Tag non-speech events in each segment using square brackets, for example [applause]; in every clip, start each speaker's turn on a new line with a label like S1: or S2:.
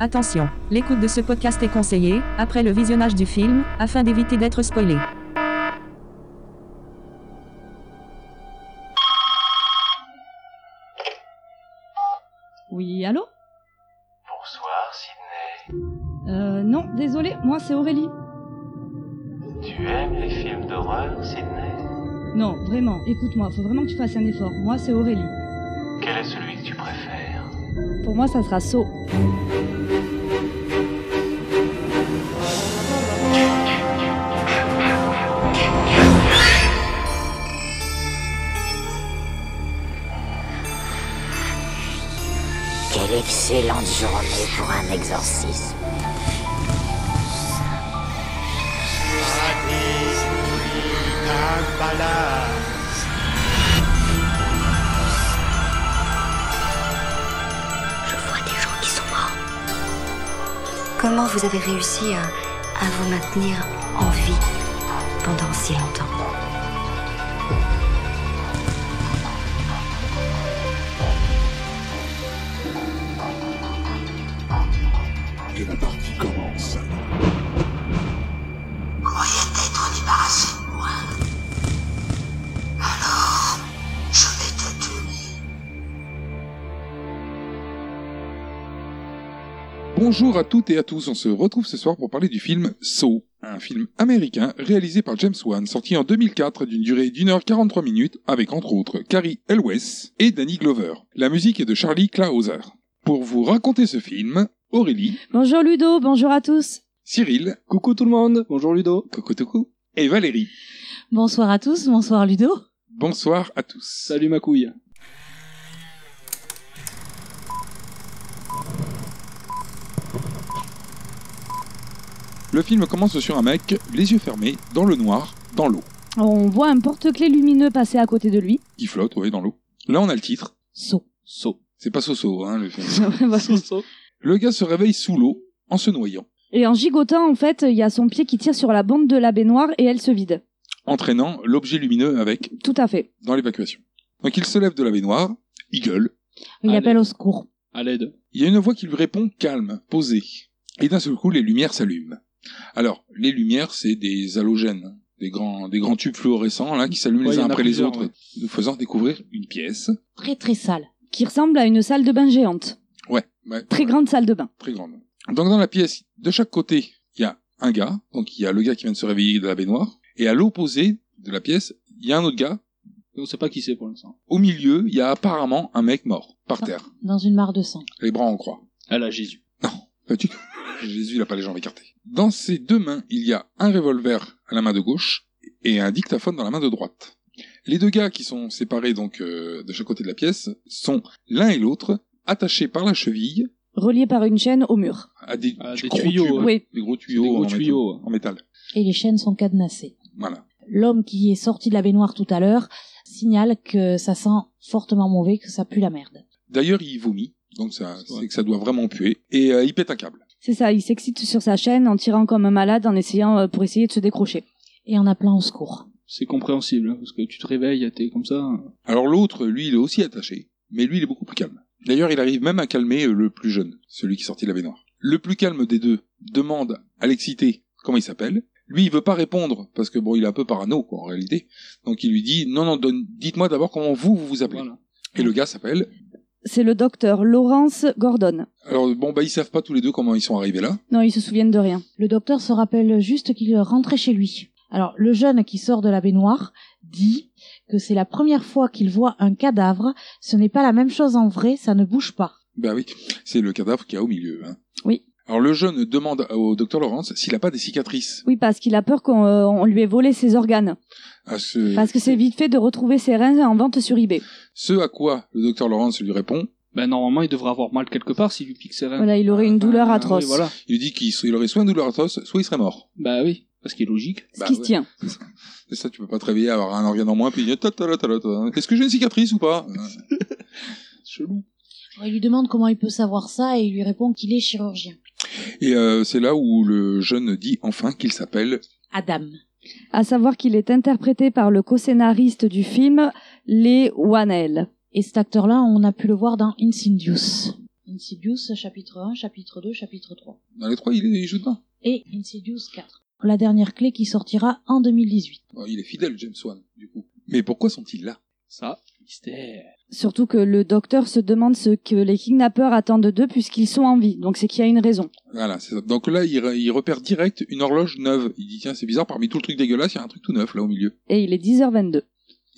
S1: Attention, l'écoute de ce podcast est conseillée, après le visionnage du film, afin d'éviter d'être spoilé.
S2: Oui, allô
S3: Bonsoir Sydney.
S2: Euh, non, désolé, moi c'est Aurélie.
S3: Tu aimes les films d'horreur, Sydney
S2: Non, vraiment, écoute-moi, faut vraiment que tu fasses un effort. Moi c'est Aurélie.
S3: Quel est celui que tu préfères
S2: Pour moi, ça sera saut.
S4: Quelle excellente journée pour un exorcisme. Je vois des gens qui sont morts. Comment vous avez réussi à, à vous maintenir en vie pendant si longtemps
S5: Et la partie commence.
S4: croyais t'être débarrassé de moi. Alors, je vais te tuer.
S5: Bonjour à toutes et à tous, on se retrouve ce soir pour parler du film Saw, un film américain réalisé par James Wan, sorti en 2004 d'une durée d'une heure 43 minutes avec entre autres Carrie Elwes et Danny Glover. La musique est de Charlie Clauser. Pour vous raconter ce film, Aurélie,
S2: Bonjour Ludo, bonjour à tous.
S5: Cyril,
S6: Coucou tout le monde, bonjour Ludo.
S5: Kokotoko et Valérie.
S7: Bonsoir à tous, bonsoir Ludo.
S5: Bonsoir à tous.
S6: Salut ma couille.
S5: Le film commence sur un mec, les yeux fermés, dans le noir, dans l'eau.
S2: On voit un porte-clés lumineux passer à côté de lui.
S5: Qui flotte, ouais, dans l'eau. Là, on a le titre.
S2: [laughs]
S7: Saut.
S6: So.
S5: C'est pas Soso, hein, le film. [laughs]
S6: So, so.
S5: Le gars se réveille sous l'eau, en se noyant.
S2: Et en gigotant, en fait, il y a son pied qui tire sur la bande de la baignoire et elle se vide.
S5: entraînant l'objet lumineux avec
S2: Tout à fait.
S5: dans l'évacuation. Donc il se lève de la baignoire, il gueule.
S7: Il
S6: Allez.
S7: appelle au secours.
S6: À l'aide.
S5: Il y a une voix qui lui répond calme, posée. Et d'un seul coup, les lumières s'allument. Alors, les lumières, c'est des halogènes, des grands, des grands tubes fluorescents là qui s'allument
S6: Ouais,
S5: les
S6: il y
S5: uns
S6: en a
S5: après les
S6: plusieurs,
S5: autres,
S6: ouais.
S5: nous faisant découvrir une pièce.
S7: Très très sale.
S2: Qui ressemble à une salle de bain géante.
S5: Ouais, ouais,
S2: Très
S5: ouais,
S2: grande salle de bain.
S5: très grande. Donc dans la pièce, de chaque côté, il y a un gars. Donc il y a le gars qui vient de se réveiller de la baignoire. Et à l'opposé de la pièce, il y a un autre gars.
S6: On sait pas qui c'est pour l'instant.
S5: Au milieu, il y a apparemment un mec mort, par terre,
S7: Dans une mare de sang.
S5: les bras en croix.
S6: À la Ah, Jésus.
S5: Pas du tout. Euh, [laughs] Jésus, il a pas les jambes écartées. Dans ses deux mains, il y a un revolver à la main de gauche et un dictaphone dans la main de droite. Les deux gars qui sont séparés donc euh, de chaque côté de la pièce sont l'un et l'autre attachés par la cheville
S2: Reliée par une chaîne au mur.
S5: à Ah, des,
S6: À
S5: du
S6: des
S5: gros
S6: tuyaux,
S5: tubes,
S2: ouais.
S5: des gros
S6: Des
S5: tuyaux, en,
S6: gros
S5: métal-
S6: tuyaux.
S5: en Métal,
S7: Et les chaînes sont cadenassées.
S5: Voilà.
S7: L'homme qui est sorti de la baignoire tout à l'heure signale que ça sent fortement mauvais, que ça pue la merde.
S5: D'ailleurs, il vomit, donc ça,
S6: Ouais.
S5: c'est que ça doit vraiment puer et euh, il pète un câble.
S2: C'est ça, il s'excite sur sa chaîne en tirant comme un malade en essayant euh, pour essayer de se décrocher.
S7: Et en appelant au secours.
S6: C'est compréhensible, hein, parce que tu te réveilles, t'es comme ça. hein.
S5: Alors l'autre, lui, il est aussi attaché, mais lui, il est beaucoup plus calme. D'ailleurs, il arrive même à calmer euh, le plus jeune, celui qui sortit de la baignoire. Le plus calme des deux demande à l'excité comment il s'appelle. Lui, il veut pas répondre, parce que bon, il est un peu parano, quoi, en réalité. Donc il lui dit, non, non, donne- dites-moi d'abord comment vous, vous vous appelez.
S6: Voilà.
S5: Et le gars s'appelle.
S2: C'est le docteur Lawrence Gordon.
S5: Alors bon, bah, ils savent pas tous les deux comment ils sont arrivés là.
S2: Non, ils se souviennent de rien.
S7: Le docteur se rappelle juste qu'il rentrait chez lui. Alors, le jeune qui sort de la baignoire dit que c'est la première fois qu'il voit un cadavre. Ce n'est pas la même chose en vrai, ça ne bouge pas.
S5: Bah oui, c'est le cadavre qu'il y a au milieu, hein.
S2: Oui.
S5: Alors le jeune demande au docteur Lawrence s'il a pas des cicatrices.
S2: Oui, parce qu'il a peur qu'on euh, on lui ait volé ses organes.
S5: À ce-
S2: Parce que c'est vite fait de retrouver ses reins en vente sur eBay.
S5: ce à quoi le docteur Lawrence lui répond,
S6: Ben normalement, il devrait avoir mal quelque part s'il lui pique ses reins.
S2: Voilà, il aurait une douleur atroce.
S6: Ah Oui, voilà.
S5: Il lui dit qu'il soit- il aurait soit une douleur atroce, soit il serait mort.
S6: Bah oui, parce qu'il est logique.
S2: Ce
S5: Bah
S2: qui se
S5: ouais.
S2: tient.
S5: C'est ça, tu peux pas te réveiller, avoir un organe en moins, puis il dit, ta, ta, la, ta, la, ta. est-ce que j'ai une cicatrice ou pas
S6: Chelou.
S7: Il lui demande comment il peut savoir ça et il lui répond qu'il est chirurgien.
S5: Et euh, c'est là où le jeune dit enfin qu'il s'appelle.
S7: Adam.
S2: À savoir qu'il est interprété par le co-scénariste du film, Lee Wanell.
S7: Et cet acteur-là, on a pu le voir dans Insidious. Insidious, chapitre 1, chapitre 2, chapitre 3.
S5: Dans les trois, il, est- il joue dedans.
S7: Et Insidious 4. La dernière clé qui sortira en 2018.
S5: Bon, il est fidèle, James Wan, du coup. Mais pourquoi sont-ils là
S6: Ça, mystère.
S2: Surtout que le docteur se demande ce que les kidnappeurs attendent d'eux puisqu'ils sont en vie. Donc c'est qu'il y a une raison.
S5: Voilà, c'est ça. Donc là, il, re- il repère direct une horloge neuve. Il dit, tiens, c'est bizarre, parmi tout le truc dégueulasse, il y a un truc tout neuf, là, au milieu.
S2: Et il est 10h22.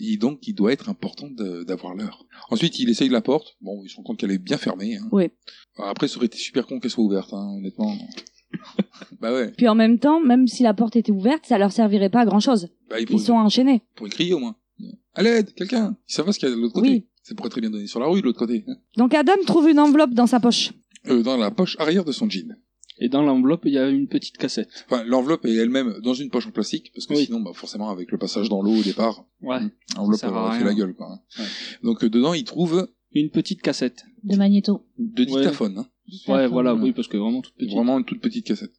S5: Et donc, il doit être important de- d'avoir l'heure. Ensuite, il essaye la porte. Bon, il se rend compte qu'elle est bien fermée. Hein.
S2: Oui.
S5: Après, ça aurait été super con qu'elle soit ouverte, hein, honnêtement. bah ouais.
S2: Puis en même temps, même si la porte était ouverte, ça leur servirait pas à grand chose.
S5: Bah, il
S2: Ils
S5: pourrait,
S2: sont enchaînés.
S5: il pourrait crier, au moins. À l'aide, quelqu'un Ils savent pas ce qu'il y a de l'autre côté.
S2: Oui.
S5: Ça pourrait très bien donner sur la rue, de l'autre côté. hein.
S2: Donc Adam trouve une enveloppe dans sa poche.
S5: Euh, dans la poche arrière de son jean.
S6: Et dans l'enveloppe, il y a une petite cassette.
S5: Enfin, l'enveloppe est elle-même dans une poche en plastique, parce que
S6: Oui.
S5: sinon, bah, forcément, avec le passage dans l'eau au départ,
S6: Ouais.
S5: l'enveloppe
S6: Ça sert à
S5: aurait fait
S6: rien.
S5: la gueule, quoi. hein.
S6: Ouais.
S5: Donc, euh, dedans, il trouve
S6: Une petite cassette.
S7: De Magneto.
S5: deux
S6: Ouais.
S5: dictaphones, hein.
S6: Ouais,
S7: Enfin,
S6: voilà,
S5: ouais.
S6: oui, parce que vraiment toute petite.
S5: Vraiment une toute petite cassette.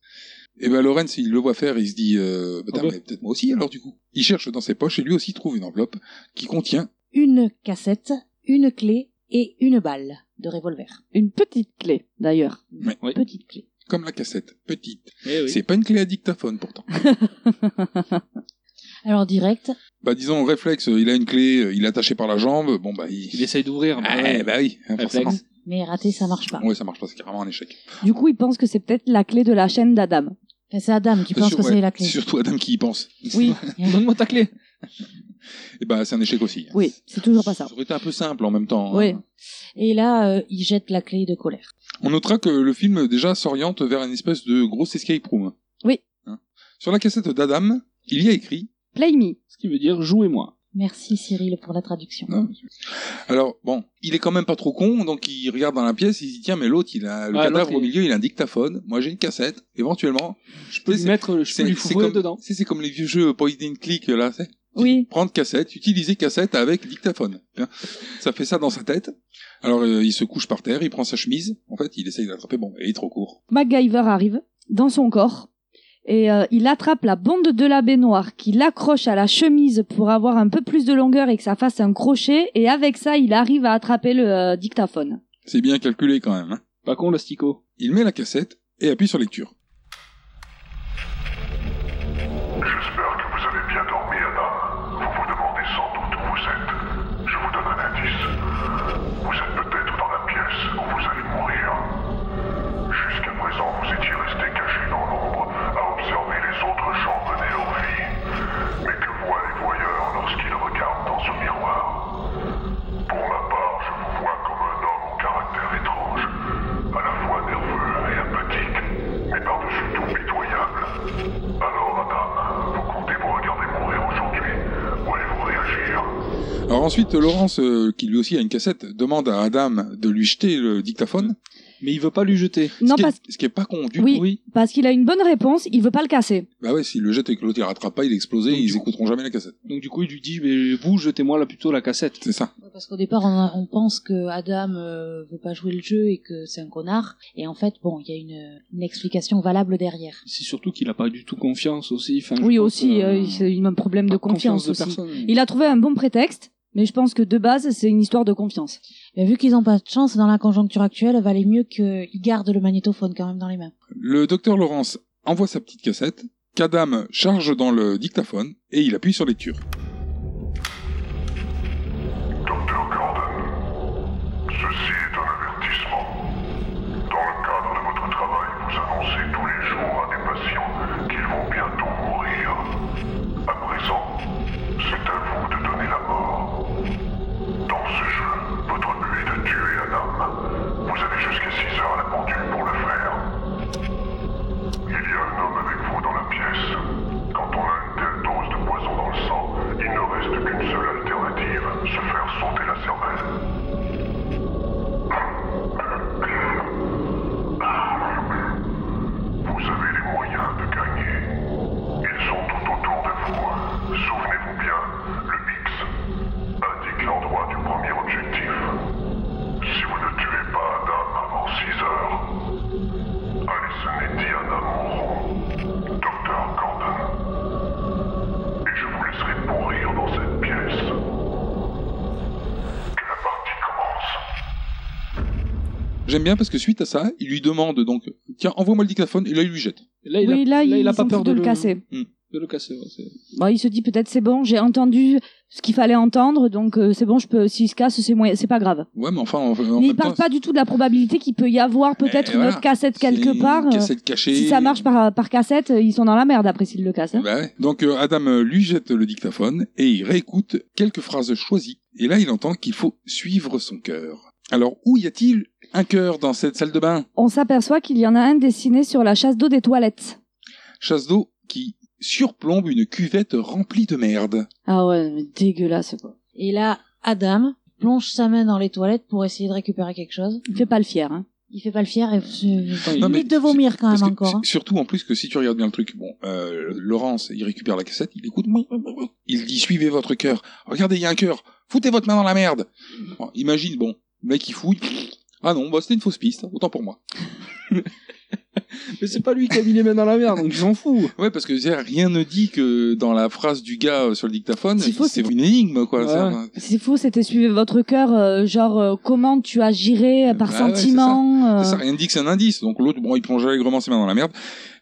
S5: Et ben, Lorenz, il le voit faire, il se dit, euh, bah,
S6: Ah
S5: t'as-
S6: bah.
S5: mais peut-être moi aussi, alors, du coup. Il cherche dans ses poches, et lui aussi trouve une enveloppe qui contient,
S7: Une cassette, une clé et une balle de revolver.
S2: Une petite clé, d'ailleurs.
S6: Oui.
S7: Petite clé.
S5: comme la cassette, petite.
S6: Eh oui.
S5: C'est pas une clé à dictaphone, pourtant.
S7: Alors direct,
S5: bah, disons, réflexe, il a une clé, euh, il est attaché par la jambe, bon, bah, il...
S6: Il essaye d'ouvrir. mais
S5: Ah,
S6: ouais.
S5: bah oui, hein, forcément.
S6: Réflexe.
S7: mais raté, ça marche pas.
S5: Ouais, ça marche pas, c'est carrément un échec.
S2: Du coup, il pense que c'est peut-être la clé de la chaîne d'Adam.
S7: Enfin, c'est Adam qui
S5: C'est
S7: pense
S5: sûr,
S7: que
S5: ouais,
S7: c'est la clé.
S5: c'est surtout Adam qui y pense. [laughs]
S7: Oui,
S6: Donne-moi ta clé.
S5: Et bah, c'est un échec aussi. hein.
S2: Oui, c'est toujours pas ça.
S5: Ça aurait été un peu simple en même temps.
S2: Oui.
S5: hein.
S7: et là, euh, il jette la clé de colère.
S5: On notera que le film déjà s'oriente vers une espèce de grosse escape room.
S2: Oui.
S5: Hein. Sur la cassette d'Adam, il y a écrit.
S2: Play me.
S6: Ce qui veut dire jouez-moi.
S7: Merci Cyril pour la traduction.
S5: Non. Alors bon, il est quand même pas trop con, donc il regarde dans la pièce, il se dit tiens mais l'autre il a le
S6: Ah, l'autre,
S5: cadavre au
S6: il-
S5: milieu, il a un dictaphone. Moi j'ai une cassette. Éventuellement,
S6: Je peux lui
S5: C'est-
S6: mettre, je peux
S5: c'est
S6: lui fouiller
S5: comme
S6: dedans.
S5: c'est- c'est comme les vieux jeux point and click là. c'est-
S2: Oui.
S5: Prendre cassette, utiliser cassette avec dictaphone. Hein. Ça fait ça dans sa tête. Alors euh, il se couche par terre, il prend sa chemise. En fait, il essaye de l'attraper. Bon, et il est trop court.
S2: MacGyver arrive dans son corps et euh, il attrape la bande de la baignoire qu'il accroche à la chemise pour avoir un peu plus de longueur et que ça fasse un crochet et avec ça il arrive à attraper le euh, dictaphone.
S5: C'est bien calculé quand même. hein.
S6: Pas con, l'astico.
S5: Il met la cassette et appuie sur lecture.
S8: J'espère que vous avez bien dormi, Adam. Vous vous demandez sans doute où vous êtes. Je vous donne un indice. Vous êtes peut-être dans la pièce où vous allez mourir. Jusqu'à présent, vous étiez resté caché dans l'ombre à observer les autres gens mener leur vie. Mais que voient les voyeurs lorsqu'ils regardent dans ce miroir Pour ma part, je vous vois comme un homme au caractère étrange, à la fois nerveux et apathique, mais par-dessus tout pitoyable. Alors, Adam, vous comptez vous regarder mourir aujourd'hui Ou allez-vous réagir
S5: Alors ensuite, Laurence, euh, qui lui aussi a une cassette, demande à Adam de lui jeter le dictaphone.
S6: Mais il veut pas lui jeter.
S2: Non
S5: ce, qui est,
S2: parce,
S5: ce qui est pas con du
S2: Oui.
S5: tout.
S6: Oui.
S2: parce qu'il a une bonne réponse, il veut pas le casser.
S5: Bah ouais, s'il le jette et que l'autre il rattrape pas, il est explosé,
S6: Donc,
S5: ils
S6: du coup-
S5: écouteront jamais la cassette.
S6: Donc du coup, il lui dit, mais vous, jetez-moi là plutôt la cassette.
S5: C'est ça.
S7: Ouais, Parce qu'au départ, on, a- on pense que Adam euh, veut pas jouer le jeu et que c'est un connard. Et en fait, bon, il y a une, une explication valable derrière.
S6: C'est surtout qu'il a pas du tout confiance aussi. Enfin, je
S2: Oui
S6: pense,
S2: aussi,
S6: euh,
S2: euh, il il a un problème de
S6: pas
S2: confiance,
S6: de
S2: aussi.
S6: personne.
S2: Il a trouvé un bon prétexte, mais je pense que de base c'est une histoire de confiance.
S7: Mais vu qu'ils ont pas de chance dans la conjoncture actuelle, valait mieux qu'ils gardent le magnétophone quand même dans les mains.
S5: Le docteur Laurence envoie sa petite cassette, qu'Adam charge dans le dictaphone et il appuie sur lecture.
S8: Docteur Gordon, ceci est un avertissement. Dans le cadre de votre travail, vous annoncez tous les jours à des patients qu'ils vont bientôt mourir. À présent, c'est à vous de donner la mort. Dans ce jeu, votre but est de tuer un homme. Vous avez jusqu'à 6 heures à la pendule pour le faire. Il y a un homme avec vous dans la pièce. Quand on a une telle dose de poison dans le sang,
S5: J'aime bien parce que suite à ça, il lui demande donc, tiens, envoie-moi le dictaphone, et là, il lui jette.
S6: Et Là, il
S2: oui,
S6: a,
S2: là,
S6: là, il a pas
S2: s'en
S6: peur
S2: fout
S6: de,
S2: le casser.
S6: de le casser. ouais, c'est- [laughs]
S2: Bon, il se dit peut-être c'est bon, j'ai entendu ce qu'il fallait entendre, donc euh, c'est bon, je peux. S'il se casse, c'est moyen- c'est pas grave.
S5: Ouais, mais enfin, en, en
S2: Mais
S5: même
S2: il parle
S5: temps,
S2: pas du tout de la probabilité qu'il peut y avoir peut-être
S5: Eh,
S2: une
S5: voilà.
S2: autre cassette
S5: c'est
S2: quelque
S5: une
S2: part. euh,
S5: Cassette cachée.
S2: Si ça marche par, par cassette, euh, ils sont dans la merde après s'ils le cassent. hein.
S5: Bah ouais. Donc euh, Adam euh, lui jette le dictaphone et il réécoute quelques phrases choisies. Et là, il entend qu'il faut suivre son cœur. Alors, où y a-t-il un cœur dans cette salle de bain
S2: On s'aperçoit qu'il y en a un dessiné sur la chasse d'eau des toilettes.
S5: Chasse d'eau qui surplombe une cuvette remplie de merde.
S2: Ah ouais, mais dégueulasse quoi.
S7: Et là, Adam plonge sa main dans les toilettes pour essayer de récupérer quelque chose.
S2: Il fait pas le fier. Hein.
S7: Il fait pas le fier et c'est
S6: Non,
S5: mais
S7: limite de vomir quand
S5: Parce
S7: même
S5: que,
S7: encore. hein.
S5: s- Surtout en plus que si tu regardes bien le truc, bon, euh, Laurence, il récupère la cassette, il écoute, il dit suivez votre cœur, regardez, il y a un cœur, foutez votre main dans la merde. Bon, imagine, bon, le mec il fouille, ah non, bah c'était une fausse piste, autant pour moi.
S6: Mais c'est pas lui qui a mis les mains dans la merde, donc il s'en fout.
S5: Ouais, parce que je veux dire, rien ne dit que dans la phrase du gars euh, sur le dictaphone,
S2: S'il faut,
S5: c'est une énigme, quoi.
S6: Ouais,
S5: ça.
S6: ouais.
S2: C'est fou, c'était suivez votre cœur, euh, genre euh, comment tu agirais euh, par
S5: Bah ouais,
S2: sentiment.
S5: Ça,
S2: euh,
S5: rien ne dit que c'est un indice. Donc l'autre, bon, il plonge allègrement ses mains dans la merde.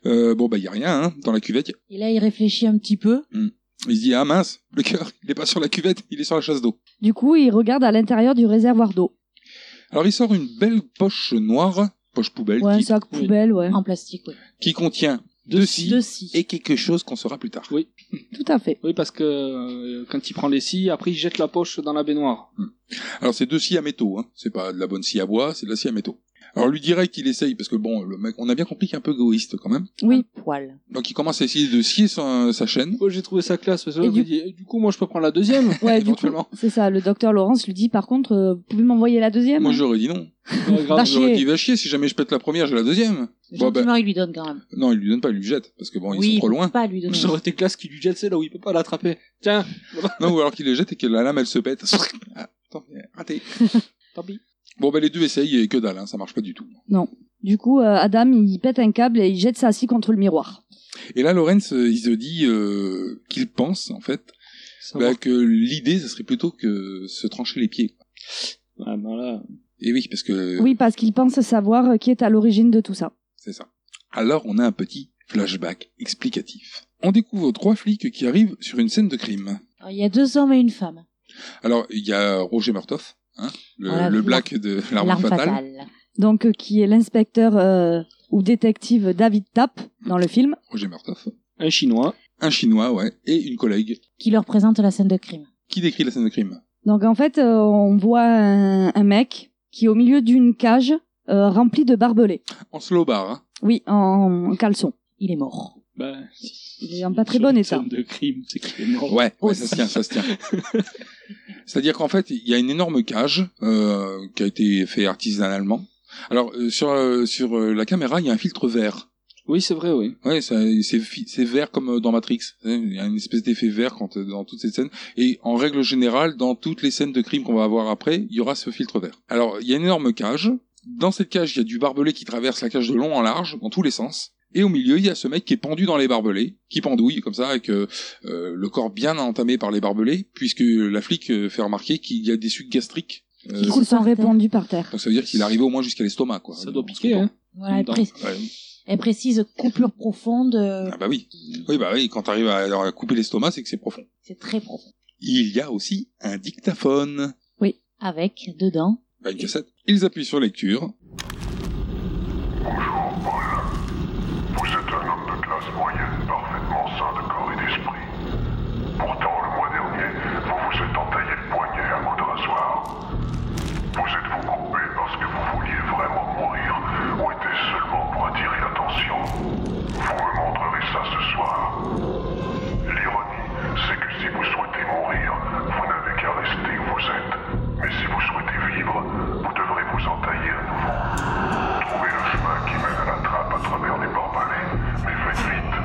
S5: Euh, bon, bah, il y a rien, hein, dans la cuvette.
S7: Et là, il réfléchit un petit peu.
S5: Il se dit, ah mince, le cœur, il est pas sur la cuvette, il est sur la chasse d'eau.
S2: Du coup, il regarde à l'intérieur du réservoir d'eau.
S5: Alors il sort une belle poche noire, poche poubelle,
S2: Ouais, un
S5: qui,
S2: sac
S6: oui.
S2: poubelle, ouais.
S7: hein.
S5: Ah.
S7: En plastique, oui.
S5: qui contient deux scies
S7: Deux scies.
S5: et quelque chose qu'on saura plus tard.
S6: Oui.
S2: Tout à fait.
S6: Oui, parce que euh, quand il prend les scies, après il jette la poche dans la baignoire.
S5: Alors c'est deux scies à métaux, hein. c'est pas de la bonne scie à bois, c'est de la scie à métaux. Alors lui dirait qu'il essaye, parce que bon, le mec, on a bien compris qu'il est un peu égoïste quand même.
S2: Oui.
S7: Un Poil.
S5: Donc il commence à essayer de scier son- sa chaîne.
S6: Moi j'ai trouvé ça classe, parce que
S2: Et
S6: là, je
S2: du-
S6: me dis, eh, du coup moi je peux prendre la deuxième.
S2: [laughs] Ouais, du coup,
S5: éventuellement.
S2: c'est ça. Le docteur Laurence lui dit par contre, euh, vous pouvez m'envoyer la deuxième
S5: Moi j'aurais dit non.
S6: Ouais, grave.
S2: Va
S5: J'aurais
S2: chier.
S5: dit va chier, si jamais je pète la première, j'ai la deuxième. Bon,
S7: Gentiment, il lui donne quand même.
S5: Non, il lui donne pas, il lui jette, parce que bon, ils
S7: oui,
S5: sont trop
S7: il
S5: loin. [laughs]
S7: peut pas
S2: Bah,
S7: lui
S6: [laughs]
S7: donner.
S6: Ça aurait été classe qu'il lui jette celle là où il peut pas l'attraper. Tiens,
S5: Non, ou alors qu'il les jette et que la lame elle se pète. Ah, Attends,
S2: [laughs]
S5: raté.
S6: tant pis.
S5: Bon, bah les deux essayent et que dalle, hein, ça marche pas du tout.
S2: Du coup, euh, Adam, il pète un câble et il jette sa scie contre le miroir.
S5: Et là, Lorenz, euh, il se dit euh, qu'il pense, en fait,
S6: Ça
S5: bah, que l'idée, ça serait plutôt que se trancher les pieds.
S6: va. Ah, ben là,
S5: Et oui, parce
S7: Euh.
S5: que
S2: Oui, parce qu'il pense savoir euh, qui est à l'origine de tout ça.
S5: C'est ça. Alors on a un petit flashback explicatif. On découvre trois flics qui arrivent sur une scène de crime.
S7: Alors, il y a deux hommes et une femme.
S5: Alors il y a Roger Murtoff, hein, le,
S7: Voilà,
S5: le
S7: la-
S5: black de l'arme
S7: L'arme
S5: fatale.
S7: fatale.
S2: Donc, euh, qui est l'inspecteur euh, ou détective David Tapp dans le film.
S5: Roger Murtoff.
S6: un chinois.
S5: Un chinois, ouais, et une collègue
S7: Qui leur présente la scène de crime.
S5: qui décrit la scène de crime.
S2: Donc, en fait, euh, on voit un, un mec qui est au milieu d'une cage euh, remplie de barbelés.
S5: En slow bar, hein.
S2: Oui, en, en caleçon.
S7: Il est mort.
S6: Ben,
S2: Il est en pas très bon
S6: une
S2: état.
S6: scène de crime, c'est qu'il est mort.
S5: Ouais, ouais,
S7: Oh,
S5: ça se tient, ça se tient. C'est-à-dire qu'en fait, il y a une énorme cage euh, qui a été fait artisanalement. Alors euh, sur euh, sur euh, la caméra, il y a un filtre vert.
S6: Oui, c'est vrai, oui.
S5: Ouais, ça- c'est fi- c'est vert comme euh, dans Matrix. Il y a une espèce d'effet vert quand, euh, dans toutes ces scènes. Et en règle générale, dans toutes les scènes de crime qu'on va avoir après, il y aura ce filtre vert. Alors, il y a une énorme cage. Dans cette cage, il y a du barbelé qui traverse la cage de long en large, dans tous les sens. Et au milieu, il y a ce mec qui est pendu dans les barbelés, qui pendouille comme ça, avec euh, euh, le corps bien entamé par les barbelés, puisque la flic euh, fait remarquer qu'il y a des sucs gastriques. Euh,
S2: Ils se sont
S7: par terre.
S2: répandus par terre.
S5: donc ça veut dire qu'il est arrivé au moins jusqu'à l'estomac, quoi.
S6: Ça doit
S5: On se
S6: piquer, hein.
S7: Voilà, elle,
S6: Dans-
S7: pré-
S5: Ouais.
S7: elle précise coupure profonde. euh,
S5: Ah bah oui. Oui, bah oui, quand t'arrives à, à couper l'estomac, c'est que c'est profond.
S7: C'est très profond.
S5: Il y a aussi un dictaphone.
S7: Avec, dedans.
S5: Bah, une cassette. Ils appuient sur lecture.
S8: Vous êtes un homme de classe moyenne, parfaitement sain de corps et d'esprit. Pourtant, le mois dernier, vous vous êtes entaillé le poignet à coup de rasoir. Vous êtes-vous coupé parce que vous vouliez vraiment mourir ou était seulement pour attirer l'attention Vous me montrerez ça ce soir. L'ironie, c'est que si vous souhaitez mourir, vous n'avez qu'à rester où vous êtes. Mais si vous souhaitez vivre, vous devrez vous entailler à nouveau. Trouvez le chemin qui mène à la trappe à travers les barbelés, mais faites vite.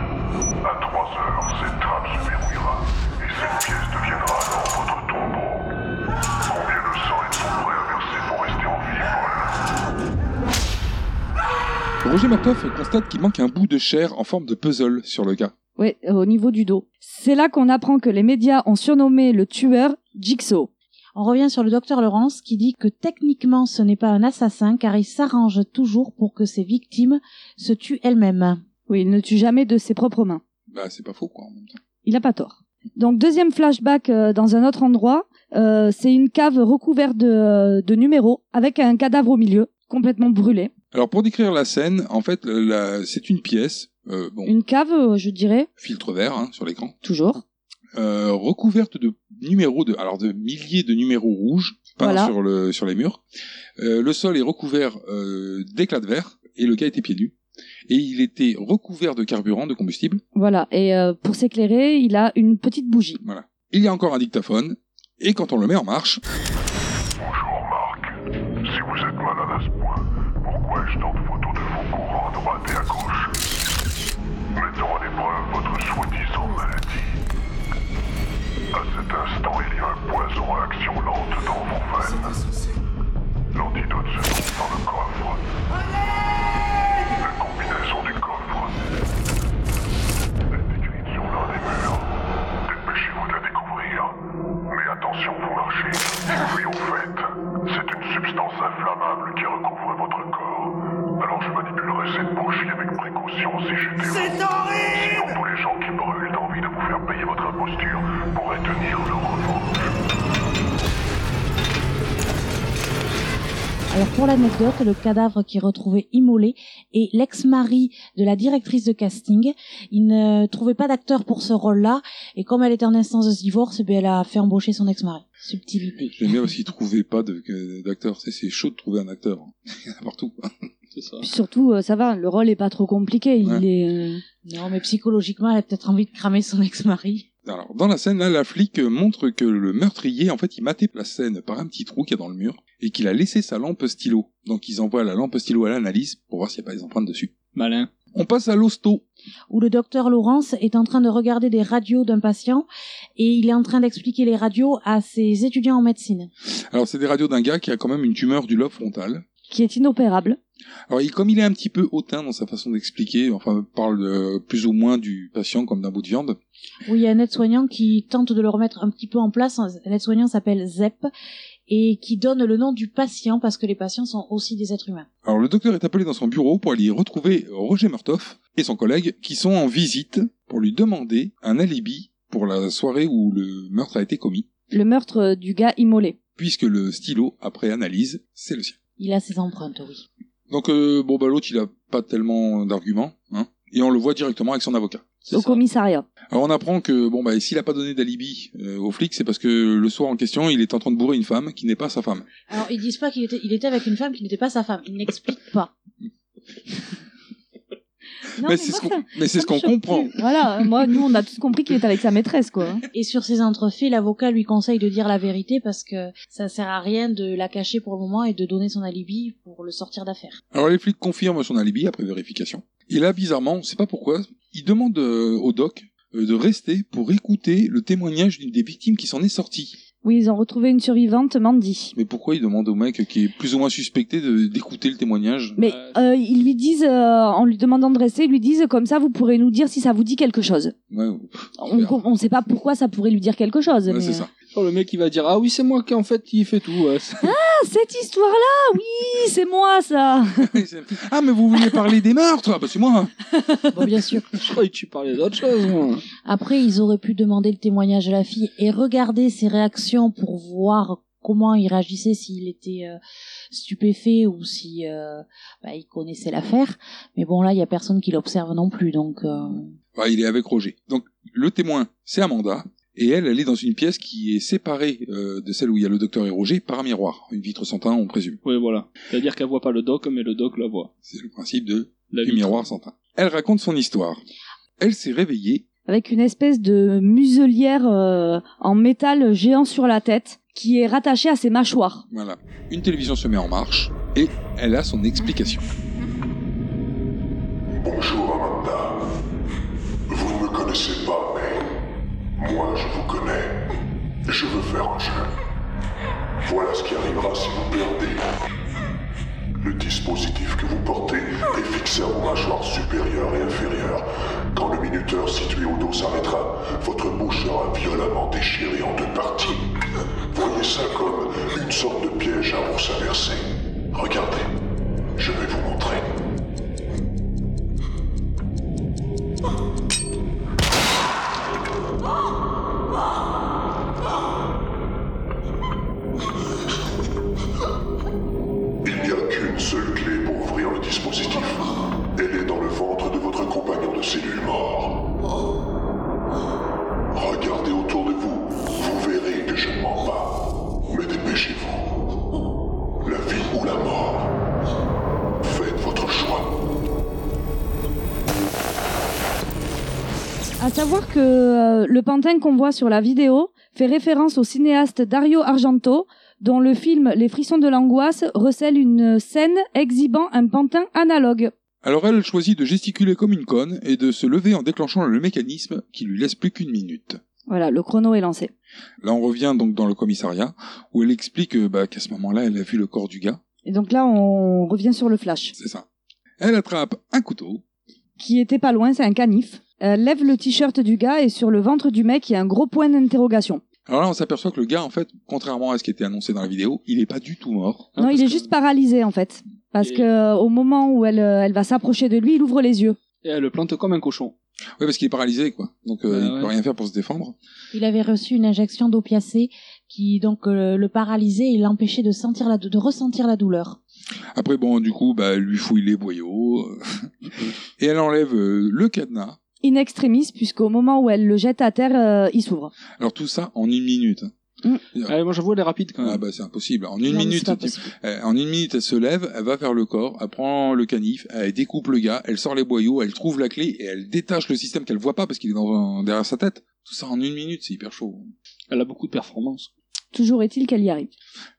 S8: À trois heures, cette trappe se verrouillera et cette pièce deviendra alors votre tombeau. Combien de sang êtes-vous prêt à verser pour rester en vie, Paul
S5: Roger Martoff constate qu'il manque un bout de chair en forme de puzzle sur le gars.
S2: Oui, au niveau du dos. C'est là qu'on apprend que les médias ont surnommé le tueur Jigsaw.
S7: On revient sur le docteur Laurence qui dit que techniquement ce n'est pas un assassin car il s'arrange toujours pour que ses victimes se tuent elles-mêmes.
S2: Oui, il ne tue jamais de ses propres mains.
S5: Bah, c'est pas faux, quoi, en même temps.
S2: Il n'a pas tort. Donc deuxième flashback euh, dans un autre endroit, euh, c'est une cave recouverte de, euh, de numéros avec un cadavre au milieu, complètement brûlé.
S5: Alors, pour décrire la scène, en fait, la- c'est une pièce, euh, bon,
S2: Une cave, euh, je dirais,
S5: filtre vert hein, sur l'écran,
S2: toujours.
S5: euh, recouverte de numéros de, alors de milliers de numéros rouges peints
S2: Voilà.
S5: sur le sur les murs. Euh, le sol est recouvert euh, d'éclats de verre et le gars était pieds nus et il était recouvert de carburant, de combustible.
S2: Voilà, et euh, pour s'éclairer, il a une petite bougie.
S5: Voilà. Il y a encore un dictaphone et quand on le met en marche,
S8: Bonjour Marc. Si vous êtes malade à ce point, pourquoi ai-je tant de photos de vos courants à droite et à gauche Mettons à l'épreuve votre soi-disant maladie. À cet instant, il y a un poison à action lente dans vos veines. L'antidote se trouve dans le coffre. La combinaison du coffre. La description dans les murs. Dépêchez-vous de la découvrir. Mais attention, vous marchez. Oui, au fait, c'est une substance inflammable qui recouvre votre corps. Alors je manipulerai cette bougie avec précaution si j'étais. C'est horrible Sinon, tous les gens qui brûlent d'envie de vous faire payer votre imposture pourraient tenir leur revanche.
S7: Alors pour l'anecdote, le cadavre qui est retrouvé immolé est l'ex-mari de la directrice de casting. Il ne trouvait pas d'acteur pour ce rôle-là et comme elle était en instance de divorce, ben, elle a fait embaucher son ex-mari. Subtilité.
S5: j'aime bien aussi trouver pas de- que- d'acteur. C'est c'est chaud de trouver un acteur. hein. [laughs] Il y en a partout. quoi.
S6: C'est ça.
S2: Puis surtout, euh, ça va, le rôle est pas trop compliqué, il
S5: Ouais.
S2: est... euh,
S7: Non, mais psychologiquement, elle a peut-être envie de cramer son ex-mari.
S5: Alors, dans la scène, là, la flic euh, montre que le meurtrier, en fait, il matait la scène par un petit trou qu'il y a dans le mur et qu'il a laissé sa lampe stylo. Donc, ils envoient la lampe stylo à l'analyse pour voir s'il n'y a pas des empreintes dessus.
S6: Malin.
S5: On passe à l'hosto.
S7: Où le docteur Laurence est en train de regarder des radios d'un patient et il est en train d'expliquer les radios à ses étudiants en médecine.
S5: Alors, c'est des radios d'un gars qui a quand même une tumeur du lobe frontal.
S2: qui est inopérable.
S5: Alors, il, comme il est un petit peu hautain dans sa façon d'expliquer, enfin, parle euh, plus ou moins du patient comme d'un bout de viande.
S7: où il y a un aide-soignant qui tente de le remettre un petit peu en place. L'aide-soignant s'appelle Zep et qui donne le nom du patient parce que les patients sont aussi des êtres humains.
S5: Alors, le docteur est appelé dans son bureau pour aller y retrouver Roger Murtoff et son collègue qui sont en visite pour lui demander un alibi pour la soirée où le meurtre a été commis.
S2: Le meurtre euh, du gars immolé.
S5: puisque le stylo, après analyse, c'est le sien.
S7: Il a ses empreintes, oui.
S5: Donc, euh, bon, bah, l'autre, il a pas tellement d'arguments, hein, et on le voit directement avec son avocat.
S6: C'est
S2: Au
S6: ça.
S2: commissariat.
S5: Alors, on apprend que, bon, bah, s'il a pas donné d'alibi euh, aux flics, c'est parce que le soir en question, il est en train de bourrer une femme qui n'est pas sa femme.
S7: Alors ils disent pas qu'il était, il était avec une femme qui n'était pas sa femme. Ils n'expliquent pas.
S5: mais
S7: Non, mais
S5: c'est ce
S7: moi,
S5: qu'on,
S7: ça-
S5: mais c'est ce
S7: ça
S5: qu'on
S7: me choque
S5: comprend.
S7: plus.
S2: Voilà, euh, moi, nous, on a tous compris qu'il est avec sa maîtresse, quoi. hein.
S7: Et sur ces entrefaits, l'avocat lui conseille de dire la vérité parce que ça sert à rien de la cacher pour le moment et de donner son alibi pour le sortir d'affaire.
S5: Alors, les flics confirment son alibi après vérification. Et là, bizarrement, on sait pas pourquoi, ils demandent euh, au doc euh, de rester pour écouter le témoignage d'une des victimes qui s'en est sortie.
S2: Oui, ils ont retrouvé une survivante, Mandy.
S5: Mais pourquoi ils demandent au mec qui est plus ou moins suspecté de- d'écouter le témoignage
S2: Mais
S6: Ouais.
S2: euh, ils lui disent, euh, en lui demandant de rester, ils lui disent comme ça, vous pourrez nous dire si ça vous dit quelque chose.
S5: Ouais,
S2: On ne sait pas pourquoi ça pourrait lui dire quelque chose.
S5: ouais,
S2: mais,
S5: c'est
S2: euh,
S5: ça.
S6: Oh, le mec, il va dire Ah oui, c'est moi qui en fait qui fait tout.
S2: [laughs]
S6: ouais.
S2: Ah, cette histoire-là, oui, c'est moi ça.
S5: Et c'est- Ah, mais vous voulez parler des meurtres Ah, Bah, c'est moi
S7: Bon, bien sûr.
S6: [laughs] Je croyais que tu parlais d'autre chose, moi.
S7: Après, ils auraient pu demander le témoignage de la fille et regarder ses réactions pour voir comment il réagissait, s'il était euh, stupéfait ou si euh, bah, il connaissait l'affaire. Mais bon, là, il y a personne qui l'observe non plus, donc euh,
S5: Bah, Il est avec Roger. Donc, le témoin, c'est Amanda. Et elle, elle est dans une pièce qui est séparée euh, de celle où il y a le docteur et Roger par un miroir. Une vitre sans teint, on présume.
S6: Oui, voilà. C'est-à-dire qu'elle voit pas le doc, mais le doc la voit.
S5: C'est le principe de,
S6: La
S5: du
S6: vitre.
S5: miroir sans teint. Elle raconte son histoire. Elle s'est réveillée.
S2: Avec une espèce de muselière euh, en métal géant sur la tête qui est rattachée à ses mâchoires.
S5: Voilà. Une télévision se met en marche. Et elle a son explication.
S8: Bonjour Amanda. Vous ne me connaissez pas, mais moi je vous connais. Je veux faire un jeu. Voilà ce qui arrivera si vous perdez. Le dispositif que vous portez est fixé à vos mâchoires supérieures et inférieures. Quand le minuteur situé au dos s'arrêtera, votre bouche sera violemment déchirée en deux parties. Voyez ça comme une sorte de piège à ours inversé. Regardez, je vais vous montrer. Il n'y a qu'une seule clé pour ouvrir le dispositif. Elle est dans le ventre de votre compagnon de cellule mort. Regardez autour de vous. Vous verrez que je ne mens pas. Mais dépêchez-vous. La vie ou la mort. Faites votre choix.
S2: À savoir que euh, le pantin qu'on voit sur la vidéo fait référence au cinéaste Dario Argento, dont le film Les frissons de l'angoisse recèle une scène exhibant un pantin analogue.
S5: Alors elle choisit de gesticuler comme une conne et de se lever en déclenchant le mécanisme qui lui laisse plus qu'une minute.
S2: Voilà, le chrono est lancé.
S5: Là on revient donc dans le commissariat où elle explique euh, bah, qu'à ce moment-là elle a vu le corps du gars.
S2: Et donc là, on revient sur le flash.
S5: C'est ça. Elle attrape un couteau.
S2: Qui était pas loin, c'est un canif. Elle lève le t-shirt du gars et sur le ventre du mec, il y a un gros point d'interrogation.
S5: Alors là on s'aperçoit que le gars en fait, contrairement à ce qui était annoncé dans la vidéo, il n'est pas du tout mort.
S6: Hein,
S2: non, il
S6: parce
S2: est
S6: que-
S2: juste paralysé en fait. Parce
S6: Et-
S2: que euh, au moment où elle, euh, elle va s'approcher de lui, il ouvre les yeux.
S6: Et elle le plante comme un cochon.
S5: Ouais parce qu'il est paralysé quoi. Donc euh,
S6: Bah
S5: il peut
S6: ouais.
S5: rien faire pour se défendre.
S7: Il avait reçu une injection d'opiacé qui donc euh, le paralysait et l'empêchait de sentir la dou- de ressentir la douleur.
S5: Après bon du coup bah elle lui fouille les boyaux
S6: [laughs]
S5: euh, et elle enlève euh, le cadenas.
S2: In extremis, puisqu'au moment où elle le jette à terre, euh, il s'ouvre.
S5: Alors tout ça en une minute. hein.
S6: Allez, Eh, moi j'avoue, elle est rapide quand même.
S5: Ah bah c'est impossible. En une
S7: Non, mais
S5: minute
S7: c'est pas
S5: tu-
S7: possible.
S5: Euh, En une minute, elle se lève, elle va vers le corps, elle prend le canif, elle découpe le gars, elle sort les boyaux, elle trouve la clé et elle détache le système qu'elle voit pas parce qu'il est dans un- derrière sa tête. Tout ça en une minute, c'est hyper chaud.
S6: Elle a beaucoup de performance.
S2: Toujours est-il qu'elle y arrive.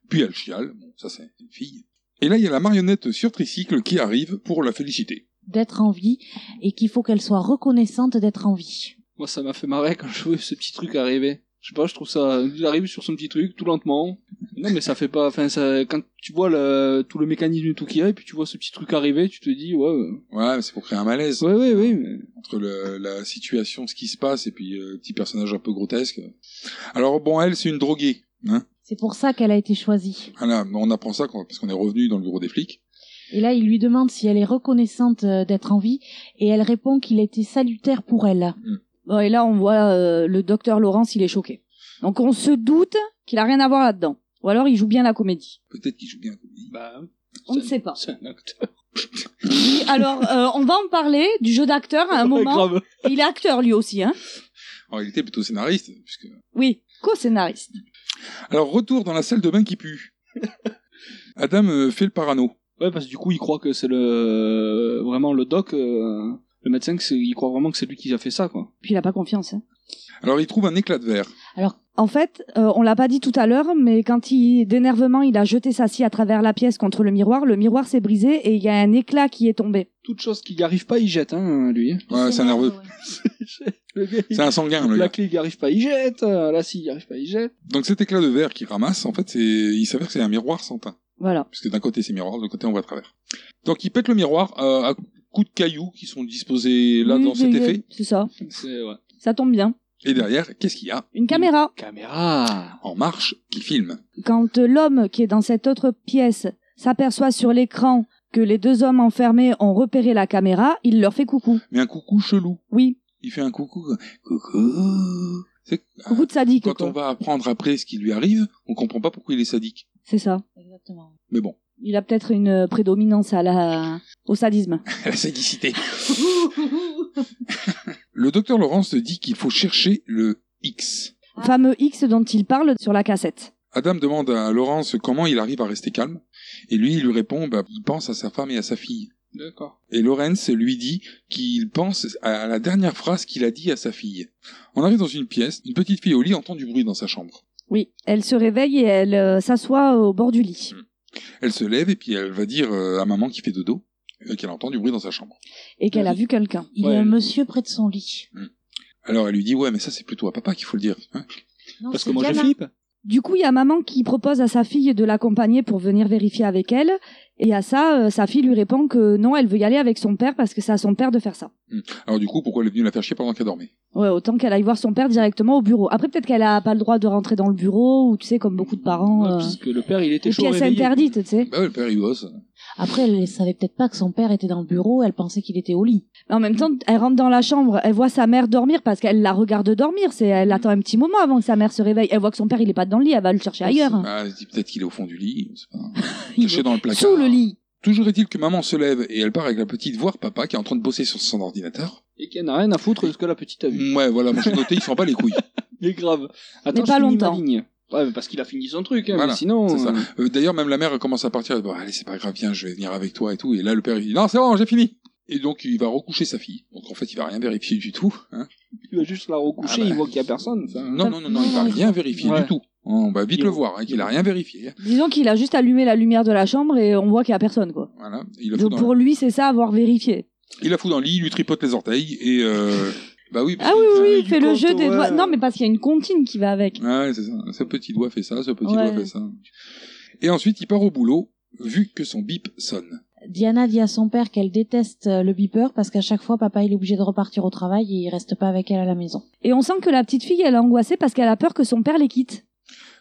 S5: Puis elle chiale, bon, ça c'est une fille. Et là, il y a la marionnette sur tricycle qui arrive pour la féliciter.
S7: D'être en vie et qu'il faut qu'elle soit reconnaissante d'être en vie.
S6: Moi, ça m'a fait marrer quand je vois ce petit truc arriver. Je sais pas, je trouve ça. Il arrive sur son petit truc, tout lentement. Non, mais ça fait pas. Enfin, ça... quand tu vois le... tout le mécanisme et tout qu'il y a, et puis tu vois ce petit truc arriver, tu te dis, ouais, euh,
S5: Ouais, mais c'est pour créer un malaise
S6: ouais, ouais, ouais. mais-
S5: entre le- la situation, ce qui se passe et puis euh, le petit personnage un peu grotesque. Alors bon, elle, c'est une droguée. Hein
S7: C'est pour ça qu'elle a été choisie.
S5: voilà, mais on apprend ça quand- parce qu'on est revenu dans le bureau des flics.
S7: Et là, il lui demande si elle est reconnaissante euh, d'être en vie et elle répond qu'il a été salutaire pour elle.
S2: Bon, et là, on voit euh, le docteur Laurence, il est choqué. Donc on se doute qu'il a rien à voir là-dedans. Ou alors il joue bien la comédie.
S5: Peut-être qu'il joue bien.
S6: Bah,
S2: On ne sait pas.
S6: c'est un acteur.
S2: Oui, alors euh, on va en parler du jeu d'acteur
S6: [laughs]
S2: à un moment.
S6: Grave.
S2: Il est acteur lui aussi, hein
S5: En réalité, plutôt scénariste, puisque
S2: Oui, co-scénariste.
S5: Alors, retour dans la salle de bain qui
S2: [laughs]
S5: pue. Adam euh, fait le parano.
S6: Ouais, parce que du coup, il croit que c'est le. Vraiment, le doc, euh, le médecin, que c'est- il croit vraiment que c'est lui qui a fait ça, quoi.
S2: Puis il a pas confiance. hein.
S5: Alors, il trouve un éclat de verre.
S2: En fait, euh, on l'a pas dit tout à l'heure, mais quand il d'énervement, il a jeté sa scie à travers la pièce contre le miroir, le miroir s'est brisé et il y a un éclat qui est tombé.
S6: Toute chose qui n'y arrive pas, il jette, hein, lui. [laughs]
S5: Ouais, c'est un nerveux.
S6: Le gars, il-
S5: C'est un sanguin, le
S6: La
S5: gars.
S6: clé, il n'y arrive pas, il jette. Euh, Là, s'il n'y arrive pas, il jette.
S5: Donc, cet éclat de verre qu'il ramasse, en fait, c'est... il s'avère que c'est un miroir sans teint.
S2: Voilà.
S5: Parce que d'un côté, c'est miroir, de l'autre côté, on voit à travers. Donc, il pète le miroir euh, à coups de cailloux qui sont disposés là
S2: Oui,
S5: dans cet
S2: c'est-
S5: effet.
S2: C'est ça.
S6: C'est, ouais.
S2: Ça tombe bien.
S5: Et derrière, qu'est-ce qu'il y a
S2: Une caméra.
S6: Caméra
S5: En marche qui filme.
S2: Quand euh, l'homme qui est dans cette autre pièce s'aperçoit sur l'écran que les deux hommes enfermés ont repéré la caméra, il leur fait coucou.
S5: Mais un coucou chelou.
S2: Oui,
S5: Il fait un coucou. quoi. Coucou. C'est...
S2: coucou de sadique.
S5: Quand
S2: quoi.
S5: on va apprendre après ce qui lui arrive, on comprend pas pourquoi il est sadique.
S2: C'est ça.
S7: Exactement.
S5: Mais bon,
S2: Il a peut-être une euh, prédominance à la... au sadisme.
S5: la sadicité. [laughs] Le docteur Laurence dit qu'il faut chercher le X.
S2: Fameux X dont il parle sur la cassette.
S5: Adam demande à Laurence comment il arrive à rester calme, et lui, il lui répond, bah, il pense à sa femme et à sa fille.
S6: D'accord.
S5: Et Laurence lui dit qu'il pense à la dernière phrase qu'il a dit à sa fille. On arrive dans une pièce, une petite fille au lit entend du bruit dans sa chambre.
S2: Oui, elle se réveille et elle euh, s'assoit au bord du lit.
S5: Elle se lève et puis elle va dire euh, à maman qui fait dodo euh, qu'elle entend du bruit dans sa chambre.
S2: Et qu'elle a
S6: Oui.
S2: vu quelqu'un.
S7: Il
S6: Ouais.
S7: y a un monsieur près de son lit.
S5: Alors elle lui dit ouais mais ça c'est plutôt à papa qu'il faut le dire. hein.
S7: Non,
S6: Parce que
S7: c'est
S6: moi, je
S7: Diana.
S6: flippe.
S2: Du coup, il y a maman qui propose à sa fille de l'accompagner pour venir vérifier avec elle. Et à ça, euh, sa fille lui répond que non, elle veut y aller avec son père parce que c'est à son père de faire ça.
S5: Alors du coup, pourquoi elle est venue la faire chier pendant qu'elle dormait
S2: Ouais, autant qu'elle aille voir son père directement au bureau. Après, peut-être qu'elle a pas le droit de rentrer dans le bureau ou tu sais, comme beaucoup de parents.
S6: Ouais,
S2: euh,
S6: Parce que le père, il était
S2: Ou
S6: chaud. au
S2: pièce
S6: réveillé.
S2: interdite, tu sais.
S5: Bah ouais, le père il bosse.
S7: Après, elle savait peut-être pas que son père était dans le bureau, elle pensait qu'il était au lit.
S2: Mais en même temps, elle rentre dans la chambre, elle voit sa mère dormir parce qu'elle la regarde dormir. C'est, elle attend un petit moment avant que sa mère se réveille. Elle voit que son père il est pas dans le lit, elle va le chercher ailleurs.
S5: Bah, elle dit peut-être qu'il est au fond du lit, on sait pas.
S2: Hein. Il
S5: caché dans le placard.
S2: Sous le lit.
S5: Toujours est-il que maman se lève et elle part avec la petite voir papa qui est en train de bosser sur son ordinateur.
S6: Et qu'elle n'a rien à foutre de ce que la petite
S2: [laughs]
S6: a vu.
S5: Ouais, voilà, moi j'ai noté, il s'en bat les couilles.
S6: Il est grave. Attends,
S2: Mais pas
S6: je finis ma
S2: longtemps.
S6: ligne. Ouais, mais parce qu'il a fini son truc, hein,
S5: Voilà,
S6: mais sinon.
S5: c'est ça.
S6: euh,
S5: Euh, D'ailleurs, même la mère elle commence à partir. elle dit, Bon, allez, c'est pas grave, viens, je vais venir avec toi et tout. Et là, le père il dit non, c'est bon, j'ai fini. Et donc il va recoucher sa fille. Donc en fait, il va rien vérifier du tout. Hein.
S6: Il va juste la recoucher,
S5: Ah bah.
S6: il voit qu'il y a personne. enfin,
S5: Non, non, non, non, il va rien vérifier
S6: Ouais.
S5: du tout. On va vite
S6: Il-
S5: le voir, hein, qu'il a rien vérifié.
S2: Disons qu'il a juste allumé la lumière de la chambre et on voit qu'il y a personne, quoi.
S5: Voilà, il la fout
S2: Donc
S5: dans,
S2: pour lui, c'est ça, avoir vérifié.
S5: il la fout dans le lit, il lui tripote les orteils et euh... bah oui. parce
S2: Ah oui,
S5: que-
S2: oui, oui,
S6: du
S2: il fait le
S6: compte,
S2: jeu des
S6: ouais.
S2: doigts. Non, mais parce qu'il y a une comptine qui va avec.
S5: Ouais, c'est ça. Ce petit doigt fait ça, ce petit
S2: Ouais.
S5: doigt fait ça. Et ensuite, il part au boulot, vu que son bip sonne.
S7: Diana dit à son père qu'elle déteste euh, le beeper parce qu'à chaque fois, papa, il est obligé de repartir au travail et il reste pas avec elle à la maison.
S2: Et on sent que la petite fille, elle est angoissée parce qu'elle a peur que son père les quitte.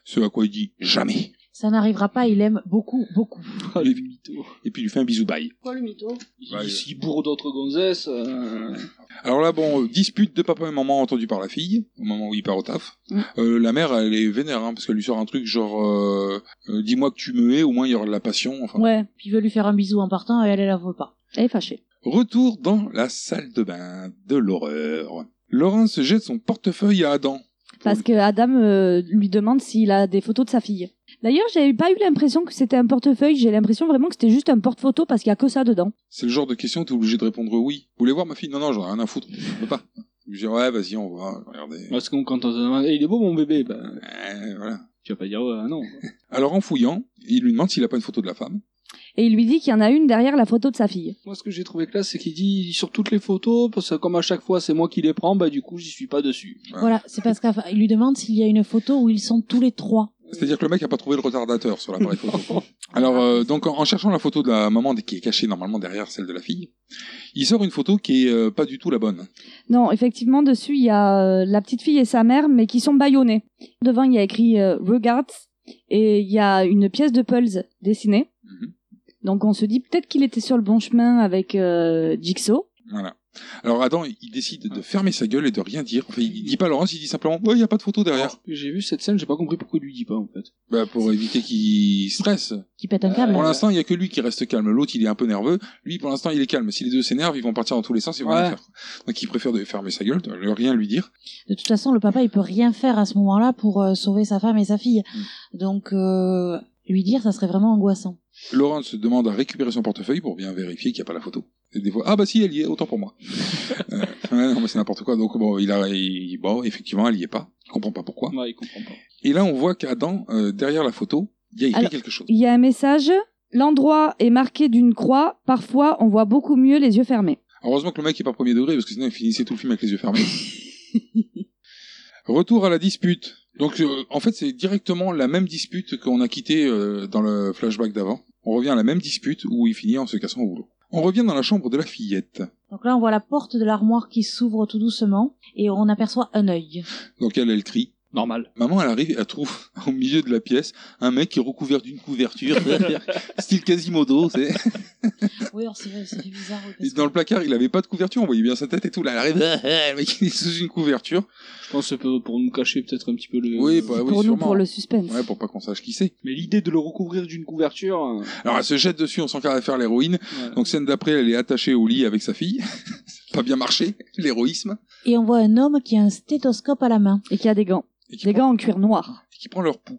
S5: Ce à quoi il dit jamais.
S7: Ça n'arrivera pas, il aime beaucoup, beaucoup.
S6: [laughs] Ah, le mytho.
S5: Et puis il lui fait un bisou bye.
S6: Quoi, le mytho Il,
S5: Ouais,
S6: il-
S5: euh.
S6: il bourre d'autres gonzesses. euh,
S5: Alors là, bon, euh, dispute de papa et maman entendue par la fille, au moment où il part au taf.
S2: Mm.
S5: Euh, la mère, elle est vénère, hein, parce qu'elle lui sort un truc genre euh, euh, dis-moi que tu me hais, au moins il y aura de la passion. Enfin,
S2: Ouais,
S7: Puis il veut lui faire un bisou en partant et elle, elle la veut pas.
S2: elle est fâchée.
S5: Retour dans la salle de bain de l'horreur. Laurence jette son portefeuille à Adam.
S2: Parce que Adam euh, lui demande s'il a des photos de sa fille. D'ailleurs, j'avais pas eu l'impression que c'était un portefeuille. J'ai l'impression vraiment que c'était juste un porte-photo parce qu'il y a que ça dedans.
S5: C'est le genre de question où t'es obligé de répondre oui. Vous voulez voir ma fille Non, non, j'en ai rien à foutre. Je peux pas. Je dis ouais, vas-y, on va. Regardez.
S6: Parce qu'on quand on se demande, Eh, il est beau mon bébé, ben,
S5: Euh, voilà.
S6: tu vas pas dire ouais, non. quoi.
S5: Alors en fouillant, il lui demande s'il a pas une photo de la femme.
S2: Et il lui dit qu'il y en a une derrière la photo de sa fille.
S6: [laughs] Moi, ce que j'ai trouvé classe, c'est qu'il dit sur toutes les photos, parce que comme à chaque fois c'est moi qui les prends, bah du coup j'y suis pas dessus.
S5: Ouais.
S7: Voilà, c'est parce qu'il lui demande s'il y a une photo où ils sont tous les trois.
S5: C'est-à-dire que le mec a pas trouvé le retardateur sur l'appareil photo. Alors euh, donc en en cherchant la photo de la maman qui est cachée normalement derrière celle de la fille, il sort une photo qui est euh, pas du tout la bonne.
S2: Non, effectivement, dessus, il y a euh, la petite fille et sa mère, mais qui sont bâillonnées. Devant, il y a écrit euh, Regards et il y a une pièce de Pulse dessinée.
S5: Mhm.
S2: Donc on se dit peut-être qu'il était sur le bon chemin avec euh, Jigsaw.
S5: Voilà. Alors Adam, il décide de fermer sa gueule et de rien dire. Enfin, il dit pas à Laurence, il dit simplement ouais, y a pas de photo derrière.
S6: J'ai vu cette scène, j'ai pas compris pourquoi il lui dit pas en fait.
S5: Bah, pour éviter qu'il stresse.
S7: Qui pète un
S6: Euh,
S7: câble.
S5: Pour
S6: Ouais.
S5: l'instant, il y a que lui qui reste calme. L'autre, il est un peu nerveux. Lui, pour l'instant, il est calme. Si les deux s'énervent, ils vont partir dans tous les sens, ils vont
S6: Ouais.
S5: rien faire. Donc, il préfère de fermer sa gueule, de le- rien lui dire.
S7: De toute façon, le papa, il peut rien faire à ce moment-là pour euh, sauver sa femme et sa fille. Donc, euh, lui dire, ça serait vraiment angoissant.
S5: Laurent se demande à récupérer son portefeuille pour bien vérifier qu'il n'y a pas la photo. Et des fois, ah bah si, elle y est, autant pour moi. Euh, ouais, non, mais c'est n'importe quoi. Donc, bon, il a, il- bon, effectivement, elle y est pas. Il comprend pas pourquoi.
S6: Ouais, il comprend pas.
S5: Et là, on voit qu'Adam, euh, derrière la photo, il y a écrit
S2: Alors-
S5: quelque chose.
S2: Il y a un message. L'endroit est marqué d'une croix. Parfois, on voit beaucoup mieux les yeux fermés.
S5: Heureusement que le mec est pas premier degré, parce que sinon il finissait tout le film avec les yeux [laughs] fermés. Retour à la dispute. Donc euh, en fait c'est directement la même dispute qu'on a quittée euh, dans le flashback d'avant. On revient à la même dispute où il finit en se cassant au boulot. On revient dans la chambre de la fillette.
S7: Donc là, on voit la porte de l'armoire qui s'ouvre tout doucement et on aperçoit un œil.
S5: Donc elle, elle crie.
S6: Normal.
S5: Maman, elle arrive et elle trouve [laughs] au milieu de la pièce un mec qui est recouvert d'une couverture, [laughs] style Quasimodo. [laughs] C'est...
S7: Oui, alors c'est vrai, ça fait bizarre. oui, parce
S5: Et dans le placard, il avait pas de couverture, on voyait bien sa tête et tout. Là, elle arrive, [laughs] le mec il est sous une couverture.
S6: Je pense que c'est pour pour nous cacher peut-être un petit peu le.
S5: Oui, bah oui,
S2: pour nous,
S5: sûrement.
S2: pour le suspense.
S5: Ouais, pour pas qu'on sache qui c'est.
S6: Mais l'idée de le recouvrir d'une couverture. euh,
S5: Alors elle se jette dessus, on sent qu'elle va faire l'héroïne.
S6: ouais.
S5: Donc scène d'après, elle est attachée au lit avec sa fille. [laughs] Ça a pas bien marché, l'héroïsme.
S7: que- Et on voit un homme qui a un stéthoscope à la main.
S2: Et qu'il y a des gants.
S5: Et qui,
S2: Des
S5: prend,
S2: gants en cuir noir.
S5: et qui prend leur pouls.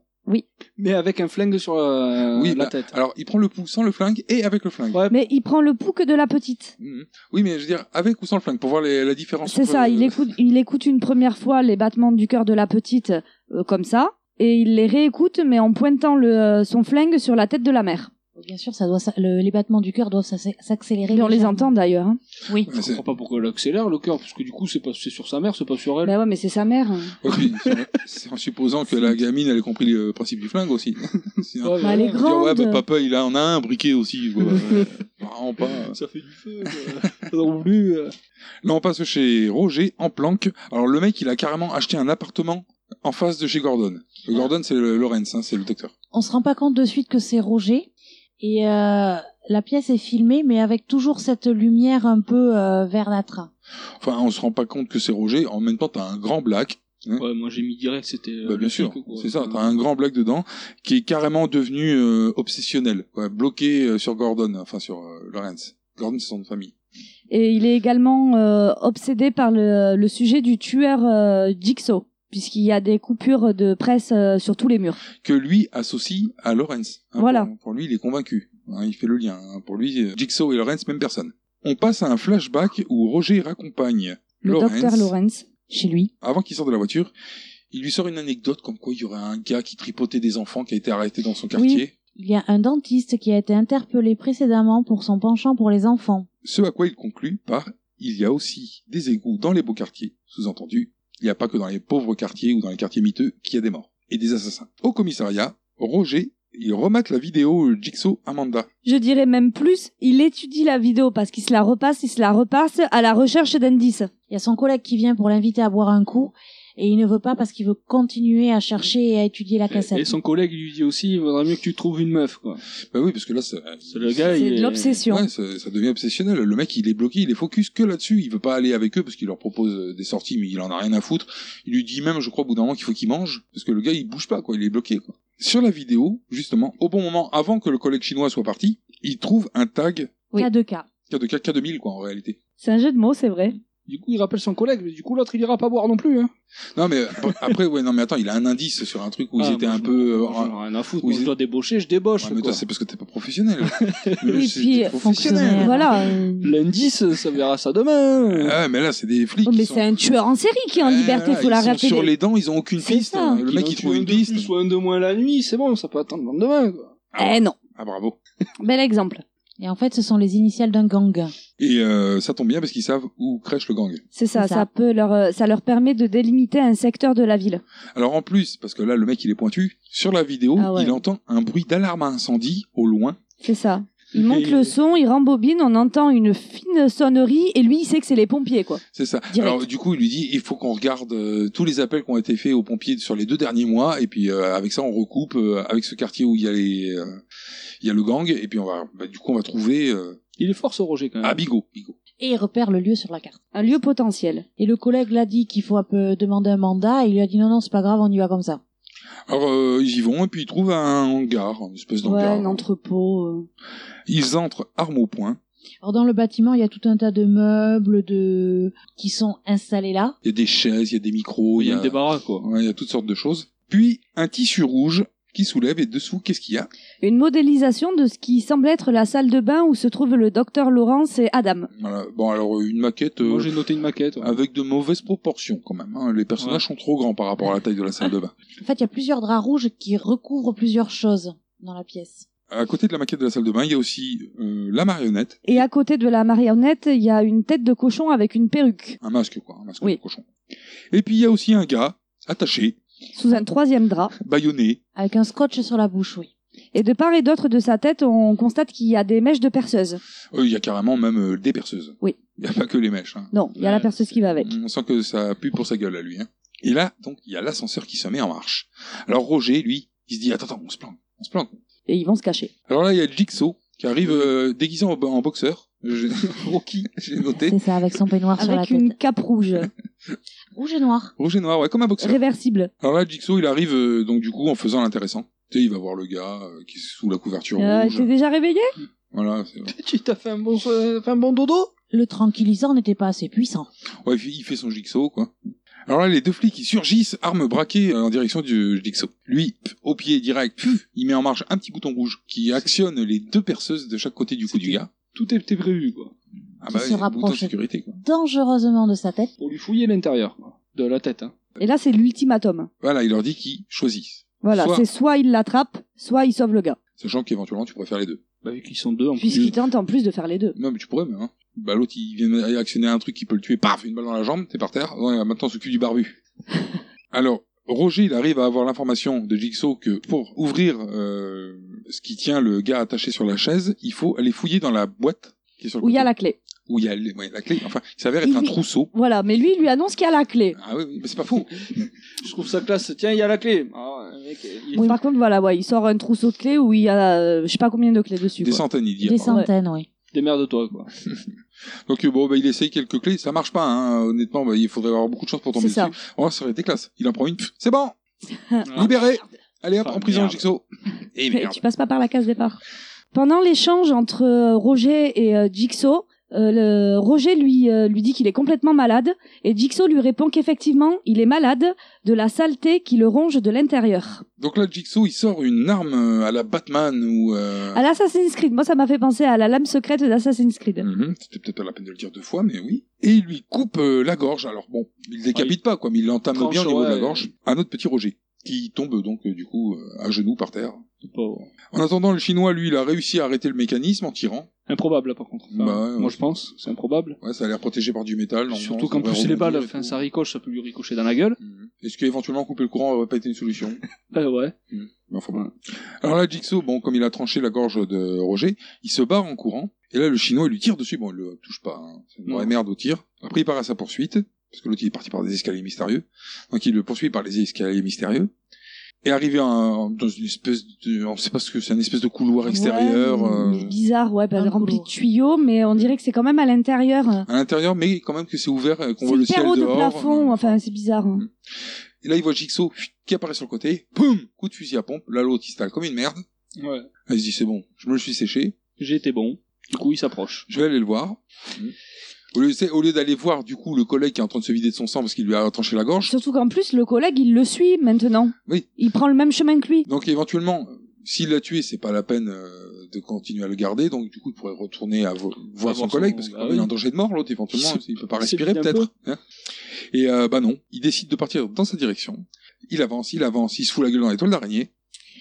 S6: Mais avec un flingue sur la,
S5: oui,
S6: la
S5: bah,
S6: tête.
S5: Alors il prend le pouls sans le flingue et avec le flingue.
S6: Ouais,
S2: Mais il prend le pouls que de la petite.
S5: Mhm. Oui, mais je veux dire, avec ou sans le flingue, pour voir les- la différence.
S2: C'est
S5: entre-
S2: ça, il écoute, il écoute une première fois les battements du cœur de la petite euh, comme ça, et il les réécoute, mais en pointant le, euh, son flingue sur la tête de la mère.
S7: Bien sûr, ça doit, s'a- le- les battements du cœur doivent s'ac- s'accélérer.
S2: Et on les
S7: légèrement.
S2: entend d'ailleurs. Hein.
S7: Oui.
S6: Je comprends pas pourquoi elle accélère le cœur, parce que du coup, c'est pas c'est sur sa mère, c'est pas sur elle.
S2: Bah ouais, mais c'est sa mère.
S5: Ok,
S2: [laughs]
S5: c'est en supposant que la gamine, elle a compris le principe du flingue aussi. [laughs] Sinon,
S6: Ouais,
S2: Bah, elle est
S5: on peut dire, ouais,
S2: grande.
S5: bah, papa, il en a un briquet aussi.
S2: [laughs]
S5: Ouais, bah, ouais. Vraiment pas.
S6: Ça fait du feu, quoi. Ça n'en plus. euh. [laughs]
S5: Là, on passe chez Roger en planque. Alors, le mec, il a carrément acheté un appartement en face de chez Gordon. Le Gordon, c'est le Lorenz, hein, c'est le docteur.
S7: on se rend pas compte de suite que c'est Roger. Et euh, la pièce est filmée, mais avec toujours cette lumière un peu euh, verdâtre.
S5: Enfin, on se rend pas compte que c'est Roger. En même temps, t'as un grand black.
S6: Ouais, moi j'ai mis direct, c'était. euh,
S5: Bah,
S6: le
S5: bien sûr,
S6: flic, quoi.
S5: c'est ça. T'as un grand black dedans qui est carrément devenu euh, obsessionnel, quoi, bloqué euh, sur Gordon, enfin sur euh, Lorenz. Gordon, c'est son nom de famille.
S2: Et il est également euh, obsédé par le, le sujet du tueur euh, Jigsaw, puisqu'il y a des coupures de presse euh, sur tous les murs.
S5: que lui associe à Lorenz. hein,
S2: Voilà.
S5: Pour, pour lui, il est convaincu. hein, il fait le lien. hein. pour lui, euh, Jigsaw et Lorenz, même personne. On passe à un flashback où Roger raccompagne
S2: Le
S5: Lorenz
S2: docteur Lawrence.
S7: Chez lui.
S5: avant qu'il sorte de la voiture. Il lui sort une anecdote comme quoi il y aurait un gars qui tripotait des enfants qui a été arrêté dans son quartier.
S7: Il y a un dentiste qui a été interpellé précédemment pour son penchant pour les enfants.
S5: Ce à quoi il conclut par il y a aussi des égouts dans les beaux quartiers, sous-entendu, il n'y a pas que dans les pauvres quartiers ou dans les quartiers miteux qu'il y a des morts et des assassins. Au commissariat, Roger, il remate la vidéo euh, Jigsaw Amanda.
S2: Je dirais même plus, il étudie la vidéo parce qu'il se la repasse, il se la repasse à la recherche d'indices.
S7: Il y a son collègue qui vient pour l'inviter à boire un coup, et il ne veut pas parce qu'il veut continuer à chercher et à étudier la cassette.
S6: Et son collègue lui dit aussi il vaudrait mieux que tu trouves une meuf, quoi.
S5: Bah oui, parce que là, ça-
S6: C'est le gars,
S2: C'est
S6: il est-
S2: de l'obsession.
S5: Ouais, ça, ça devient obsessionnel. Le mec, il est bloqué, il est focus que là-dessus. Il veut pas aller avec eux parce qu'il leur propose euh, des sorties, mais il en a rien à foutre. Il lui dit même, je crois, au bout d'un moment qu'il faut qu'il mange parce que le gars, il bouge pas, quoi. Il est bloqué, quoi. Sur la vidéo, justement, au bon moment, avant que le collègue chinois soit parti, il trouve un tag
S2: Oui.
S7: Cas de cas.
S5: K2K, K2000, quoi, en réalité.
S2: C'est un jeu de mots, c'est vrai.
S6: Du coup, il rappelle son collègue, mais du coup, l'autre, il ira pas boire non plus, hein.
S5: Non, mais après- [laughs] après, ouais, non, mais attends, il a un indice sur un truc où
S6: Ah,
S5: ils étaient
S6: moi,
S5: un
S6: je
S5: peu.
S6: m'en-
S5: euh,
S6: j'en ai rien à foutre.
S5: où
S6: Moi,
S5: ils
S6: je dois débaucher, je débauche.
S5: Ouais, mais
S6: quoi.
S5: toi, c'est parce que t'es pas
S2: [laughs]
S5: professionnel. Le-
S2: Oui,
S5: c'est
S2: puis,
S5: des
S2: euh,
S5: professionnels.
S7: fonctionnaire.
S2: Voilà. euh,
S6: L'indice, ça verra ça demain.
S5: Ah, mais là, c'est des flics.
S2: oh,
S5: qui
S2: mais
S5: sont-
S2: c'est un tueur en série qui est en
S5: Ouais,
S2: liberté,
S5: ouais,
S2: faut la
S5: ils sont
S2: rappeler.
S5: sur les dents, ils ont aucune
S2: C'est
S5: piste.
S2: ça.
S5: hein. Le
S6: Qu'il
S5: mec,
S6: en
S5: il trouve
S6: tue un
S5: une
S6: de
S5: piste.
S6: plus, Soit un de moins la nuit, c'est bon, ça peut attendre le lendemain, quoi.
S2: Eh non.
S5: Ah, bravo.
S2: Bel exemple.
S7: Et en fait, ce sont les initiales d'un gang.
S5: Et euh, ça tombe bien parce qu'ils savent où crèche le gang.
S2: C'est ça,
S7: C'est
S2: ça,
S7: ça.
S2: peut leur, euh, ça leur permet de délimiter un secteur de la ville.
S5: Alors en plus, parce que là le mec il est pointu, sur la vidéo
S2: Ah ouais.
S5: il entend un bruit d'alarme à incendie au loin.
S2: C'est ça. Il monte
S6: Et-
S2: le son, il rembobine, on entend une fine sonnerie et lui il sait que c'est les pompiers quoi.
S5: C'est ça.
S7: Direct.
S5: Alors du coup il lui dit il faut qu'on regarde euh, tous les appels qui ont été faits aux pompiers sur les deux derniers mois et puis euh, avec ça on recoupe euh, avec ce quartier où il y a les euh, il y a le gang et puis on va bah, du coup on va trouver euh,
S6: Il est fort, ce Roger, quand même.
S5: ah Bigot. Bigot.
S7: Et il repère le lieu sur la carte.
S2: Un lieu potentiel.
S7: Et le collègue l'a dit qu'il faut un peu demander un mandat, et il lui a dit non, non, c'est pas grave, on y va comme ça.
S5: Alors euh, ils y vont et puis ils trouvent un hangar, une espèce
S2: ouais,
S5: d'hangar.
S2: un entrepôt. euh.
S5: Ils entrent armes au poing.
S7: Alors dans le bâtiment, il y a tout un tas de meubles de qui sont installés là.
S5: Il y a des chaises, il y a des micros,
S6: Il y a le débarras, quoi.
S5: Ouais, il y a toutes sortes de choses. Puis un tissu rouge qui soulève et dessous, qu'est-ce qu'il y a
S2: Une modélisation de ce qui semble être la salle de bain où se trouvent le docteur Laurence et Adam.
S5: Voilà. Bon, alors euh, une maquette euh,
S6: Moi, j'ai noté une maquette. ouais.
S5: avec de mauvaises proportions quand même. hein. Les personnages sont trop grands par rapport à la taille de la salle de
S6: [laughs]
S5: bain.
S7: En fait, il y a plusieurs draps rouges qui recouvrent plusieurs choses dans la pièce.
S5: À côté de la maquette de la salle de bain, il y a aussi euh, la marionnette,
S2: Et à côté de la marionnette, il y a une tête de cochon avec une perruque
S5: un masque quoi, un masque
S2: Oui.
S5: de cochon. Et puis il y a aussi un gars attaché,
S2: sous un troisième drap.
S5: bâillonné.
S7: Avec un scotch sur la bouche, oui.
S2: Et de part et d'autre de sa tête, on constate qu'il y a des mèches de perceuse.
S5: Euh, il y a carrément même euh, des perceuses.
S2: Oui.
S5: Il n'y a pas que les mèches. hein.
S2: Non, il y a la perceuse qui va avec.
S5: On sent que ça pue pour sa gueule à lui. hein. Et là, donc, il y a l'ascenseur qui se met en marche. Alors Roger, lui, il se dit attends, attends, on se planque, on se planque.
S2: Et ils vont se cacher.
S5: Alors là, il y a Jigsaw qui arrive euh, déguisé en, en boxeur. Je- [laughs] Rocky, j'ai noté.
S7: C'est ça, avec son peignoir sur la
S2: Avec
S7: tête.
S2: une cape
S7: [laughs]
S2: rouge,
S7: Rouge et noir.
S5: Rouge et noir, ouais, comme un boxeur.
S2: réversible.
S5: Alors là, Jigsaw, il arrive euh, donc du coup en faisant l'intéressant. Tu sais, il va voir le gars euh, qui est sous la couverture
S2: Euh,
S5: rouge.
S2: T'es déjà réveillé
S5: Voilà. c'est-
S6: [laughs] Tu t'as fait un bon, euh, fait un bon dodo
S7: Le tranquillisant n'était pas assez puissant.
S5: Ouais, il fait- il fait son Jigsaw, quoi. Alors là, les deux flics, ils surgissent, armes braquées euh, en direction du Jigsaw. Lui, pff, au pied direct, pff, il met en marche un petit bouton rouge qui actionne les deux perceuses de chaque côté du cou du
S6: C'était-
S5: gars.
S6: Tout était prévu, quoi.
S5: Ah
S7: Qui
S5: bah,
S7: se
S5: il y a le bouton de
S7: rapproche.
S5: sécurité, quoi.
S7: Dangereusement de sa tête.
S6: Pour lui fouiller l'intérieur, quoi. De la tête, hein.
S2: Et là, c'est l'ultimatum.
S5: Voilà, il leur dit qu'ils choisissent.
S2: Voilà,
S5: Soit-
S2: c'est soit il l'attrape, soit il sauve le gars.
S5: Sachant qu'éventuellement, tu pourrais faire les deux.
S6: Bah, vu qu'ils sont deux en
S2: Puisqu'il
S6: plus.
S2: tente en plus de faire les deux.
S5: Non, mais tu pourrais même, hein. Bah, l'autre, il vient actionner un truc qui peut le tuer, paf, une balle dans la jambe, t'es par terre. Ouais, maintenant, s'occupe du
S2: [laughs]
S5: barbu. Alors, Roger, il arrive à avoir l'information de Jigsaw que pour ouvrir euh, ce qui tient le gars attaché sur la chaise, il faut aller fouiller dans la boîte qui est sur le
S2: Où il y a
S5: côté.
S2: la clé.
S5: Où il y a les- ouais, la clé. Enfin, il s'avère
S2: Il
S5: être un
S2: lui-
S5: trousseau.
S2: Voilà, mais lui, il lui annonce qu'il y a la clé.
S5: Ah oui, oui, mais c'est pas faux.
S6: Je trouve ça classe. Tiens, il y a la clé. Ah, ouais, mec, il est
S2: Par contre, voilà, ouais, il sort un trousseau de clés où il y a, euh, je sais pas combien de clés dessus.
S5: Des
S2: quoi.
S5: centaines, il dit.
S7: Des centaines, oui.
S6: Démerde-toi, quoi.
S5: Donc euh, bon, bah, il essaye quelques clés, ça marche pas, hein. honnêtement, bah, il faudrait avoir beaucoup de chance pour tomber
S2: C'est ça.
S5: dessus. Oh, ça aurait été classe. Il en prend une, pff, c'est bon,
S6: Ah.
S5: libéré Allez hop,
S6: Ah,
S5: en prison,
S6: merde.
S5: Jigsaw Et
S2: Mais
S5: merde
S2: Tu passes pas par la case départ. Pendant l'échange entre euh, Roger et euh, Jigsaw, euh, le- Roger lui, euh, lui dit qu'il est complètement malade et Jigsaw lui répond qu'effectivement il est malade de la saleté qui le ronge de l'intérieur.
S5: Donc là, Jigsaw, il sort une arme euh, à la Batman ou... Euh...
S2: À l'Assassin's Creed, moi ça m'a fait penser à la lame secrète d'Assassin's Creed.
S5: mhm, C'était peut-être pas la peine de le dire deux fois, mais oui. Et il lui coupe euh, la gorge. Alors bon, il le décapite pas, quoi, mais il l'entame
S6: Tranche,
S5: bien au niveau de la
S6: ouais.
S5: gorge. Un autre petit Roger, qui tombe donc, euh, du coup, euh, à genoux par terre.
S6: C'est pas-
S5: En attendant, le Chinois, lui, il a réussi à arrêter le mécanisme en tirant.
S6: Improbable, là, par contre. Enfin,
S5: Bah, ouais, ouais.
S6: moi, je pense. C'est improbable.
S5: Ouais, ça a l'air protégé par du métal. normalement,
S6: Surtout
S5: ça
S6: qu'en
S5: devrait
S6: plus, les
S5: rebondir
S6: balles,
S5: et
S6: enfin,
S5: tout.
S6: ça ricoche, ça peut lui ricocher dans la gueule.
S5: Mhm. Est-ce qu'éventuellement couper le courant aurait pas été une solution
S6: Euh, ouais.
S5: Mais enfin bon. Alors là, Jigsaw, bon, comme il a tranché la gorge de Roger, il se barre en courant. Et là, le chinois, il lui tire dessus. Bon, il le touche pas. Hein. C'est une vraie
S6: Non.
S5: merde au tir. Après, il part à sa poursuite. Parce que l'autre, il est parti par des escaliers mystérieux. Donc, il le poursuit par les escaliers mystérieux. Et arrivé en- dans une espèce de, on sait pas ce que c'est, un espèce de couloir extérieur,
S2: Ouais,
S5: euh,
S2: Bizarre, ouais, pas
S7: Un
S2: rempli de
S7: boulot.
S2: tuyaux, mais on dirait que c'est quand même à l'intérieur.
S5: à l'intérieur, mais quand même que c'est ouvert, euh, qu'on
S2: C'est
S5: voit le
S2: hyper
S5: ciel
S2: haut de
S5: dehors.
S2: plafond,
S5: Euh,
S2: enfin c'est bizarre. hein.
S5: Et là, il voit Jigsaw chut, qui apparaît sur le côté. Poum! Coup de fusil à pompe. Là, l'autre, il se tale comme une merde.
S6: Ouais.
S5: Il se dit, c'est bon, je me le suis séché.
S6: J'ai été bon. Du coup, il s'approche.
S5: je vais aller le voir.
S6: Mhm.
S5: Au lieu, c'est- au lieu d'aller voir du coup le collègue qui est en train de se vider de son sang parce qu'il lui a tranché la gorge,
S2: Surtout qu'en plus le collègue il le suit maintenant.
S5: Oui.
S2: Il prend le même chemin que lui.
S5: donc éventuellement, s'il l'a tué, c'est pas la peine euh, de continuer à le garder, donc du coup il pourrait retourner à vo- voir
S6: voir
S5: son
S6: son-
S5: collègue parce qu'il
S6: bah
S5: est en
S6: oui.
S5: danger de mort l'autre éventuellement,
S6: Il
S5: il peut pas
S6: il
S5: respirer
S6: s'évite un
S5: peut-être. hein. Et euh, bah non, il décide de partir dans sa direction. Il avance, il avance, il se fout la gueule dans les toiles d'araignée.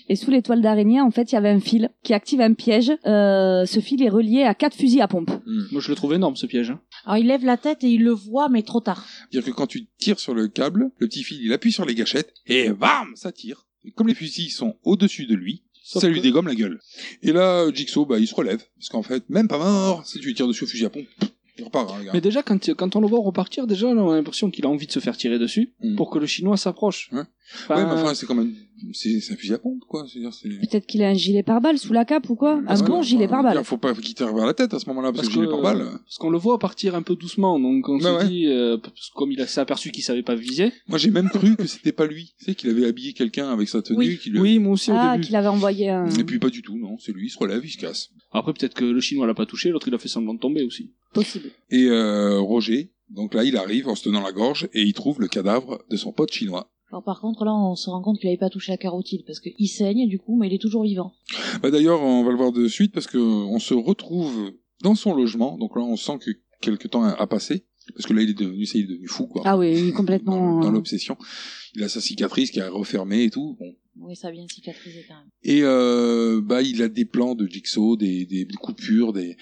S2: Et sous les toiles d'araignée, en fait, il y avait un fil qui active un piège. Euh, ce fil est relié à quatre fusils à pompe.
S6: Moi, je le trouve énorme, ce piège. hein.
S7: Alors il lève la tête et il le voit, mais trop tard.
S5: Dire que quand tu tires sur le câble, le petit fil il appuie sur les gâchettes et bam, ça tire. Et comme les fusils sont au-dessus de lui,
S6: Sauf
S5: ça lui
S6: que-
S5: dégomme la gueule. Et là, euh, Jigsaw, bah, il se relève. Parce qu'en fait, même pas mort, si tu lui tires dessus au fusil à pompe, pff, il repart, hein, le gars.
S6: Mais déjà, quand, quand on le voit repartir, déjà, là, on a l'impression qu'il a envie de se faire tirer dessus
S5: Mm.
S6: pour que le chinois s'approche.
S5: Ouais.
S6: Enfin,
S5: Ouais, mais enfin, c'est quand même, c'est c'est un fusil à pompe, quoi. C'est-à-dire, c'est...
S2: Peut-être qu'il a un gilet pare-balles sous la cape ou quoi Un
S5: Ouais,
S2: bon
S5: ouais,
S2: gilet
S5: enfin,
S2: pare-balles.
S5: il Faut pas qu'il tire vers la tête à ce moment-là, parce,
S6: parce euh,
S5: que, le gilet pare-balles.
S6: parce qu'on le voit partir un peu doucement, donc on
S5: Bah
S6: se
S5: ouais.
S6: dit, euh, parce que comme il a- s'est aperçu qu'il savait pas viser.
S5: Moi, j'ai même cru que c'était pas lui. Tu sais, qu'il avait habillé quelqu'un avec sa tenue, qu'il-
S6: Oui, moi aussi au
S2: Ah,
S6: début.
S2: qu'il avait envoyé un...
S5: Et puis, pas du tout, non. C'est lui, il se relève, il se casse.
S6: Après, peut-être que le chinois l'a pas touché, l'autre il a fait semblant de tomber aussi.
S2: Possible.
S5: Et, euh, Roger, donc là, il arrive en se tenant la gorge et il trouve le cadavre de son pote chinois.
S7: Alors par contre là on se rend compte qu'il avait pas touché la carotide parce qu'il saigne du coup mais il est toujours vivant.
S5: Bah d'ailleurs, on va le voir de suite parce que euh, on se retrouve dans son logement. Donc là, on sent que quelque temps a passé parce que là, il est devenu, ça, il est devenu fou quoi.
S2: Ah oui, oui,
S5: Dans,
S2: complètement...
S5: dans l'obsession, il a sa cicatrice qui a refermé et tout. Bon.
S7: Oui ça vient cicatriser quand même.
S5: Et euh, bah, il a des plans de jigsaw, des, des coupures, des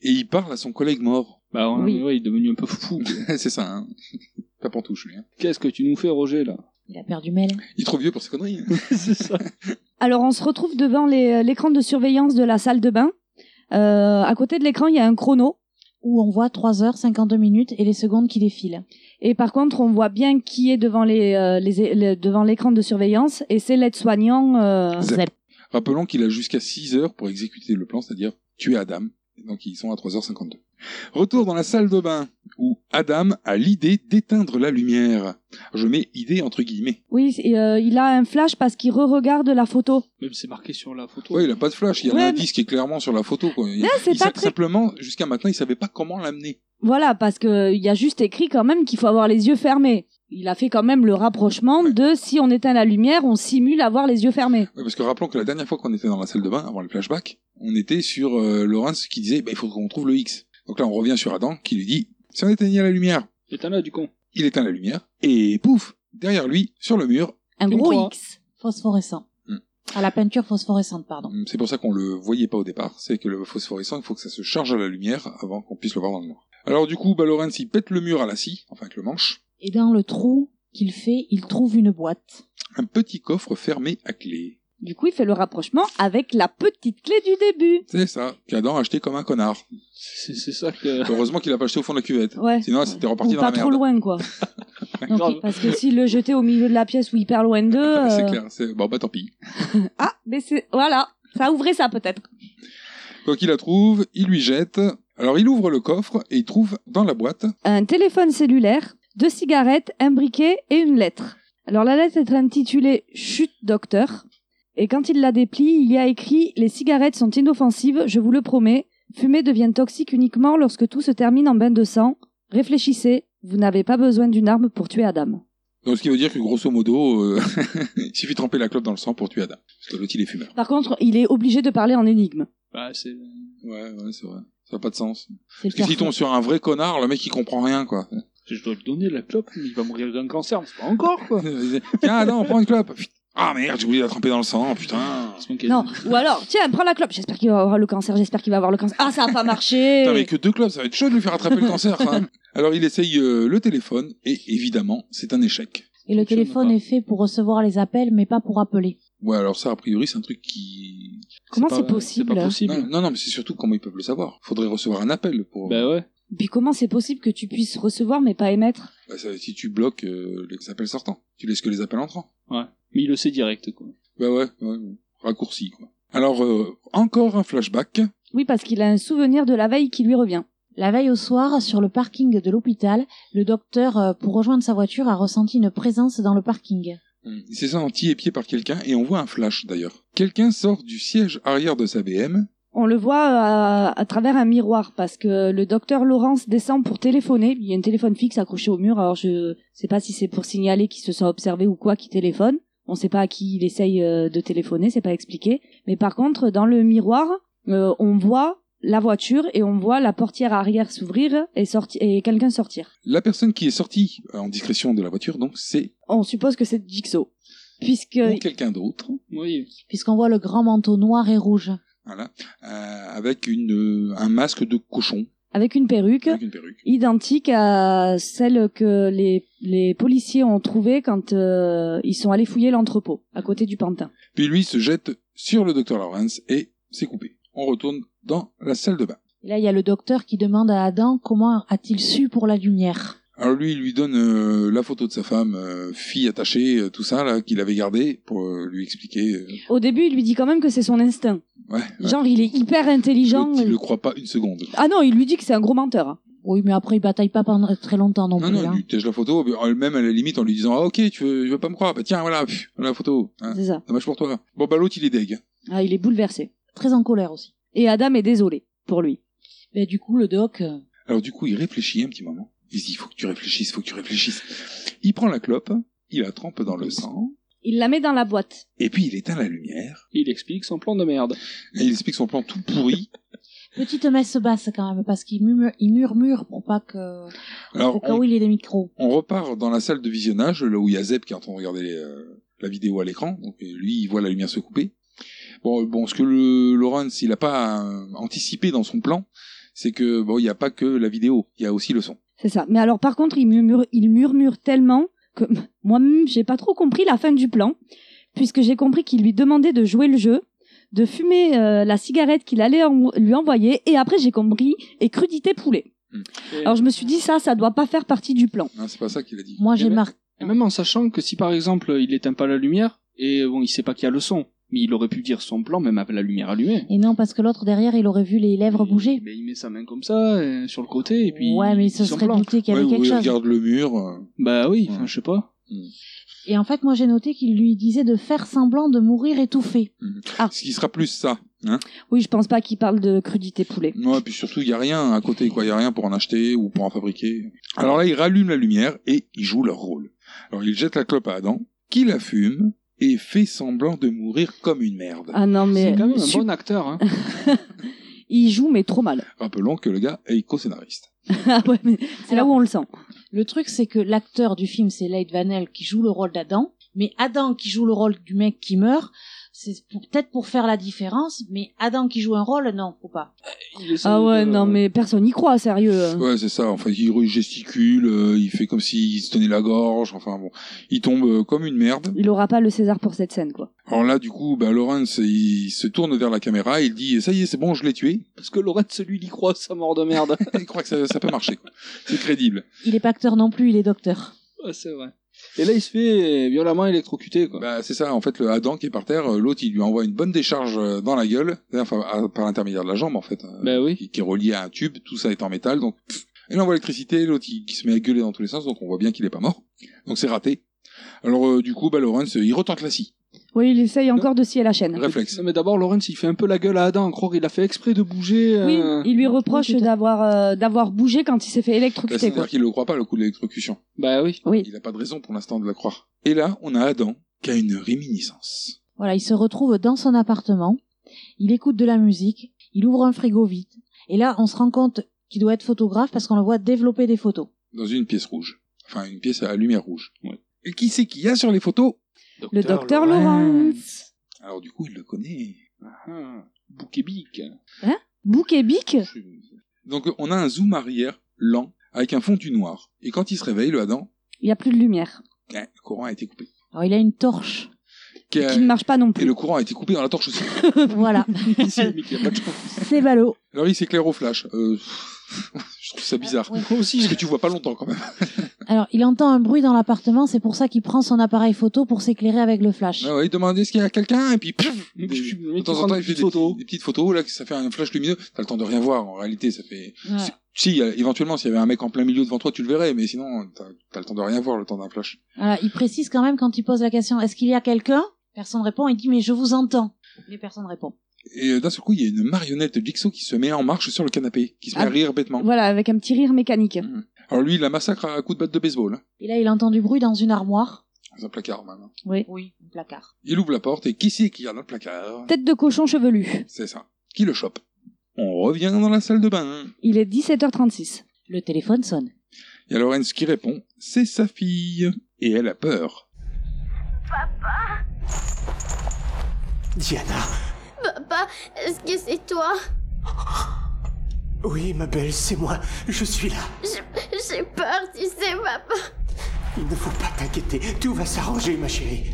S5: et il parle à son collègue mort. [laughs]
S6: Bah ouais,
S2: Oui.
S6: ouais, il est devenu un peu fou. quoi.
S5: C'est ça. Hein Pas touche lui. Hein.
S6: Qu'est-ce que tu nous fais, Roger, là
S7: Il a perdu Mel.
S5: Il est trop vieux pour ses conneries. hein.
S6: C'est ça.
S2: Alors, on se retrouve devant les- euh, l'écran de surveillance de la salle de bain. Euh, à côté de l'écran, il y a un chrono.
S7: Où on voit 3h52 minutes et les secondes qui défilent.
S2: Et par contre, on voit bien qui est devant les, euh, les- les- devant l'écran de surveillance, et c'est l'aide-soignant. euh,
S5: Zep.
S7: Zep.
S5: Rappelons qu'il a jusqu'à 6 heures pour exécuter le plan, c'est-à-dire tuer Adam. Donc ils sont à 3h52. Retour dans la salle de bain, où Adam a l'idée d'éteindre la lumière. Je mets idée entre guillemets.
S2: Oui, et, euh, il a un flash parce qu'il re-regarde la photo.
S6: Même c'est marqué sur la photo.
S5: Ouais, il a pas de flash, il y a
S2: Ouais,
S5: un indice qui est clairement sur la photo. Quoi. Il-
S2: Non, c'est
S5: il
S2: pas
S5: sa-
S2: très-
S5: Simplement, jusqu'à maintenant, il savait pas comment l'amener.
S2: Voilà, parce que euh, il y a juste écrit quand même qu'il faut avoir les yeux fermés. Il a fait quand même le rapprochement de si on éteint la lumière, on simule avoir les yeux fermés.
S5: Ouais, parce que rappelons que la dernière fois qu'on était dans la salle de bain, avant le flashback, on était sur euh, Lawrence qui disait bah, il faut qu'on trouve le X. Donc là, on revient sur Adam qui lui dit si on éteignait la lumière,
S6: Et t'en as du con.
S5: il éteint la lumière, et pouf Derrière lui, sur le mur,
S2: Un
S6: Une
S2: gros
S6: croix.
S2: X.
S5: Mm.
S7: Phosphorescent. À la peinture phosphorescente, pardon.
S5: Hum, C'est pour ça qu'on le voyait pas au départ. C'est que le phosphorescent, il faut que ça se charge à la lumière avant qu'on puisse le voir dans le noir. Alors du coup, bah, Lawrence, il pète le mur à la scie, enfin avec le manche,
S7: Et dans le trou qu'il fait, il trouve une boîte.
S5: un petit coffre fermé à clé.
S2: Du coup, il fait le rapprochement avec la petite clé du début.
S5: C'est ça, qu'Adam a acheté comme un connard.
S6: C'est c'est ça que.
S5: Heureusement qu'il a pas acheté au fond de la cuvette.
S2: Ouais.
S5: Sinon, c'était
S2: Ou
S5: reparti dans
S2: pas
S5: la
S2: trop
S5: merde. [laughs]
S2: loin, quoi. Donc,
S6: Grave.
S2: parce que s'il le jetait au milieu de la pièce ou hyper loin d'eux...
S5: [laughs] Ah, C'est
S2: euh,
S5: clair, c'est... bon bah tant pis.
S2: Ah, mais c'est... Voilà, ça ouvrait ça peut-être.
S5: Donc il la trouve, il lui jette. Alors il ouvre le coffre et il trouve dans la boîte
S2: un téléphone cellulaire, deux cigarettes, un briquet et une lettre. Alors la lettre est intitulée Chut docteur et quand il la déplie, il y a écrit Les cigarettes sont inoffensives, je vous le promets. Fumer devient toxique uniquement lorsque tout se termine en bain de sang. Réfléchissez, vous n'avez pas besoin d'une arme pour tuer Adam.
S5: Donc, ce qui veut dire que grosso modo, euh, [laughs] il suffit de tremper la clope dans le sang pour tuer Adam. Parce que l'autre, il est fumeur.
S2: Par contre, il est obligé de parler en énigme.
S6: Bah, c'est.
S5: Ouais, ouais, c'est vrai. Ça n'a pas de sens.
S7: C'est le
S5: Parce que
S7: pire
S5: s'il tombe sur un vrai connard, le mec, il comprend rien, quoi.
S6: Je dois le donner la clope, il va mourir d'un cancer, mais c'est pas encore quoi.
S5: [laughs] Tiens, Adam, prends une clope. Putain. Ah merde, j'ai oublié de la tremper dans le sang, putain.
S6: Heureusement qu'il y a
S2: Non,
S6: des-
S2: ou alors, tiens, prends la clope, j'espère qu'il va avoir le cancer, j'espère qu'il va avoir le cancer. Ah, ça a pas marché
S5: Putain, mais que deux clopes, ça va être chaud de lui faire attraper le cancer, ça. Alors, il essaye euh, le téléphone, et évidemment, c'est un échec.
S7: Et le
S6: fonctionne
S7: téléphone
S6: pas.
S7: est fait pour recevoir les appels, mais pas pour appeler.
S5: Ouais, alors ça, a priori, c'est un truc qui...
S2: Comment
S6: pas-
S2: c'est possible
S6: C'est pas possible.
S5: Non, non, non, mais c'est surtout comment ils peuvent le savoir. Faudrait recevoir un appel pour...
S6: Bah ouais.
S2: Puis comment c'est possible que tu puisses recevoir mais pas émettre
S5: Bah, ça- si tu bloques euh, les appels sortants, tu laisses que les appels entrants.
S6: Ouais. Mais il le sait direct quoi.
S5: Bah ouais, ouais, ouais. raccourci quoi. Alors euh, encore un flashback.
S2: Oui, parce qu'il a un souvenir de la veille qui lui revient.
S7: La veille au soir, sur le parking de l'hôpital, le docteur, euh, pour rejoindre sa voiture, a ressenti une présence dans le parking.
S5: Il s'est senti épié par quelqu'un et on voit un flash d'ailleurs. Quelqu'un sort du siège arrière de sa BM.
S2: On le voit euh, à, à travers un miroir parce que le docteur Laurence descend pour téléphoner. Il y a un téléphone fixe accroché au mur. Alors je sais pas si c'est pour signaler qu'il se sent observé ou quoi qu'il téléphone. On sait pas à qui il essaye euh, de téléphoner, c'est pas expliqué. Mais par contre, dans le miroir, euh, on voit la voiture et on voit la portière arrière s'ouvrir et, sorti- et quelqu'un sortir.
S5: La personne qui est sortie euh, en discrétion de la voiture donc c'est
S2: On suppose que c'est Jigsaw. Puisque...
S5: ou quelqu'un d'autre.
S6: Oui.
S7: Puisqu'on voit le grand manteau noir et rouge.
S5: Voilà, euh, avec une euh, un masque de cochon
S2: Avec une perruque.
S5: avec une perruque.
S2: identique à celle que les, les policiers ont trouvée quand euh, ils sont allés fouiller l'entrepôt, à côté du pantin.
S5: Puis lui se jette sur le docteur Lawrence et c'est coupé. On retourne dans la salle de bain.
S7: Et là, il y a le docteur qui demande à Adam comment a-t-il su pour la lumière.
S5: Alors lui, il lui donne euh, la photo de sa femme, euh, fille attachée, euh, tout ça là qu'il avait gardé pour euh, lui expliquer. euh,
S2: Au début, il lui dit quand même que c'est son instinct.
S5: ouais, ouais.
S2: Genre, il est hyper intelligent.
S5: L'autre, il le croit pas une seconde.
S2: Ah non, il lui dit que c'est un gros menteur. hein.
S7: Oui, mais après, il bataille pas pendant très longtemps non,
S5: Non,
S7: plus.
S5: non,
S7: hein.
S5: il lui tège la photo, mais elle-même, à la limite, en lui disant, ah, ok, tu veux, tu veux pas me croire, bah tiens, voilà, pff, voilà la photo, hein,
S2: C'est ça.
S5: dommage pour toi. Bon, bah l'autre, il est deg.
S2: Ah, il est bouleversé.
S7: Très en colère aussi.
S2: Et Adam est désolé pour lui.
S7: Mais du coup, le doc, euh,
S5: Alors du coup, il réfléchit un petit moment. Il se dit, faut que tu réfléchisses, faut que tu réfléchisses. Il prend la clope, il la trempe dans le sang,
S2: Il la met dans la boîte.
S5: et puis il éteint la lumière,
S6: Il explique son plan de merde.
S5: et il explique son plan tout pourri.
S7: petite messe basse quand même, parce qu'il murmure, il murmure pour pas que... Au
S5: Alors,
S7: cas
S5: on,
S7: où il y ait des micros.
S5: on repart dans la salle de visionnage, là où il y a Zeb qui est en train de regarder euh, la vidéo à l'écran, donc euh, lui, il voit la lumière se couper. Bon, euh, bon, ce que le Lawrence, il a pas euh, anticipé dans son plan, c'est que, bon, il n'y a pas que la vidéo, il y a aussi le son.
S2: C'est ça. Mais alors, par contre, il murmure, il murmure tellement que [laughs] moi-même, j'ai pas trop compris la fin du plan, puisque j'ai compris qu'il lui demandait de jouer le jeu, de fumer euh, la cigarette qu'il allait en- lui envoyer, et après, j'ai compris, et crudité poulet.
S6: Et-
S2: Alors, je me suis dit, ça, ça doit pas faire partie du plan.
S5: Non, Hein, c'est pas ça qu'il a dit.
S7: Moi, j'ai
S6: mais-
S7: marqué...
S6: Et même en sachant que si par exemple il éteint pas la lumière, et bon, il sait pas qu'il y a le son, mais il aurait pu dire son plan même avec la lumière allumée.
S7: Et non, parce que l'autre derrière, il aurait vu les lèvres
S6: Et-
S7: bouger.
S6: ben, il met sa main comme ça, euh, sur le côté, et puis.
S7: ouais, mais il se
S6: son
S7: serait
S6: plan.
S7: douté qu'il y
S5: Ouais,
S7: avait
S5: ou
S7: quelque
S5: il
S7: chose.
S5: regarde le mur. euh,
S6: Bah oui, enfin, je sais pas.
S7: Et en fait, moi, j'ai noté qu'il lui disait de faire semblant de mourir étouffé. [laughs] Ah.
S5: Ce qui sera plus ça. Hein
S2: Oui, je pense pas qu'il parle de crudité poulet.
S5: ouais, puis surtout, il n'y a rien à côté, quoi. Il n'y a rien pour en acheter ou pour en fabriquer. Alors là, ils rallument la lumière et ils jouent leur rôle. Alors, ils jettent la clope à Adam, qui la fume et fait semblant de mourir comme une merde.
S2: Ah non, mais
S6: C'est quand même un
S2: su-
S6: bon acteur,
S2: [laughs]
S6: hein.
S2: il joue, mais trop mal.
S5: Rappelons que le gars est co-scénariste.
S2: Ah ouais, mais c'est là
S7: Alors-
S2: où on le sent.
S7: Le truc, c'est que l'acteur du film, c'est Light Vanel qui joue le rôle d'Adam, mais Adam qui joue le rôle du mec qui meurt, C'est pour- peut-être pour faire la différence, mais Adam qui joue un rôle, non, faut pas.
S6: Il essaie
S2: Ah ouais,
S6: de-
S2: non, mais personne n'y croit, sérieux. hein.
S5: Ouais, c'est ça. Enfin, il gesticule, euh, il fait comme s'il se tenait la gorge. Enfin bon, il tombe euh, comme une merde.
S2: Il aura pas le César pour cette scène, quoi.
S5: Alors là, du coup, bah, Lawrence, il se tourne vers la caméra, il dit "Ça y est, c'est bon, je l'ai tué." [laughs]
S6: Parce que Laurent, celui, il y croit, sa mort de merde. [laughs]
S5: il croit que ça, ça peut marcher. quoi. C'est crédible.
S7: Il est pas acteur non plus, il est docteur.
S6: ouais, c'est vrai. Et là, il se fait violemment électrocuter, quoi.
S5: Bah, c'est ça. En fait, le Adam qui est par terre, euh, l'autre, il lui envoie une bonne décharge euh, dans la gueule, enfin, à- par l'intermédiaire de la jambe, en fait, euh,
S6: Bah oui.
S5: qui, qui est reliée à un tube. Tout ça est en métal, donc. pff. Et là, on voit l'électricité, l'autre il- qui se met à gueuler dans tous les sens, donc on voit bien qu'il est pas mort. Donc c'est raté. Alors euh, du coup, bah, Lawrence, il retente la scie.
S2: Oui, il essaye encore de scier la chaîne.
S5: Réflexe.
S6: Non, mais d'abord, Laurence, il fait un peu la gueule à Adam, croire il a fait exprès de bouger.
S2: Oui,
S6: euh,
S2: il lui reproche
S7: oui, tout à fait.
S2: d'avoir euh, d'avoir bougé quand il s'est fait
S5: Là,
S2: électrocuter, quoi.
S5: C'est-à-dire qu'il ne le croit pas, le coup de l'électrocution.
S6: Bah oui.
S2: Oui.
S5: Il n'a pas de raison pour l'instant de la croire. Et là, on a Adam qui a une réminiscence.
S7: Voilà, il se retrouve dans son appartement, il écoute de la musique, il ouvre un frigo vide, et là, on se rend compte qu'il doit être photographe parce qu'on le voit développer des photos.
S5: Dans une pièce rouge. Enfin, une pièce à lumière rouge. Et qui c'est qu'il y a sur les photos
S2: Le docteur Lawrence.
S5: Alors du coup, il le connaît.
S6: Ah, [laughs] Bouquébique.
S2: Bouc et bic
S5: Donc on a un zoom arrière lent avec un fond du noir. Et quand il se réveille, le Adam,
S2: il n'y a plus de lumière.
S5: eh, le courant a été coupé.
S7: Alors, il a une
S2: [laughs]
S7: torche.
S5: Qui a-
S2: Qui ne marche pas non
S5: Et
S2: plus.
S5: le courant a été coupé dans la torche aussi.
S7: voilà,
S6: Ici, le mec, il a pas de chance.
S7: c'est ballot.
S5: Alors il s'éclaire au flash. Euh, [laughs] Je trouve ça bizarre.
S7: Ouais.
S6: Moi aussi,
S5: Parce
S6: je-
S5: que tu vois pas longtemps quand même.
S7: Alors, il entend un bruit dans l'appartement, c'est pour ça qu'il prend son appareil photo pour s'éclairer avec le flash.
S5: Ah ouais, il demande est-ce qu'il y a quelqu'un et puis pff,
S6: Je suis-
S5: de temps en temps il fait des,
S6: photos.
S5: des petites photos là que ça fait un flash lumineux. T'as le temps de rien voir en réalité. Ça fait
S7: Ouais.
S5: Si- Si, il y a- éventuellement, s'il y avait un mec en plein milieu devant toi, tu le verrais, mais sinon, t'as t'as le temps de rien voir le temps d'un flash.
S7: Voilà, il précise quand même quand il pose la question est-ce qu'il y a quelqu'un Personne répond. Il dit mais je vous entends. Mais personne répond.
S5: Et euh, d'un seul coup, il y a une marionnette de Jigsaw qui se met en marche sur le canapé, qui se met
S2: Ah.
S5: à rire bêtement.
S2: Voilà, avec un petit rire mécanique.
S5: Alors lui, il la massacre à coups de batte de baseball, hein,
S7: Et là, il entend du bruit dans une armoire.
S5: dans un placard maintenant.
S7: Oui, un placard.
S5: Il ouvre la porte et qui c'est qu'il y a dans le placard
S2: Tête de cochon chevelu.
S5: C'est ça. Qui le chope On revient dans la salle de bain.
S2: Il est 17h36.
S7: Le téléphone sonne.
S5: Il y a Lorenz qui répond, c'est sa fille. Et elle a peur.
S9: Diana.
S10: Papa, est-ce que c'est toi
S9: Oui, ma belle, c'est moi. Je suis là.
S10: Je- J'ai peur, tu sais, papa.
S9: Il ne faut pas t'inquiéter. Tout va s'arranger, ma chérie.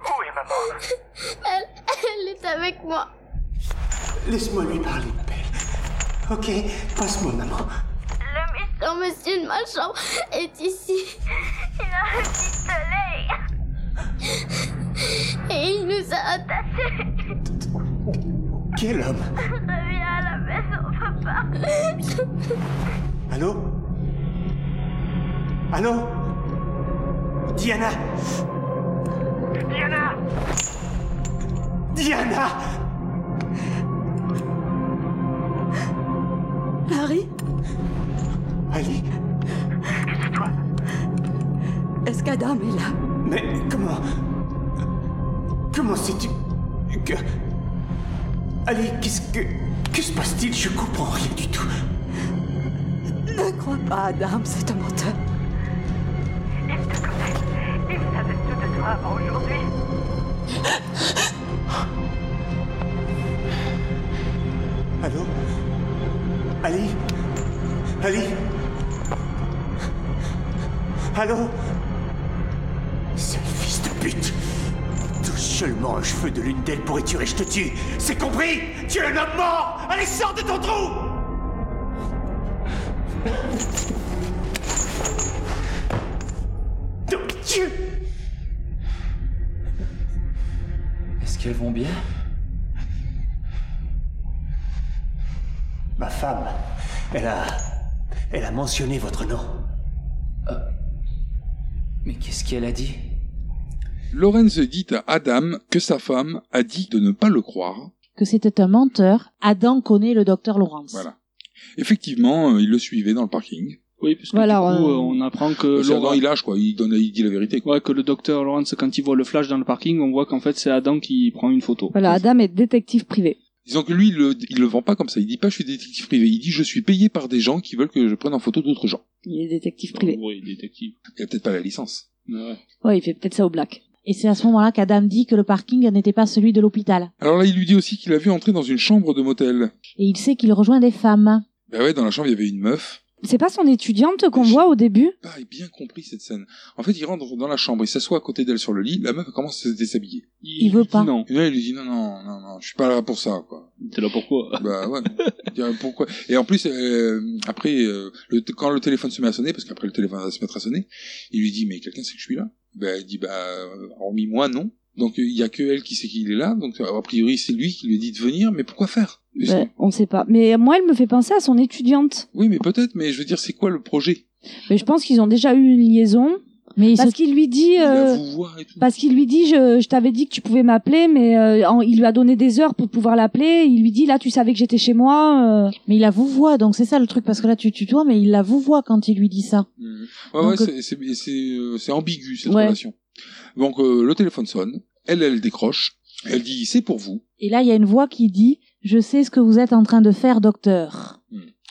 S9: Où est maman
S10: Elle, elle est avec moi.
S9: Laisse-moi lui parler, belle. Ok, passe-moi, maman.
S10: Le méchant monsieur de ma chambre est ici. Il a un pistolet. Et il nous a attachés.
S9: Quel homme
S10: Reviens à la maison, papa.
S9: Allô Allô Diana Diana Diana
S11: Harry,
S9: Ali Toi
S11: est-ce qu'Adam est là
S9: Mais comment Comment sais-tu que... Ali, qu'est-ce que... Que se passe-t-il Je comprends rien du tout.
S11: Ne crois pas Adam, c'est un menteur.
S9: Allô Ali Ali Allô Sale fils de pute Touche seulement un cheveu de l'une d'elles pour tuer et je te tue C'est compris Tu es un homme mort Allez, sors de ton trou Mon Dieu
S11: Est-ce qu'elles vont bien
S9: Ma femme, elle a... Elle a mentionné votre nom.
S11: Mais qu'est-ce qu'elle a dit
S5: Lorenz dit à Adam que sa femme a dit de ne pas le croire.
S7: Que c'était un menteur. Adam connaît le docteur Lawrence.
S5: Voilà. Effectivement, euh, il le suivait dans le parking.
S6: Oui, parce que
S2: Voilà,
S6: du coup,
S2: euh,
S6: euh, on apprend que
S5: Euh,
S6: Laurent-
S5: il lâche, quoi. Il, donne, il dit la vérité, quoi.
S6: Ouais, que le docteur Lawrence, quand il voit le flash dans le parking, on voit qu'en fait, c'est Adam qui prend une photo.
S2: Voilà, Adam est détective privé.
S5: Disons que lui, il le, il le vend pas comme ça. Il dit pas je suis détective privé. Il dit je suis payé par des gens qui veulent que je prenne en photo d'autres gens.
S2: Il est détective privé.
S6: Oui, détective.
S5: Il a peut-être pas la licence.
S6: Ouais.
S2: Ouais, il fait peut-être ça au black.
S7: Et c'est à ce moment-là qu'Adam dit que le parking n'était pas celui de l'hôpital.
S5: Alors là, il lui dit aussi qu'il a vu entrer dans une chambre de motel.
S7: Et il sait qu'il rejoint des femmes.
S5: Bah ouais, dans la chambre, il y avait une meuf.
S2: C'est pas son étudiante qu'on voit au début
S5: Pas bien compris cette scène. En fait, il rentre dans la chambre, il s'assoit à côté d'elle sur le lit, la meuf commence à se déshabiller.
S7: Il veut
S6: lui dit
S7: pas.
S6: Non.
S5: Et là, il lui dit non, non, non, non, je suis pas là pour ça, quoi.
S6: T'es là pourquoi [laughs]
S5: Bah ouais. Il dit, Pourquoi Et en plus, euh, après, euh, le t- quand le téléphone se met à sonner, parce qu'après le téléphone va se mettre à sonner, il lui dit mais quelqu'un sait que je suis là Bah il dit bah euh, hormis moi non. Donc euh, il y a que elle qui sait qu'il est là. Donc euh, a priori c'est lui qui lui dit de venir, mais pourquoi faire Et
S2: Ben,
S5: c'est-
S2: On sait pas. Mais moi, elle me fait penser à son étudiante.
S5: Oui, mais peut-être. Mais je veux dire, c'est quoi le projet
S2: Mais je pense qu'ils ont déjà eu une liaison.
S7: Mais il se
S2: Parce qu'il lui dit...
S5: Il
S2: euh,
S5: va vous voir et tout.
S2: Parce qu'il lui dit, je, je t'avais dit que tu pouvais m'appeler, mais euh, en- il lui a donné des heures pour pouvoir l'appeler. Il lui dit, là, tu savais que j'étais chez moi. euh.
S7: Mais il la vouvoie, donc c'est ça le truc, parce que là tu tu vois, mais il la vouvoie quand il lui dit ça.
S5: Mm. Ouais,
S7: Donc,
S5: ouais,
S7: euh,
S5: c'est- c'est- c'est euh, c'est ambigu cette
S7: Ouais.
S5: relation. Donc euh, le téléphone sonne, elle, elle décroche, elle dit c'est pour vous.
S7: Et là il y a une voix qui dit Je sais ce que vous êtes en train de faire, docteur.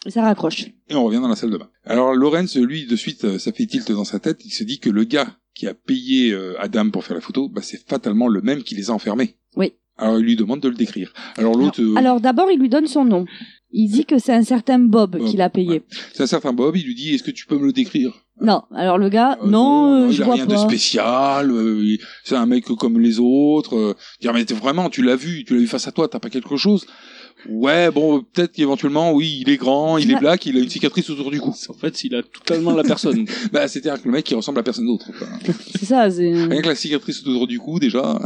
S2: Et ça raccroche.
S5: Et on revient dans la salle de bain. Alors Lorenz, lui, de suite, euh, ça fait tilt dans sa tête. Il se dit que le gars qui a payé euh, Adam pour faire la photo, bah, c'est fatalement le même qui les a enfermés.
S2: Oui.
S5: Alors il lui demande de le décrire. Alors l'autre, euh,
S2: Alors d'abord, il lui donne son nom. Il dit que c'est un certain Bob
S5: Bob,
S2: qui l'a payé.
S5: c'est un certain Bob, il lui dit est-ce que tu peux me le décrire
S2: Non, alors le gars,
S5: Euh,
S2: non, euh,
S5: il
S2: je
S5: a
S2: vois
S5: rien de
S2: pas.
S5: spécial. euh, il- c'est un mec comme les autres. euh, dire mais t'es- vraiment, tu l'as vu, tu l'as vu face à toi, t'as pas quelque chose. Ouais, bon, peut-être qu'éventuellement, oui, il est grand, il est
S2: Ouais.
S5: black, il a une cicatrice autour du cou.
S6: En fait, il a totalement
S5: [laughs]
S6: la personne.
S5: Bah, c'est-à-dire que le mec, il ressemble à personne d'autre. quoi.
S2: C'est ça, c'est...
S5: Rien que la cicatrice autour du cou, déjà.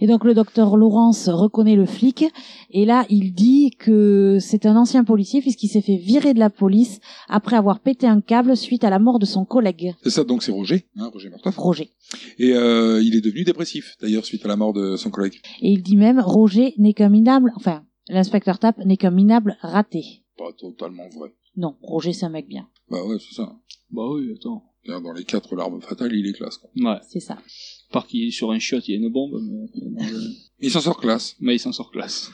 S7: Et donc le docteur Laurence reconnaît le flic, et là il dit que c'est un ancien policier puisqu'il s'est fait virer de la police après avoir pété un câble suite à la mort de son collègue,
S5: C'est ça, donc c'est Roger, hein, Roger Martoff.
S7: Roger.
S5: Et euh, il est devenu dépressif, d'ailleurs, suite à la mort de son collègue.
S7: Et il dit même Roger n'est qu'un minable, enfin l'inspecteur Tape n'est qu'un minable raté.
S5: Pas totalement vrai.
S7: Non, Roger c'est un mec bien,
S5: Bah ouais, c'est ça.
S6: bah oui, attends.
S5: D'ailleurs, Dans les quatre larmes fatales, il est classe. Quoi.
S6: Ouais.
S7: c'est ça.
S6: Par qu'il est sur un shot, il y a une bombe, mais,
S5: Il s'en sort classe.
S6: mais il s'en sort classe.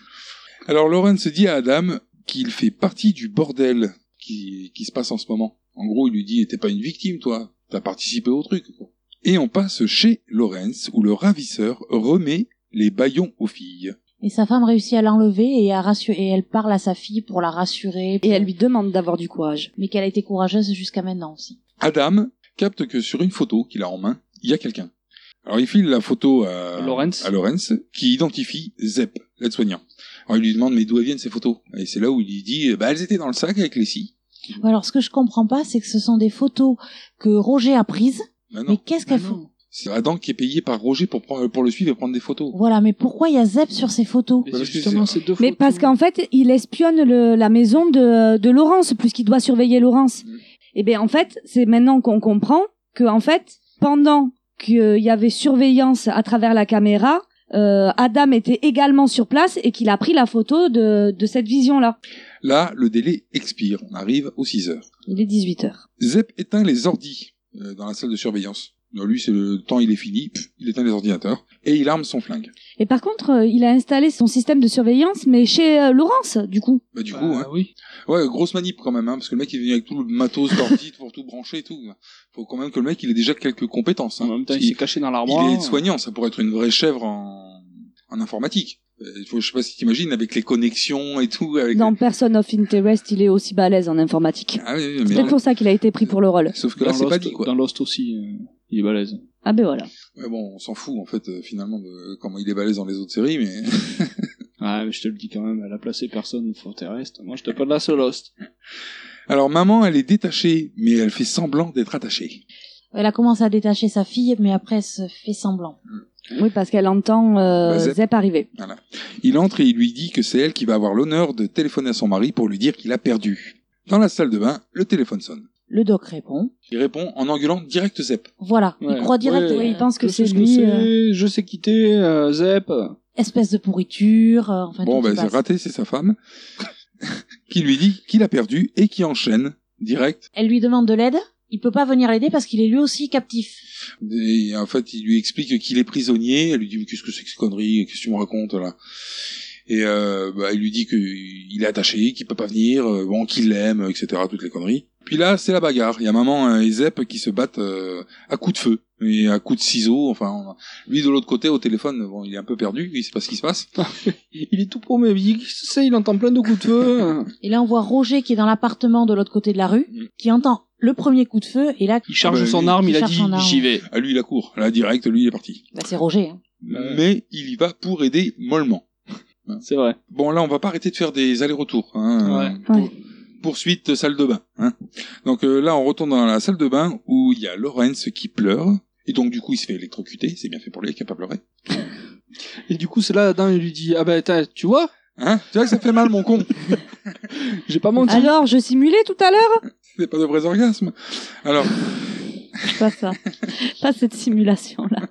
S5: Alors Lauren se dit à Adam qu'il fait partie du bordel qui, qui se passe en ce moment. En gros, il lui dit t'es pas une victime, toi, t'as participé au truc. Quoi. Et on passe chez Lawrence où le ravisseur remet les baillons aux filles.
S7: Et sa femme réussit à l'enlever et à rassurer, et elle parle à sa fille pour la rassurer.
S2: Et elle lui demande d'avoir du courage.
S7: Mais qu'elle a été courageuse jusqu'à maintenant aussi.
S5: Adam capte que sur une photo qu'il a en main, il y a quelqu'un. Alors il file la photo à
S6: Lawrence.
S5: à Lawrence, qui identifie Zep, l'aide-soignant. Alors il lui demande mais d'où viennent ces photos Et c'est là où il lui dit bah elles étaient dans le sac avec les scies.
S7: Alors ce que je comprends pas, c'est que ce sont des photos que Roger a prises.
S5: Bah non.
S7: Mais qu'est-ce qu'elle
S5: Bah
S7: fout
S5: non. C'est Adam qui est payé par Roger pour, prendre- pour le suivre et prendre des photos.
S7: Voilà, mais pourquoi il y a Zeb sur ces photos
S6: Mais
S5: Parce
S6: c'est
S5: que
S6: justement ces deux
S2: Mais
S6: photos-
S2: parce qu'en fait, il espionne le- la maison de, de Laurence, puisqu'il doit surveiller Laurence.
S5: Mhm.
S2: Et bien en fait, c'est maintenant qu'on comprend que en fait, pendant qu'il y avait surveillance à travers la caméra, euh, Adam était également sur place et qu'il a pris la photo de, de cette vision-là.
S5: Là, le délai expire. On arrive aux 6 heures.
S2: Il est 18h.
S5: Zep éteint les ordis euh, dans la salle de surveillance. Non, lui, c'est le temps, il est fini. Pff, il éteint les ordinateurs. Et il arme son flingue.
S2: Et par contre, euh, il a installé son système de surveillance, mais chez euh, Laurence, du coup.
S5: Bah, du
S6: Bah,
S5: coup, hein.
S6: oui.
S5: Ouais, grosse manip quand même, hein, parce que le mec, il est venu avec tout le matos d'ordi pour tout brancher et tout. Faut quand même que le mec, il ait déjà quelques compétences.
S6: En
S5: hein.
S6: même temps, il, s'est
S5: il,
S6: caché dans l'armoire.
S5: il est soignant, ça pourrait être une vraie chèvre en, en informatique. Euh, faut- Je sais pas si t'imagines, avec les connexions et tout. Avec...
S2: Dans Person of Interest, il est aussi balèze en informatique.
S5: Ah oui,
S2: C'est
S5: mais...
S2: peut-être pour ça qu'il a été pris pour le rôle.
S5: Sauf que
S6: Dans
S5: là, c'est
S6: Lost,
S5: pas dit, quoi.
S6: dans Lost aussi, euh, il est balèze.
S2: Ah ben voilà.
S5: Ouais, bon, on s'en fout, en fait, euh, finalement, de comment il est balèze dans les autres séries, mais...
S6: Ah, mais je te le dis quand même, elle a placé personne au terrestre. Moi, je te parle de la seule host.
S5: Alors maman, elle est détachée, mais elle fait semblant d'être attachée.
S7: Elle a commencé à détacher sa fille, mais après elle se fait semblant.
S2: Oui, parce qu'elle entend euh,
S5: Bah, Zep.
S2: Zep. arriver.
S5: Voilà. Il entre et il lui dit que c'est elle qui va avoir l'honneur de téléphoner à son mari pour lui dire qu'il a perdu. Dans la salle de bain, le téléphone sonne.
S7: Le doc répond.
S5: Il répond en enguulant direct Zep.
S7: Voilà,
S6: Ouais.
S7: il croit direct.
S6: Ouais.
S7: euh,
S2: Oui, il pense que
S6: Je sais
S2: c'est
S6: ce
S2: lui.
S6: c'est,
S2: euh,
S6: Je sais quitter, euh, Zep.
S7: Espèce de pourriture. euh, enfin,
S5: Bon,
S7: tout
S5: ben
S7: qui
S5: c'est
S7: passe.
S5: raté, c'est sa femme, [laughs] qui lui dit qu'il a perdu et qui enchaîne direct.
S7: Elle lui demande de l'aide. Il peut pas venir l'aider parce qu'il est lui aussi captif.
S5: Et en fait, il lui explique qu'il est prisonnier. Elle lui dit mais qu'est-ce que c'est que ces conneries Qu'est-ce que tu me racontes là Et euh, bah, il lui dit qu'il est attaché, qu'il peut pas venir, euh, bon, qu'il l'aime, etc. Toutes les conneries. Puis là, c'est la bagarre. Il y a maman hein, et Zep qui se battent euh, à coups de feu et à coups de ciseaux. Enfin, on- lui de l'autre côté au téléphone, bon, il est un peu perdu, il sait pas ce qui se passe.
S6: Il est tout paumé, il dit, Qu'est-ce que c'est il entend plein de coups de feu.
S7: Et là, on voit Roger qui est dans l'appartement de l'autre côté de la rue,
S5: Mm.
S7: qui entend le premier coup de feu, et là,
S6: [laughs] Il charge
S5: Ah bah,
S6: son
S5: lui,
S6: arme,
S7: il
S6: il a
S7: charge
S6: dit
S7: son arme.
S6: j'y vais.
S5: À lui, il a court. Là, direct, lui, il est parti.
S7: bah, c'est Roger. hein.
S5: Mais il y va pour aider mollement.
S6: C'est vrai.
S5: Bon, là, on va pas arrêter de faire des allers-retours. Hein,
S2: Ouais.
S5: Euh, pour- poursuite, salle de bain. Hein. Donc euh, là, on retourne dans la salle de bain où il y a Lorenz qui pleure. Et donc, du coup, il se fait électrocuter. C'est bien fait pour lui qui a pas pleuré.
S6: Et du coup, c'est là, Adam, il lui dit ah bah t'as- tu vois,
S5: Hein tu vois que ça fait mal, mon con [laughs]
S6: j'ai pas menti.
S2: Alors, Ah, je simulais tout à l'heure
S5: C'est pas de vrais orgasmes. Alors,
S2: Pas ça. [laughs] Pas cette simulation-là.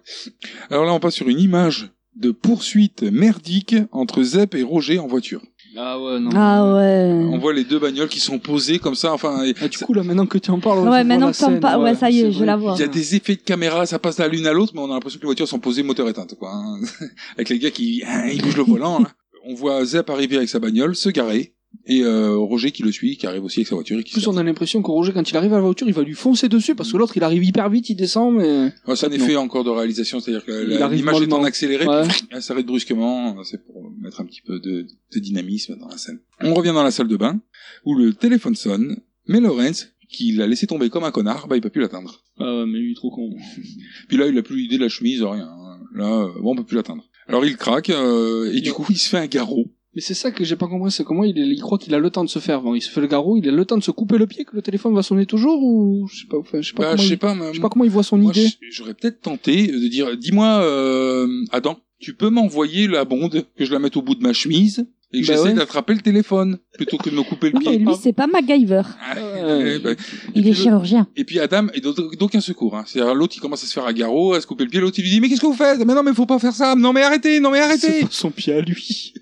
S5: alors là, on passe sur une image de poursuite merdique entre Zep et Roger en voiture.
S6: Ah ouais non.
S2: Ah
S5: On
S2: ouais.
S5: voit les deux bagnoles qui sont posées comme ça. Enfin, et-
S6: Ah, du coup là maintenant que tu en parles,
S2: Ouais, maintenant que t'en parles, ouais, ça y est, je la vois.
S6: Ah.
S5: il y a des effets de caméra, ça passe de l'une à l'autre, mais on a l'impression que les voitures sont posées moteur éteinte, quoi. hein. [laughs] avec les gars qui hein, ils bougent le volant. là. On voit Zep arriver avec sa bagnole, se garer, et euh, Roger qui le suit, qui arrive aussi avec sa voiture. Et qui
S6: En plus,
S5: se-
S6: on a l'impression que Roger, quand il arrive à la voiture, il va lui foncer dessus parce que l'autre, il arrive hyper vite, il descend, mais
S5: Ouais, c'est un effet encore de réalisation, c'est-à-dire que
S6: Il
S5: la-
S6: arrive
S5: l'image est en
S6: mollement.
S5: accéléré,
S6: Ouais.
S5: puis elle s'arrête brusquement, c'est pour mettre un petit peu de, de dynamisme dans la scène. On revient dans la salle de bain, où le téléphone sonne, mais Lorenz, qui l'a laissé tomber comme un connard, bah il peut plus l'atteindre.
S6: ah ouais, mais lui, il est trop con.
S5: [laughs] Puis là, il a plus l'idée de la chemise, rien. hein. Là, euh, bon, on peut plus l'atteindre. Alors il craque, euh, et du coup, il se fait un garrot.
S6: Mais c'est ça que j'ai pas compris, c'est comment il, est- il croit qu'il a le temps de se faire. Bon, il se fait le garrot, il a le temps de se couper le pied, que le téléphone va sonner toujours ou je sais pas, enfin, je sais pas,
S5: Bah,
S6: comment,
S5: je sais
S6: il...
S5: pas, mais
S6: je sais pas comment il voit son
S5: moi,
S6: idée.
S5: je- j'aurais peut-être tenté de dire, dis-moi, euh, Adam, tu peux m'envoyer la bonde, que je la mette au bout de ma chemise, et que
S6: Bah
S5: j'essaie
S6: ouais.
S5: d'attraper le téléphone, plutôt que de me couper le
S2: Et
S5: pied.
S2: lui, c'est pas MacGyver.
S6: [laughs] Ah,
S5: Ouais, bah,
S7: Il
S5: puis
S7: est
S5: le-
S7: chirurgien.
S5: Et puis Adam est d'aut- d'aucun secours. Hein. C'est-à-dire l'autre il commence à se faire à garrot, à se couper le pied, l'autre il lui dit mais qu'est-ce que vous faites Mais non mais faut pas faire ça. Non mais arrêtez, non mais
S6: C'est
S5: arrêtez.
S6: pas son pied à lui.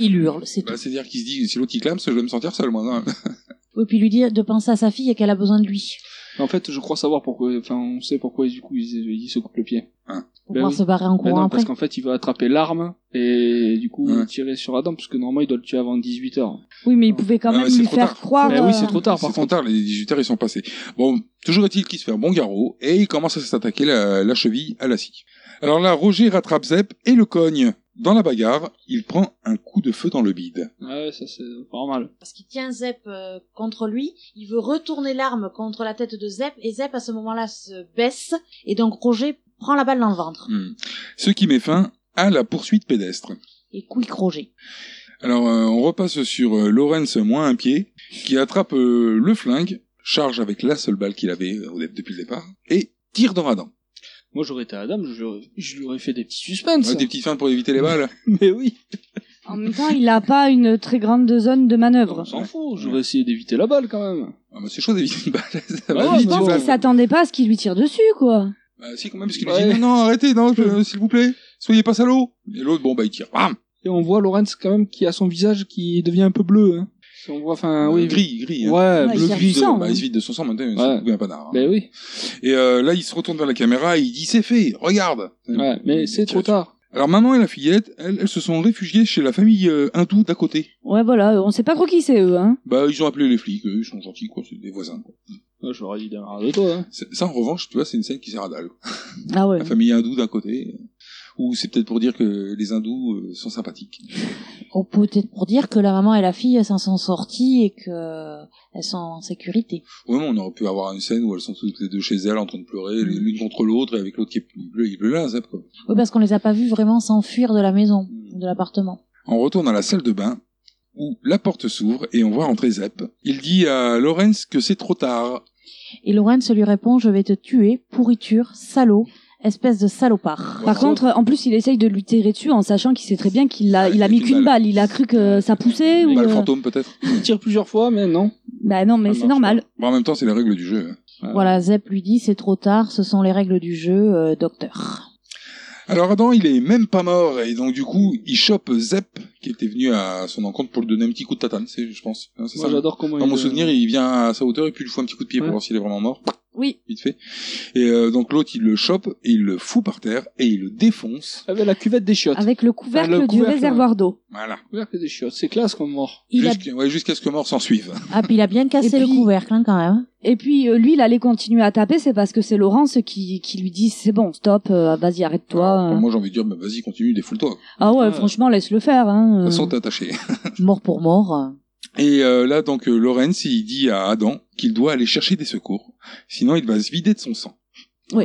S7: Il hurle, c'est tout.
S5: Bah, c'est-à-dire qu'il se dit si l'autre il clame, je vais me sentir seul moi. [laughs] hein.
S7: Et puis lui dire de penser à sa fille et qu'elle a besoin de lui
S6: En fait, je crois savoir pourquoi, enfin, on sait pourquoi, du coup, il, il se coupe le pied.
S7: pour
S6: Ben
S7: pouvoir
S6: oui.
S7: se barrer en
S6: Mais
S7: courant
S6: non,
S7: après.
S6: parce qu'en fait, il va attraper l'arme et du coup,
S5: Ouais.
S6: tirer sur Adam, parce que normalement, il doit le tuer avant 18h.
S2: Oui, mais il pouvait quand
S5: Ah,
S2: même
S5: mais c'est
S2: lui
S5: trop
S2: faire
S5: tard.
S2: croire.
S6: Eh
S2: euh,
S6: oui, c'est trop tard,
S5: C'est
S6: par
S5: trop
S6: contre.
S5: tard, les 18 heures ils sont passés. Bon, toujours est-il qu'il se fait un bon garrot et il commence à s'attaquer la, la cheville à la scie. Alors là, Roger rattrape Zep et le cogne. Dans la bagarre, il prend un coup de feu dans le bide.
S6: Ah ouais, ça, c'est normal.
S7: Parce qu'il tient Zep euh, contre lui, il veut retourner l'arme contre la tête de Zep, et Zep à ce moment-là se baisse, et donc Roger prend la balle dans le ventre.
S5: Hmm. Ce qui met fin à la poursuite pédestre.
S7: Et quick Roger.
S5: Alors, euh, on repasse sur euh, Lorenz moins un pied, qui attrape euh, le flingue, charge avec la seule balle qu'il avait euh, au dé- depuis le départ, et tire dans Adam.
S6: Moi, j'aurais été Adam, je, je lui aurais fait des petits suspens.
S5: Ouais, des petites fins pour éviter les balles.
S6: Mais oui.
S2: En même temps, euh, il a pas une très grande zone de manœuvre.
S6: On s'en fout, j'aurais essayé d'éviter la balle quand même.
S5: Ah, bah, c'est chaud d'éviter une balle. [laughs] Ça
S6: Ah
S5: va
S6: ouais,
S5: vite,
S2: Je
S6: mais
S5: une
S2: pense
S6: bon.
S2: qu'il
S5: balle.
S2: s'attendait pas à ce qu'il lui tire dessus, quoi.
S5: Bah, si, quand même, parce qu'il
S6: Ouais.
S5: lui dit non, non, arrêtez, non, je- euh, s'il vous plaît, soyez pas salaud. Et l'autre, bon, bah, il tire. Bam
S6: Et on voit Lorenz quand même qui a son visage qui devient un peu bleu. Hein. On voit, enfin, oui.
S5: Gris, gris. hein.
S6: Ouais,
S2: Ouais,
S6: bleu
S2: il
S5: Le
S2: tire
S6: gris.
S5: gris,
S2: du
S5: de-
S2: sang,
S5: bah,
S2: hein.
S5: il se vide de son sang maintenant, il
S6: Ouais.
S5: se coupe un panard. hein.
S6: Ben oui.
S5: Et euh, là, il se retourne vers la caméra et il dit c'est fait, regarde.
S6: Ouais, mais c'est trop tard.
S5: Alors, maman et la fillette, elles, elles se sont réfugiées chez la famille euh, hindoue d'à côté.
S2: Ouais, voilà, on sait pas trop qui c'est, eux, hein.
S5: Bah, ils ont appelé les flics, eux, ils sont gentils, quoi, c'est des voisins. Quoi.
S6: Ouais, J'aurais dit derrière de toi. Hein.
S5: C'est- Ça, en revanche, tu vois, c'est une scène qui sert à dalle.
S2: Ah ouais.
S5: La famille hindoue d'un côté, euh, ou c'est peut-être pour dire que les hindous euh, sont sympathiques.
S7: Ou Oh, peut-être pour dire que la maman et la fille s'en sont sorties et que euh, elles sont en sécurité.
S5: Au même moment, on aurait pu avoir une scène où elles sont toutes les deux chez elles en train de pleurer, les-
S6: Mm.
S5: l'une contre l'autre, et avec l'autre qui est bleu, il est bleu là, zap, quoi.
S7: Oui, parce qu'on les a pas vus vraiment s'enfuir de la maison, ou de l'appartement.
S5: On retourne à la salle de bain, où la porte s'ouvre, et on voit entrer Zep. Il dit à Lorenz que c'est trop tard.
S7: Et Lorenz lui répond, je vais te tuer, pourriture, salaud, espèce de salopard.
S5: Bah,
S2: Par contre, en plus, il essaye de lui tirer dessus en sachant qu'il sait très bien qu'il a,
S5: Ouais,
S2: il a
S5: c'est
S2: mis
S5: une
S2: qu'une
S5: balle.
S2: balle. Il a cru que ça poussait
S6: Mm.
S2: ou.
S5: Bah, le
S2: euh,
S5: fantôme, peut-être.
S6: Il tire plusieurs fois, mais non.
S2: Bah non, mais c'est
S6: Ça marche
S2: normal.
S5: Bon, en même temps, c'est les règles du jeu. hein.
S7: Voilà, Zep lui dit, c'est trop tard, ce sont les règles du jeu, euh, docteur.
S5: Alors Adam, il est même pas mort, et donc du coup, il chope Zep, qui était venu à son encontre pour lui donner un petit coup de tatane, c'est, je pense. Hein, c'est
S6: Moi,
S5: ça
S6: j'adore comment
S5: Dans
S6: il. euh,
S5: mon souvenir, il vient à sa hauteur et puis il lui fout un petit coup de pied
S6: Ouais.
S5: pour voir s'il est vraiment mort.
S2: Oui.
S5: Vite fait. Et euh, donc l'autre, il le chope et il le fout par terre et il le défonce.
S6: Avec la cuvette des chiottes.
S2: Avec le couvercle,
S6: Enfin, le
S2: du
S6: couvercle,
S2: réservoir d'eau.
S5: Voilà.
S6: Couvercle des chiottes. C'est classe comme mort.
S7: Il a-
S5: Jusqu'à ouais, jusqu'à ce que mort s'en suive.
S7: Ah, puis il a bien cassé
S2: Et
S7: le
S2: puis-
S7: couvercle, hein, quand même.
S2: Et puis euh, lui, il allait continuer à taper, c'est parce que c'est Laurence qui, qui lui dit c'est bon, stop, euh, vas-y, arrête-toi.
S7: hein.
S5: Alors,
S2: euh.
S5: moi, j'ai envie de dire, bah, vas-y, continue, défoule-toi. De
S2: Ah ouais,
S6: Ouais.
S2: franchement, laisse-le faire. Hein,
S5: toute
S2: euh.
S5: façon, t'es attaché.
S7: Mort pour mort.
S5: Et euh, là, donc, euh, Lorenz, il dit à Adam qu'il doit aller chercher des secours. Sinon, il va se vider de son sang.
S2: Oui.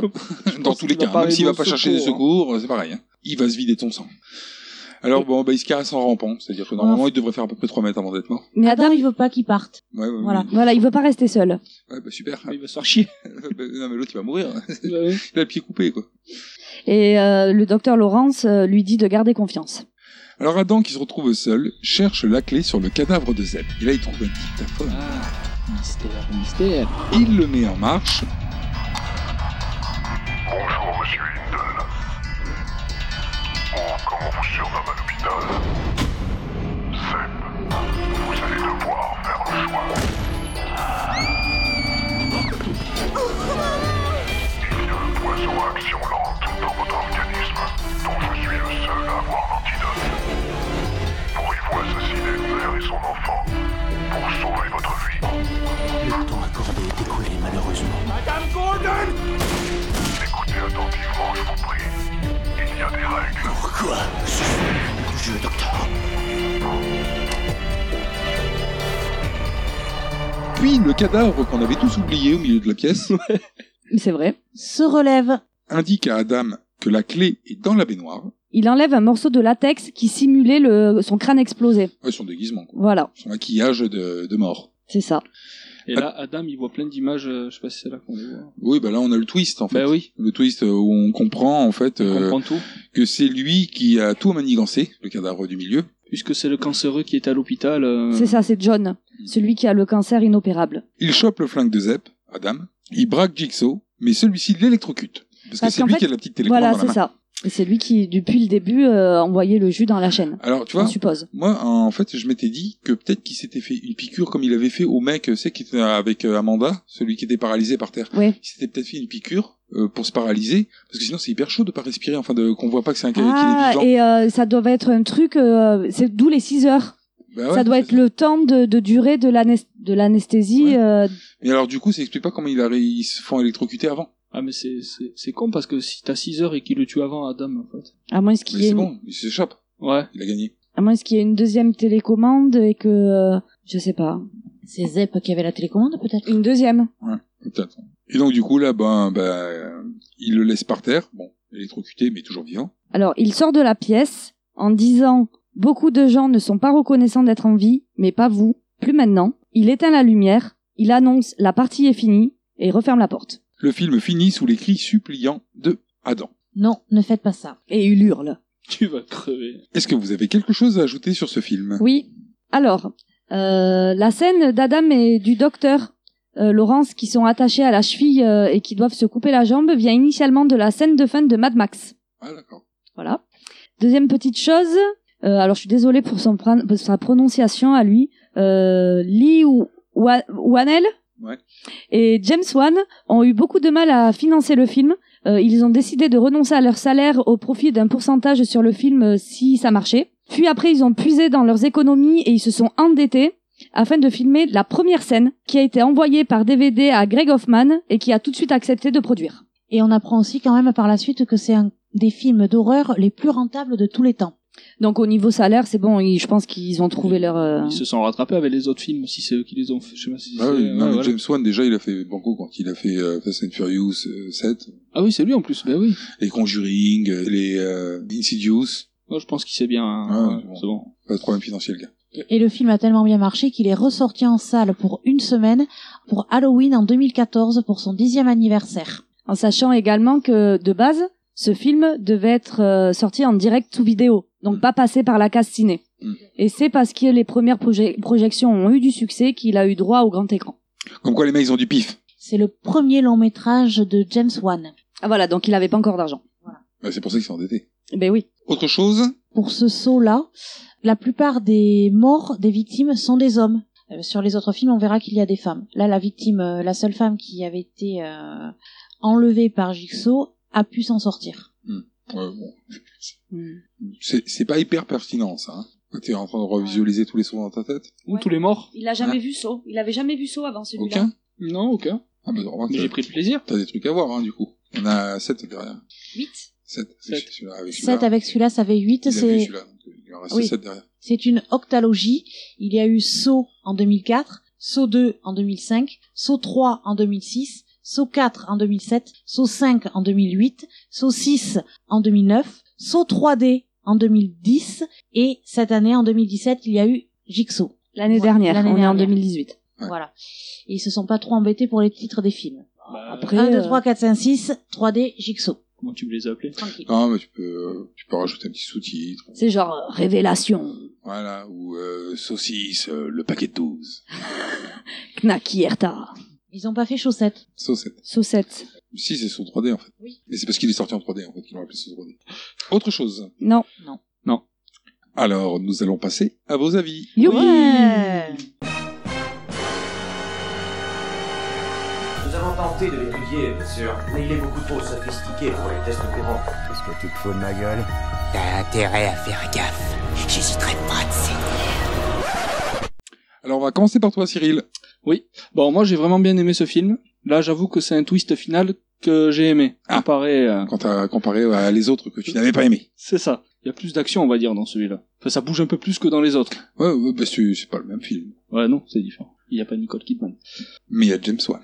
S5: [laughs] Dans
S6: pense
S5: tous
S6: qu'il
S5: les
S6: va
S5: cas,
S6: pas
S5: même s'il va
S6: arriver
S5: pas
S6: au
S5: chercher des
S6: secours,
S5: secours, euh, c'est pareil. hein. Il va se vider de son sang. Alors, bon, bah, il se caresse en rampant. C'est-à-dire que
S7: Ah.
S5: normalement, il devrait faire à peu près 3 mètres avant d'être mort.
S2: Mais
S7: Adam,
S2: Adam,
S7: il veut pas qu'il parte.
S5: Ouais, ouais,
S7: Voilà.
S5: ouais.
S2: voilà, il veut pas rester seul.
S5: Ouais, bah, super. [laughs]
S6: Il va se faire chier. [laughs]
S5: Bah, non, mais l'autre, il va mourir.
S6: Bah ouais.
S5: Il a le pied coupé, quoi.
S2: Et euh, le docteur Laurence euh, lui dit de garder confiance.
S5: Alors, Adam, qui se retrouve seul, cherche la clé sur le cadavre de Zeb. Et là, il trouve un dictaphone.
S6: Ah, mystère, mystère.
S5: Il le met en marche.
S8: Bonjour, monsieur Hindle. Ou comment vous surnomme à l'hôpital Seb, vous allez devoir faire le choix. Il y a un poison à action lente dans votre organisme dont je suis le seul à avoir l'antidote. Pourriez-vous assassiner une mère et son enfant pour sauver votre vie
S9: Le temps accordé est écoulé, malheureusement.
S8: Écoutez attentivement, je vous prie. Il y a des règles.
S9: Pourquoi ce jeu, jeu, docteur
S5: Puis, le cadavre qu'on avait tous oublié au milieu de la pièce.
S2: Mais C'est vrai.
S7: Se relève.
S5: indique à Adam que la clé est dans la baignoire.
S2: Il enlève un morceau de latex qui simulait le, son crâne explosé.
S5: Ouais, son déguisement, quoi.
S2: Voilà,
S5: Son maquillage de, de mort.
S2: c'est ça.
S6: Et
S5: Ah.
S6: là, Adam, il voit plein d'images, euh, je sais pas si c'est là qu'on les voit.
S5: Oui, bah là, on a le twist, en fait.
S6: Bah oui,
S5: Le twist euh, où on comprend, en fait,
S6: on
S5: euh,
S6: comprend tout.
S5: que c'est lui qui a tout manigancé, le cadavre du milieu.
S6: Puisque c'est le cancéreux qui est à l'hôpital. euh,
S2: C'est ça, c'est John, celui qui a le cancer inopérable.
S5: Il chope le flingue de Zep, Adam. Il braque Jigsaw, mais celui-ci l'électrocute. Parce,
S2: Parce
S5: que c'est
S2: qu'en
S5: lui
S2: fait,
S5: qui a la petite télécommande
S2: Voilà,
S5: dans la
S2: c'est
S5: main.
S2: ça. Et c'est lui qui, depuis le début, euh, envoyait le jus dans la chaîne,
S5: Alors, tu
S2: on
S5: vois,
S2: suppose.
S5: moi, en fait, je m'étais dit que peut-être qu'il s'était fait une piqûre comme il avait fait au mec, euh, c'est qui était avec euh, Amanda, celui qui était paralysé par terre.
S2: Ouais.
S5: il s'était peut-être fait une piqûre euh, pour se paralyser, parce que sinon c'est hyper chaud de pas respirer, enfin de, qu'on voit pas que c'est un qu'il est
S2: Ah,
S5: vivant.
S2: et euh, ça doit être un truc, euh, c'est d'où les 6 heures.
S5: Bah ouais,
S2: ça doit
S5: c'est
S2: être le temps de, de durée de l'anes- de l'anesthésie.
S5: Ouais.
S2: euh,
S5: Et alors du coup, ça explique pas comment il a, ré- ils se font électrocuter avant.
S6: Ah, mais c'est, c'est, c'est con parce que si t'as 6 heures et qu'il le tue avant, Adam, en fait.
S2: à moins
S5: Ah,
S2: qu'il
S5: Mais
S2: y ait
S5: c'est
S2: une-
S5: bon, il s'échappe,
S6: Ouais. [laughs]
S5: il a gagné.
S2: À moins qu'il y ait une deuxième télécommande et que... euh, je sais pas.
S7: C'est Zep qui avait la télécommande, peut-être
S2: Une deuxième.
S5: Peut-être. Et donc du coup là, ben, ben, il le laisse par terre, bon, électrocuté mais toujours vivant.
S2: Alors, il sort de la pièce en disant « Beaucoup de gens ne sont pas reconnaissants d'être en vie, mais pas vous, plus maintenant. » Il éteint la lumière, il annonce « La partie est finie » et referme la porte.
S5: Le film finit sous les cris suppliants de Adam.
S7: Non, ne faites pas ça.
S2: Et il hurle.
S6: Tu vas crever.
S5: Est-ce que vous avez quelque chose à ajouter sur ce film
S2: Oui. Alors, euh, la scène d'Adam et du docteur euh, Laurence qui sont attachés à la cheville euh, et qui doivent se couper la jambe vient initialement de la scène de fin de Mad Max.
S5: Ah d'accord.
S2: Voilà. Deuxième petite chose, euh, alors je suis désolée pour, son pran- pour sa prononciation à lui, euh, Lee Wa- Wa- Wanell
S5: Ouais.
S2: et James Wan ont eu beaucoup de mal à financer le film. Euh, ils ont décidé de renoncer à leur salaire au profit d'un pourcentage sur le film euh, si ça marchait. Puis après, ils ont puisé dans leurs économies et ils se sont endettés afin de filmer la première scène qui a été envoyée par DVD à Greg Hoffman et qui a tout de suite accepté de produire.
S7: Et on apprend aussi, quand même, par la suite, que c'est un des films d'horreur les plus rentables de tous les temps.
S2: Donc au niveau salaire, c'est bon, ils- je pense qu'ils ont trouvé leur... euh,
S6: Ils se sont rattrapés avec les autres films, si c'est eux qui les ont fait. Je sais pas si
S5: Ah,
S6: c'est-
S5: oui,
S6: ouais,
S5: non, mais
S6: voilà.
S5: James Wan déjà il a fait Banco quand il a fait euh, Fast and Furious euh, 7,
S6: Ah oui, c'est lui en plus, bah oui.
S5: les Conjuring, euh, les euh, Insidious.
S6: Moi, je pense qu'il sait bien.
S5: Ah,
S6: hein.
S5: c'est bon.
S6: C'est bon.
S5: Pas de problème financier, le gars.
S7: Et le film a tellement bien marché qu'il est ressorti en salle pour une semaine pour Halloween en 2014 pour son dixième anniversaire.
S2: en sachant également que de base, ce film devait être euh, sorti en direct sous vidéo, donc pas passé par la case ciné.
S5: Mm.
S2: Et c'est parce que les premières proje- projections ont eu du succès qu'il a eu droit au grand écran.
S5: Comme quoi, les mecs, ils ont du pif.
S7: C'est le premier long métrage de James Wan.
S2: Ah voilà, donc il n'avait pas encore d'argent.
S5: Bah, c'est pour ça qu'ils sont endettés.
S2: Ben oui.
S5: Autre chose
S7: Pour ce saut-là, la plupart des morts des victimes sont des hommes. Euh, sur les autres films, on verra qu'il y a des femmes. Là, la victime, euh, la seule femme qui avait été euh, enlevée par Jigsaw, a pu s'en sortir.
S5: Ouais, bon.
S6: Mm.
S5: C'est c'est pas hyper pertinent, ça. Hein. Quand T'es en train de revisualiser tous les sons dans ta tête
S6: Ou tous les morts
S2: Il a jamais vu Saw. Il avait jamais vu Saw avant celui-là.
S5: Aucun
S6: Non, aucun.
S5: Ah, bah, remarque,
S6: Mais j'ai
S5: t'as-
S6: pris le plaisir.
S5: T'as des trucs à voir, hein, du coup. On a 7 derrière.
S2: 8
S5: 7
S6: Sept.
S5: avec
S7: 7 avec celui-là, ça fait 8.
S5: C'est
S7: C'est
S5: celui-là. donc euh, Il en reste
S7: Oui.
S5: 7 derrière.
S7: c'est une octalogie. Il y a eu Saw en 2004, Saw 2 en 2005, Saw 3 en 2006, Saw 4 en 2007, Saw 5 en 2008, Saw 6 en 2009, Saw 3D en 2010 et cette année en 2017, il y a eu Jigsaw.
S2: L'année
S7: Ouais,
S2: dernière.
S7: l'année
S2: on est en
S7: dernière.
S2: 2018.
S5: Ouais.
S7: Voilà. Et ils se sont pas trop embêtés pour les titres des films.
S6: Bah,
S2: Après,
S7: 1, 2,
S2: euh,
S7: 3, 4, 5, 6, 3D, Jigsaw.
S6: Comment tu me les as appelés
S7: Tranquille.
S2: Oh.
S5: Non, mais tu peux, euh, tu peux rajouter un petit sous-titre.
S2: c'est genre euh, révélation,
S5: Voilà. Ou euh, saucisse, euh, le paquet de 12.
S2: Knaki Erta,
S7: Ils ont pas fait chaussettes.
S5: Saucette.
S2: Saucette.
S5: Si, c'est sous 3D, en fait.
S7: Oui.
S5: Mais c'est parce qu'il est sorti en 3D, en fait, qu'ils l'ont appelé sous 3D. Autre chose.
S2: Non.
S5: Alors, nous allons passer à vos avis.
S2: Youpi
S9: Nous avons tenté de l'étudier, bien sûr, mais il est beaucoup trop sophistiqué pour les tests courants.
S12: Qu'est-ce que tu te fous de ma gueule T'as intérêt à faire gaffe. J'hésiterai pas de ces
S5: Alors, on va commencer par toi, Cyril.
S6: Bon, moi j'ai vraiment bien aimé ce film. Là, j'avoue que c'est un twist final que j'ai aimé.
S5: Ah.
S6: Comparé, euh,
S5: Quand t'as comparé à les autres que tu n'avais pas aimé.
S6: c'est ça. Il y a plus d'action, on va dire, dans celui-là. Enfin, ça bouge un peu plus que dans les autres.
S5: Ouais, ouais, bah, c'est c'est pas le même film.
S6: Ouais, non, c'est différent. Il n'y a pas Nicole Kidman.
S5: Mais il y a James Wan.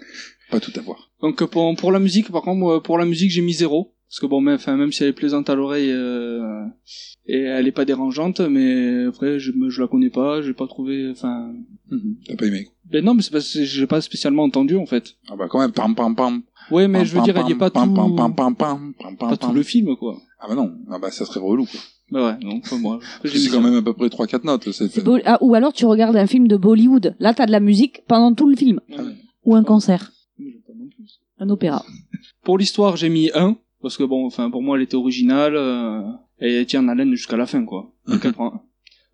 S5: Pas tout à voir.
S6: Donc euh, pour, pour la musique, par contre, moi, pour la musique, j'ai mis zéro. Parce que bon, même, enfin, même si elle est plaisante à l'oreille euh, et elle est pas dérangeante, mais après, je, me- je la connais pas, j'ai pas trouvé. Enfin, mhm.
S5: T'as pas aimé.
S6: ben non, mais c'est parce que j'ai pas spécialement entendu en fait.
S5: Ah bah quand même, pam pam pam.
S6: Ouais, mais
S5: Pam,
S6: je veux
S5: pam,
S6: dire, elle y est
S5: pam,
S6: pas
S5: pam,
S6: tout,
S5: pam, pam, pam, pam, pam, pam,
S6: pas tout
S5: pam.
S6: le film quoi.
S5: Ah bah non, ah bah ça serait relou quoi.
S6: Bah ouais, donc enfin, moi, après,
S5: [laughs]
S6: j'ai
S5: C'est
S6: mis
S5: quand
S6: zéro.
S5: même à peu près 3-4 notes. C'est
S2: C'est beau- ah, ou alors tu regardes un film de Bollywood. Là, t'as de la musique pendant tout le film.
S6: Ouais,
S7: Ou un concert.
S6: mais j'aime pas non plus.
S2: Un opéra.
S6: Pour l'histoire, j'ai mis 1, parce que bon, enfin, pour moi, elle était originale, euh, et elle tient en haleine jusqu'à la fin, quoi.
S5: [laughs]
S6: Donc, elle prend un.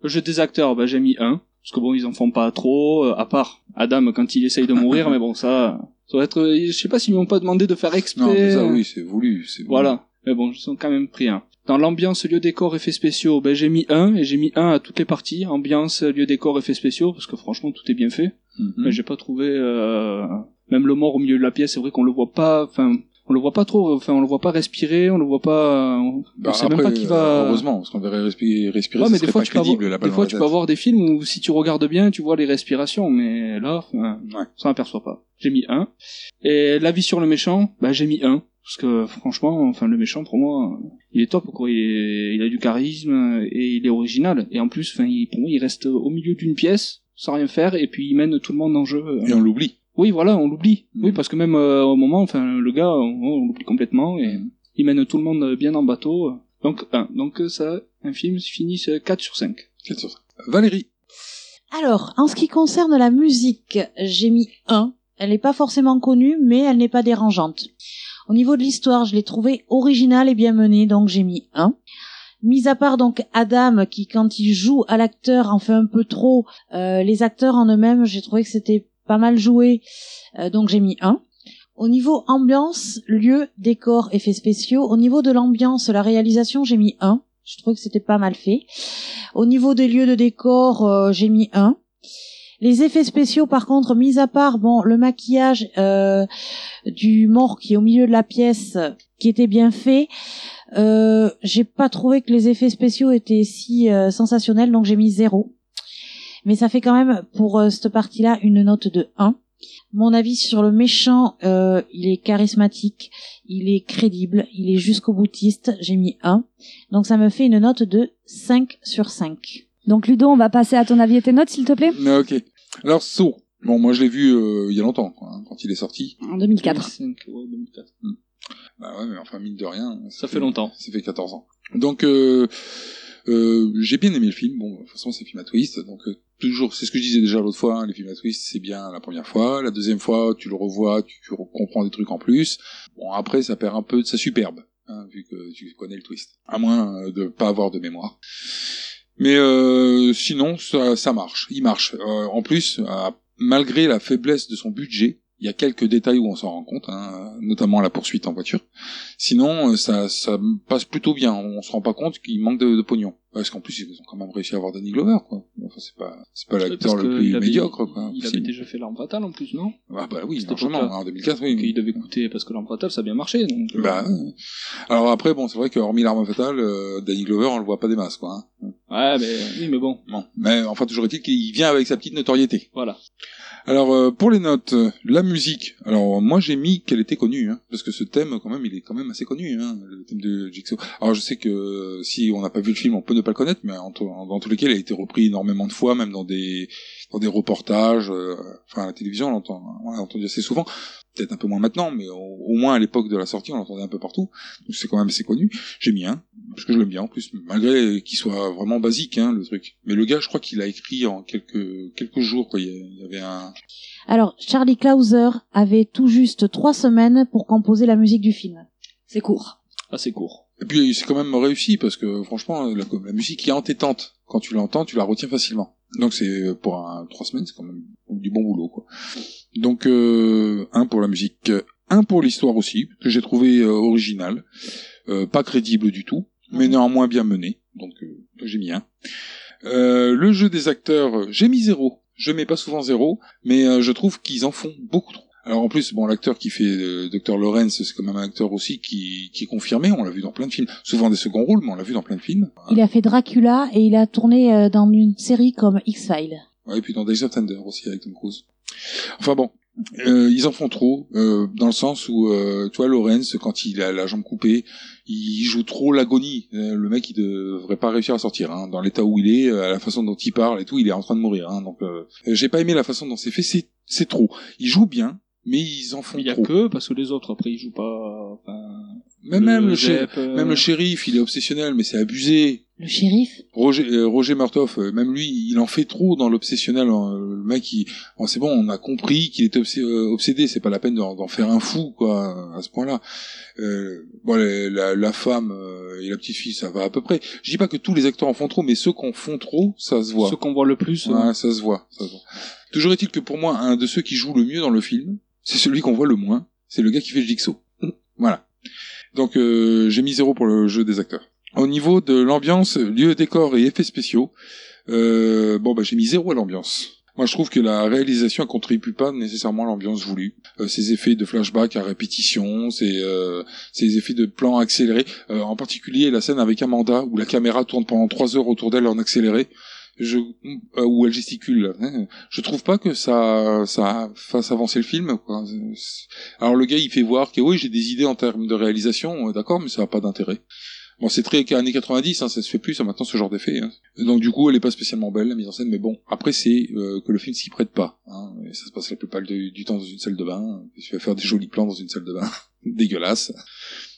S6: Le jeu des acteurs, bah, j'ai mis 1, parce que bon, ils en font pas trop, euh, à part Adam quand il essaye
S5: [laughs]
S6: de mourir, mais bon, ça, ça doit être, euh, je sais pas s'ils m'ont pas demandé de faire exprès.
S5: Non, mais ça oui, c'est voulu. c'est voulu.
S6: Voilà. Mais bon, ils ont quand même pris un. Dans l'ambiance, lieu décor, effets spéciaux, ben, j'ai mis 1, et j'ai mis 1 à toutes les parties, ambiance, lieu décor, effets spéciaux, parce que franchement, tout est bien fait.
S5: Mhm.
S6: Mais j'ai pas trouvé euh, même le mort au milieu de la pièce. C'est vrai qu'on le voit pas. Enfin, on le voit pas trop. Enfin, on le voit pas respirer. On le voit pas. On,
S5: Bah,
S6: on sait
S5: après,
S6: même pas qui va.
S5: Heureusement, parce qu'on verrait respi- respirer,
S6: Ouais,
S5: ça
S6: mais des
S5: serait
S6: fois,
S5: pas
S6: tu peux
S5: crédible la
S6: avoir,
S5: balle
S6: des fois
S5: dans
S6: tu
S5: la
S6: peux
S5: tête.
S6: avoir des films où si tu regardes bien, tu vois les respirations. Mais là, enfin,
S5: Ouais.
S6: ça n'a perçoit pas. hein. J'ai mis un. Et l'avis sur le méchant, bah j'ai mis un. Parce que franchement, enfin le méchant pour moi, il est top quoi. Il, est- il a du charisme et il est original. Et en plus, enfin, il, pour moi, il reste au milieu d'une pièce sans rien faire et puis il mène tout le monde en jeu.
S5: Et on l'oublie.
S6: Oui, voilà, on l'oublie.
S5: Mm.
S6: Oui, parce que même euh, au moment, enfin, le gars, on, on l'oublie complètement et il mène tout le monde euh, bien en bateau. Donc, un. donc euh, ça, un film finit sur 4 sur 5.
S5: Quatre sur cinq. Valérie.
S7: Alors, en ce qui concerne la musique, j'ai mis 1. Elle n'est pas forcément connue, mais elle n'est pas dérangeante. Au niveau de l'histoire, je l'ai trouvée originale et bien menée, donc j'ai mis 1. Mis à part donc Adam, qui quand il joue à l'acteur en fait un peu trop, euh, les acteurs en eux-mêmes, j'ai trouvé que c'était pas mal joué, euh, donc j'ai mis 1. Au niveau ambiance, lieu, décor, effets spéciaux, au niveau de l'ambiance, la réalisation, j'ai mis 1. Je trouve que c'était pas mal fait. Au niveau des lieux de décor, euh, j'ai mis 1. Les effets spéciaux, par contre, mis à part, bon, le maquillage euh, du mort qui est au milieu de la pièce, euh, qui était bien fait, euh, j'ai pas trouvé que les effets spéciaux étaient si euh, sensationnels, donc j'ai mis 0. Mais ça fait quand même, pour euh, cette partie-là, une note de 1. Mon avis sur le méchant, euh, il est charismatique, il est crédible, il est jusqu'au boutiste, j'ai mis 1. Donc ça me fait une note de 5 sur 5.
S2: Donc Ludo, on va passer à ton avis et tes notes, s'il te plaît.
S5: Ah, Ok. Alors, So. Bon, moi, je l'ai vu euh, il y a longtemps, quoi, hein, quand il est sorti.
S2: En 2004.
S6: 2005, ouais, 2004.
S5: Bah ouais, mais enfin, mine de rien.
S6: Ça fait longtemps.
S5: Ça fait 14 ans. Donc, euh, euh, j'ai bien aimé le film. Bon, de toute façon, c'est un film à twist. Donc, euh, toujours, c'est ce que je disais déjà l'autre fois, hein, les films à twist, c'est bien la première fois. La deuxième fois, tu le revois, tu, tu comprends des trucs en plus. Bon, après, ça perd un peu de sa superbe, hein, vu que tu connais le twist. À moins euh, de pas avoir de mémoire. Mais euh, sinon, ça, ça marche. Il marche. Euh, en plus, euh, malgré la faiblesse de son budget, il y a quelques détails où on s'en rend compte, hein, notamment la poursuite en voiture. Sinon, euh, ça, ça passe plutôt bien. On se rend pas compte qu'il manque de, de pognon. Parce qu'en plus, ils ont quand même réussi à avoir Danny Glover, quoi. Enfin, c'est pas, c'est pas l'acteur
S6: Parce que
S5: le plus
S6: il avait-
S5: médiocre, quoi.
S6: Il avait
S5: possible.
S6: déjà fait L'Arme Fatale en plus, non
S5: Ah bah oui,
S6: C'était
S5: largement,
S6: pas-
S5: en 2004, oui.
S6: Il devait coûter, parce que L'Arme Fatale, ça a bien marché. Donc, euh,
S5: Bah, euh, alors après, bon, c'est vrai que hormis l'arme fatale, euh, Danny Glover, on le voit pas des masses, quoi. hein.
S6: Ouais, mais, oui, mais bon.
S5: Bon. Mais enfin, toujours est-il qu'il vient avec sa petite notoriété.
S6: Voilà.
S5: Alors, euh, pour les notes, euh, la musique. Alors, moi, j'ai mis qu'elle était connue, hein, parce que ce thème, quand même, il est quand même assez connu, hein, le thème de Jigsaw. Alors, je sais que euh, si on n'a pas vu le film, on peut ne pas le connaître, mais en tout- en- dans tous les cas, il a été repris énormément de fois, même dans des dans des reportages, euh, enfin, à la télévision, on l'entend, on l'a entendu assez souvent. Peut-être un peu moins maintenant, mais au, au moins à l'époque de la sortie, on l'entendait un peu partout. Donc, c'est quand même assez connu. J'ai mis un, parce que je l'aime bien en plus, malgré qu'il soit vraiment basique, hein, le truc. Mais le gars, je crois qu'il a écrit en quelques quelques jours, quoi. Il y a- il y avait un
S7: Alors, Charlie Clauser avait tout juste trois semaines pour composer la musique du film.
S2: C'est court.
S6: assez court.
S5: Et puis c'est quand même réussi parce que franchement la, la musique est entêtante. Quand tu l'entends, tu la retiens facilement. Donc c'est euh, pour un, trois semaines, c'est quand même du bon boulot quoi. Donc euh, un pour la musique, un pour l'histoire aussi que j'ai trouvé euh, original, euh, pas crédible du tout, mais néanmoins bien mené. Donc euh, donc j'ai mis un. Euh, le jeu des acteurs, euh, j'ai mis zéro. Je mets pas souvent zéro, mais euh, je trouve qu'ils en font beaucoup trop. Alors en plus, bon, l'acteur qui fait euh, Dr Lawrence, c'est quand même un acteur aussi qui, qui est confirmé. On l'a vu dans plein de films, souvent des seconds rôles, mais on l'a vu dans plein de films.
S7: Il a fait Dracula et il a tourné euh, dans une série comme X-Files.
S5: Ouais, et puis dans Days of Thunder aussi avec Tom Cruise. Enfin bon, euh, ils en font trop, euh, dans le sens où, euh, tu vois, Lawrence, quand il a la jambe coupée, il joue trop l'agonie. Euh, le mec, il devrait pas réussir à sortir. hein. Dans l'état où il est, euh, la façon dont il parle et tout, il est en train de mourir. hein. Donc, euh, j'ai pas aimé la façon dont c'est fait. C'est, c'est trop. Il joue bien, mais ils en font
S6: Il y a
S5: trop.
S6: que, parce que les autres, après, ils jouent pas. Enfin,
S5: Même, même, le
S6: Zep,
S5: shérif-
S6: euh,
S5: même le shérif, il est obsessionnel, mais c'est abusé.
S7: Le shérif
S5: Roger, euh, Roger Murtoff, euh, même lui, il en fait trop dans l'obsessionnel. hein. Euh, le mec, il, bon, c'est bon, on a compris qu'il était obsé- euh, obsédé. C'est pas la peine d'en, d'en faire un fou, quoi, à ce point-là. Euh, bon, la, la- la femme euh, et la petite fille, ça va à peu près. Je dis pas que tous les acteurs en font trop, mais ceux qu'on font trop, ça se voit.
S6: Ceux qu'on voit le plus. euh,
S5: Ouais, ça se voit. ça se voit. Toujours est-il que pour moi, un de ceux qui joue le mieux dans le film, c'est celui qu'on voit le moins. C'est le gars qui fait Jigsaw. voilà. Donc euh, j'ai mis zéro pour le jeu des acteurs. Au niveau de l'ambiance, lieu, décor et effets spéciaux, euh, bon bah j'ai mis zéro à l'ambiance. Moi je trouve que la réalisation ne contribue pas nécessairement à l'ambiance voulue. Euh, ces effets de flashback à répétition, ces, euh, ces effets de plans accélérés, euh, en particulier la scène avec Amanda où la caméra tourne pendant trois heures autour d'elle en accéléré, je, euh, où elle gesticule. hein. Je trouve pas que ça, ça fasse avancer le film. Quoi. C'est- Alors le gars, il fait voir que oui, j'ai des idées en termes de réalisation, euh, d'accord, mais ça n'a pas d'intérêt. Bon, c'est très années 90, hein, ça se fait plus hein, maintenant ce genre d'effet. hein. Donc du coup, elle est pas spécialement belle la mise en scène, mais bon, après c'est euh, que le film s'y prête pas. hein. Et ça se passe la plupart du, du temps dans une salle de bain. Tu vas faire des jolis plans dans une salle de bain, [laughs] dégueulasse.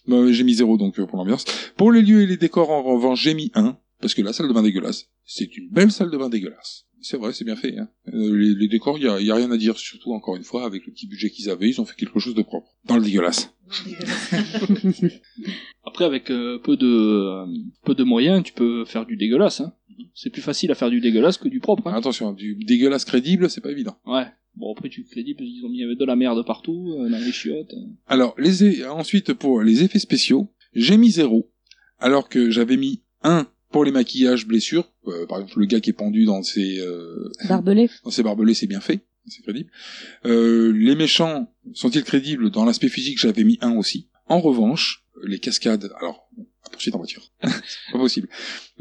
S5: Bah, j'ai mis zéro donc euh, pour l'ambiance. Pour les lieux et les décors, en revanche, j'ai mis 1, parce que la salle de bain dégueulasse, c'est une belle salle de bain dégueulasse. C'est vrai, c'est bien fait. hein. Euh, les, les décors, il y a, y a rien à dire, surtout encore une fois, avec le petit budget qu'ils avaient, ils ont fait quelque chose de propre. Dans le dégueulasse.
S6: Après, avec euh, peu de euh, peu de moyens, tu peux faire du dégueulasse. Hein.
S5: Mhm.
S6: C'est plus facile à faire du dégueulasse que du propre. Hein.
S5: Attention, du dégueulasse crédible, c'est pas évident.
S6: Ouais. Bon, après, tu crédis parce qu'ils ont mis de la merde partout, euh, dans les chiottes.
S5: Alors, les é- ensuite, pour les effets spéciaux, j'ai mis 0, alors que j'avais mis 1 pour les maquillages blessures. Euh, par exemple, le gars qui est pendu dans ses... euh,
S2: Barbelé.
S5: dans ces barbelés, c'est bien fait, c'est crédible. Euh, les méchants sont-ils crédibles Dans l'aspect physique, j'avais mis un aussi. En revanche, les cascades, alors, la poursuite en voiture, [laughs] c'est pas possible.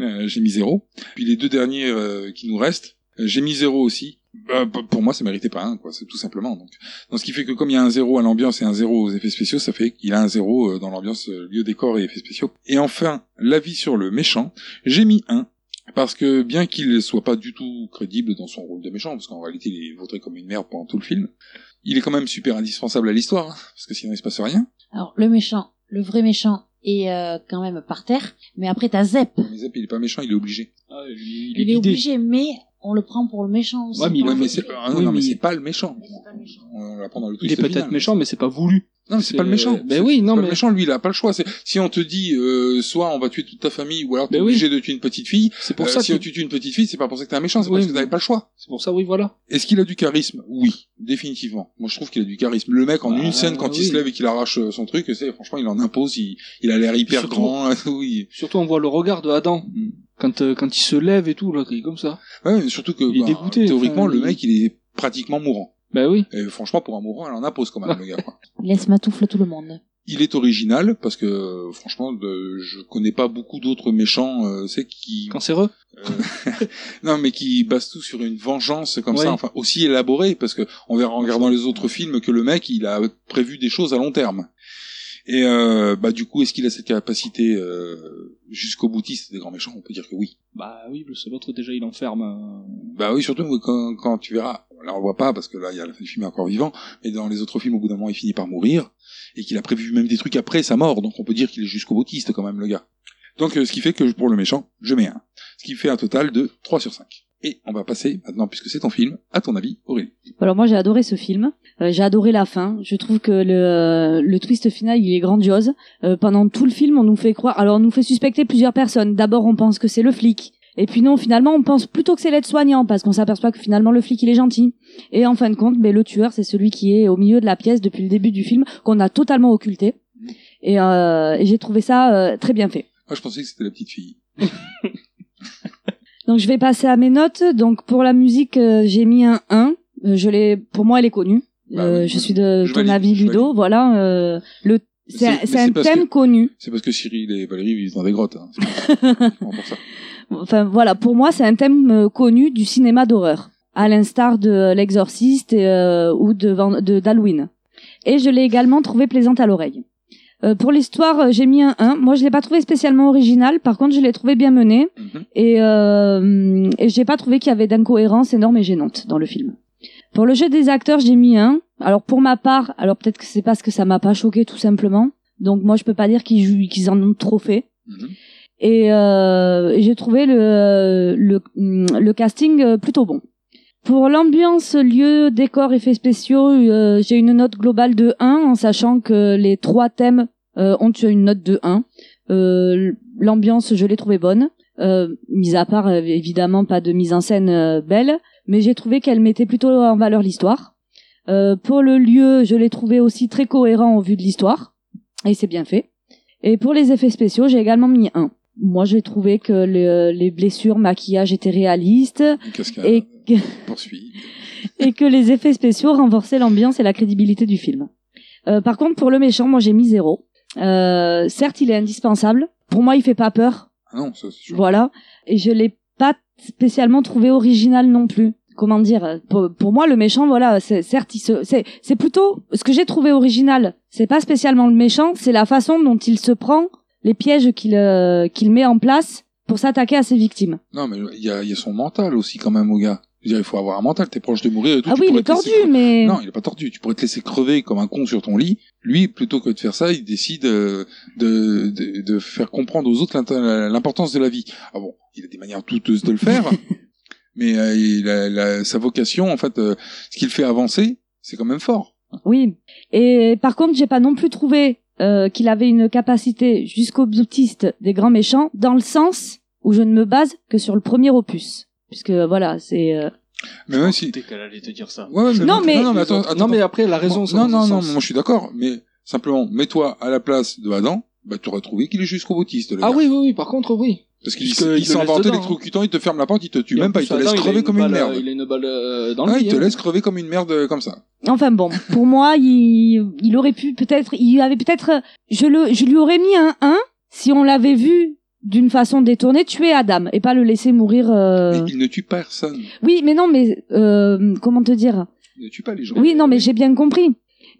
S5: Euh, j'ai mis zéro. Puis les deux derniers euh, qui nous restent, euh, j'ai mis zéro aussi. Bah, p- pour moi, ça méritait pas un, quoi, c'est tout simplement. Donc, donc, ce qui fait que comme il y a un zéro à l'ambiance et un zéro aux effets spéciaux, ça fait qu'il a un zéro euh, dans l'ambiance, euh, lieu décor et effets spéciaux. Et enfin, l'avis sur le méchant, j'ai mis un parce que bien qu'il ne soit pas du tout crédible dans son rôle de méchant, parce qu'en réalité il est vautré comme une merde pendant tout le film, il est quand même super indispensable à l'histoire, hein, parce que sinon il se passe rien.
S7: Alors, le méchant, le vrai méchant est euh, quand même par terre, mais après t'as Zep.
S5: Mais Zep, il est pas méchant, il est obligé.
S6: Ah, lui,
S7: Il, est obligé, mais on le prend pour le méchant aussi.
S6: Ouais, mais il
S7: quand
S6: est
S7: même.
S5: Mais c'est ah non,
S6: Oui,
S5: non, mais
S6: mais-
S5: c'est hein. pas le méchant. On va prendre dans le
S6: Il
S5: twist
S6: est peut-être
S5: final.
S6: méchant, mais c'est pas voulu.
S5: Non, mais c'est pas le méchant.
S6: Ben
S5: C'est-
S6: oui,
S5: c'est
S6: non,
S5: pas le
S6: mais-
S5: méchant, lui, il a pas le choix. C'est- Si on te dit, euh, soit on va tuer toute ta famille, ou alors t'es
S6: Ben oui.
S5: obligé de tuer une petite fille.
S6: C'est pour
S5: euh,
S6: ça
S5: Si
S6: que-
S5: tu tues une petite fille, c'est pas pour ça que t'es un méchant, c'est
S6: Oui,
S5: parce que
S6: mais-
S5: t'avais pas le choix.
S6: C'est pour ça, oui, voilà.
S5: Est-ce qu'il a du charisme Oui, définitivement. Moi, je trouve qu'il a du charisme. Le mec, en
S6: Bah,
S5: une scène, quand il
S6: oui.
S5: se lève et qu'il arrache euh, son truc, c'est franchement, il en impose. Il, il a l'air hyper
S6: Surtout-
S5: grand. [laughs] oui.
S6: Surtout, on voit le regard de Adam
S5: Mm.
S6: quand, euh, quand il se lève et tout, l'autre, il est comme ça.
S5: Ouais, mais surtout que
S6: Il est
S5: bah,
S6: dégoûté,
S5: théoriquement,
S6: enfin,
S5: le
S6: il-
S5: mec, il est pratiquement mourant.
S6: Ben oui.
S5: Et franchement, pour un mourant, elle en impose quand même, le gars. quoi. [laughs]
S7: Il laisse ma touffe à tout le monde.
S5: Il est original parce que euh, franchement, de- je connais pas beaucoup d'autres méchants, euh, c'est qui
S6: cancéreux.
S5: non, mais qui base tout sur une vengeance comme
S6: Ouais.
S5: ça, enfin aussi élaborée, parce que on verra en regardant les autres films que le mec il a prévu des choses à long terme. Et euh, bah du coup, est-ce qu'il a cette capacité euh, jusqu'au boutiste des grands méchants On peut dire que oui.
S6: Bah oui, parce que l'autre, déjà, il enferme. euh,
S5: Bah oui, surtout oui, quand, quand tu verras. Là, on le voit pas parce que là, il y a la fin du film il est encore vivant, mais dans les autres films, au bout d'un moment, il finit par mourir et qu'il a prévu même des trucs après sa mort. Donc on peut dire qu'il est jusqu'au boutiste quand même, le gars. Donc euh, ce qui fait que pour le méchant, je mets un. Ce qui fait un total de 3 sur 5. Et on va passer maintenant, puisque c'est ton film, à ton avis, Aurélie.
S2: Alors moi j'ai adoré ce film, Euh, j'ai adoré la fin, je trouve que le, euh, le twist final il est grandiose. Euh, pendant tout le film on nous fait croire, alors on nous fait suspecter plusieurs personnes, d'abord on pense que c'est le flic, et puis non finalement on pense plutôt que c'est l'aide-soignant parce qu'on s'aperçoit que finalement le flic il est gentil. Et en fin de compte mais le tueur c'est celui qui est au milieu de la pièce depuis le début du film qu'on a totalement occulté. Et, euh, et j'ai trouvé ça euh, très bien fait.
S5: Moi, je pensais que c'était la petite fille.
S2: Donc je vais passer à mes notes. Donc pour la musique, euh, j'ai mis un 1. Euh, je l'ai, pour moi, elle est connue.
S5: Bah
S2: Euh, je suis de
S5: je
S2: ton
S5: valide,
S2: avis,
S5: je
S2: Ludo. Voilà, euh, le c'est
S5: Mais
S2: un-
S5: c'est-
S2: c'est
S5: mais
S2: un
S5: c'est parce
S2: thème
S5: que-
S2: connu.
S5: C'est parce que Cyril et Valérie vivent dans des grottes. Hein.
S2: [laughs] Enfin voilà, pour moi, c'est un thème euh, connu du cinéma d'horreur, à l'instar de euh, L'Exorciste et, euh, ou de Van- de- d'Halloween. Et je l'ai également trouvé plaisante à l'oreille. Euh, pour l'histoire, euh, j'ai mis un 1. Moi, je l'ai pas trouvé spécialement original. Par contre, je l'ai trouvé bien mené.
S5: Mhm.
S2: Et, euh, et j'ai pas trouvé qu'il y avait d'incohérence énorme et gênante dans le film. Pour le jeu des acteurs, j'ai mis un. Alors pour ma part, alors peut-être que c'est parce que ça m'a pas choqué tout simplement. Donc moi, je peux pas dire qu'ils jouent- qu'ils en ont trop fait. Et euh, j'ai trouvé le, le, le casting euh, plutôt bon. Pour l'ambiance, lieu, décor, effets spéciaux, euh, j'ai une note globale de 1, en sachant que les trois thèmes euh, ont une note de 1. Euh, l'ambiance, je l'ai trouvée bonne, euh, mis à part euh, évidemment pas de mise en scène euh, belle, mais j'ai trouvé qu'elle mettait plutôt en valeur l'histoire. Euh, pour le lieu, je l'ai trouvé aussi très cohérent au vu de l'histoire, et c'est bien fait. Et pour les effets spéciaux, j'ai également mis 1. Moi, j'ai trouvé que le- les blessures, maquillage étaient réalistes, [laughs]
S5: cascade.
S2: et que-
S5: Poursuit.
S2: et que les effets spéciaux renforçaient l'ambiance et la crédibilité du film. Euh, par contre, pour le méchant, moi j'ai mis zéro. Euh, certes, il est indispensable. Pour moi, il fait pas peur.
S5: Ah non, ça, c'est sûr.
S2: Voilà. Et je l'ai pas spécialement trouvé original non plus. Comment dire euh, pour, pour moi, le méchant, voilà, c'est, certes, il se, c'est, c'est plutôt ce que j'ai trouvé original. C'est pas spécialement le méchant, c'est la façon dont il se prend, les pièges qu'il euh, qu'il met en place pour s'attaquer à ses victimes.
S5: Non, mais il y a, il y a son mental aussi quand même au gars. Je veux dire, il faut avoir un mental, t'es proche de mourir et tout.
S2: Ah
S5: tu
S2: oui, il
S5: pourrais
S2: est
S5: te laisser
S2: tordu, mais-
S5: Non, il est pas tordu. Tu pourrais te laisser crever comme un con sur ton lit. Lui, plutôt que de faire ça, il décide euh, de, de, de faire comprendre aux autres l'int- l'importance de la vie. Ah bon, il a des manières douteuses de le
S2: [laughs]
S5: faire, mais euh, il a- la- sa vocation, en fait, euh, ce qu'il fait avancer, c'est quand même fort.
S2: Oui. Et par contre, j'ai pas non plus trouvé euh, qu'il avait une capacité jusqu'au boutiste des grands méchants, dans le sens où je ne me base que sur le premier opus, puisque voilà, c'est. euh,
S5: Mais même si...
S6: qu'elle allait te dire ça.
S5: Ouais, ouais,
S2: Non, mais-
S5: non, mais attends,
S6: Non,
S5: attends,
S6: mais après, elle a raison,
S5: Moi-
S6: ça,
S5: Non,
S6: dans
S5: non,
S6: un
S5: non,
S6: sens.
S5: moi je suis d'accord, mais simplement, mets-toi à la place de Adam, bah, tu aurais trouvé qu'il est jusqu'au boutiste, le
S6: Ah
S5: gars.
S6: oui, oui, oui, par contre, oui.
S5: Parce qu'il
S6: Parce que
S5: il
S6: il
S5: s'en
S6: le
S5: va en
S6: laisse dedans, hein.
S5: t'électrocutant, il te ferme la porte, il te tue
S6: Et en
S5: même pas,
S6: plus,
S5: il te laisse
S6: Adam, a
S5: crever comme
S6: balle,
S5: une merde.
S6: euh, Il a une balle euh, dans le
S5: Ah, il
S6: pied,
S5: te
S6: hein.
S5: laisse crever comme une merde euh, comme ça.
S2: Enfin bon, pour moi, il, il aurait pu peut-être, il avait peut-être, je le, je lui aurais mis un 1 si on l'avait vu d'une façon détournée tuer Adam et pas le laisser mourir. euh,
S5: Il ne tue personne.
S2: Oui, mais non, mais euh, comment te dire
S5: Il ne tue pas les gens.
S2: Oui, non, mais j'ai bien compris.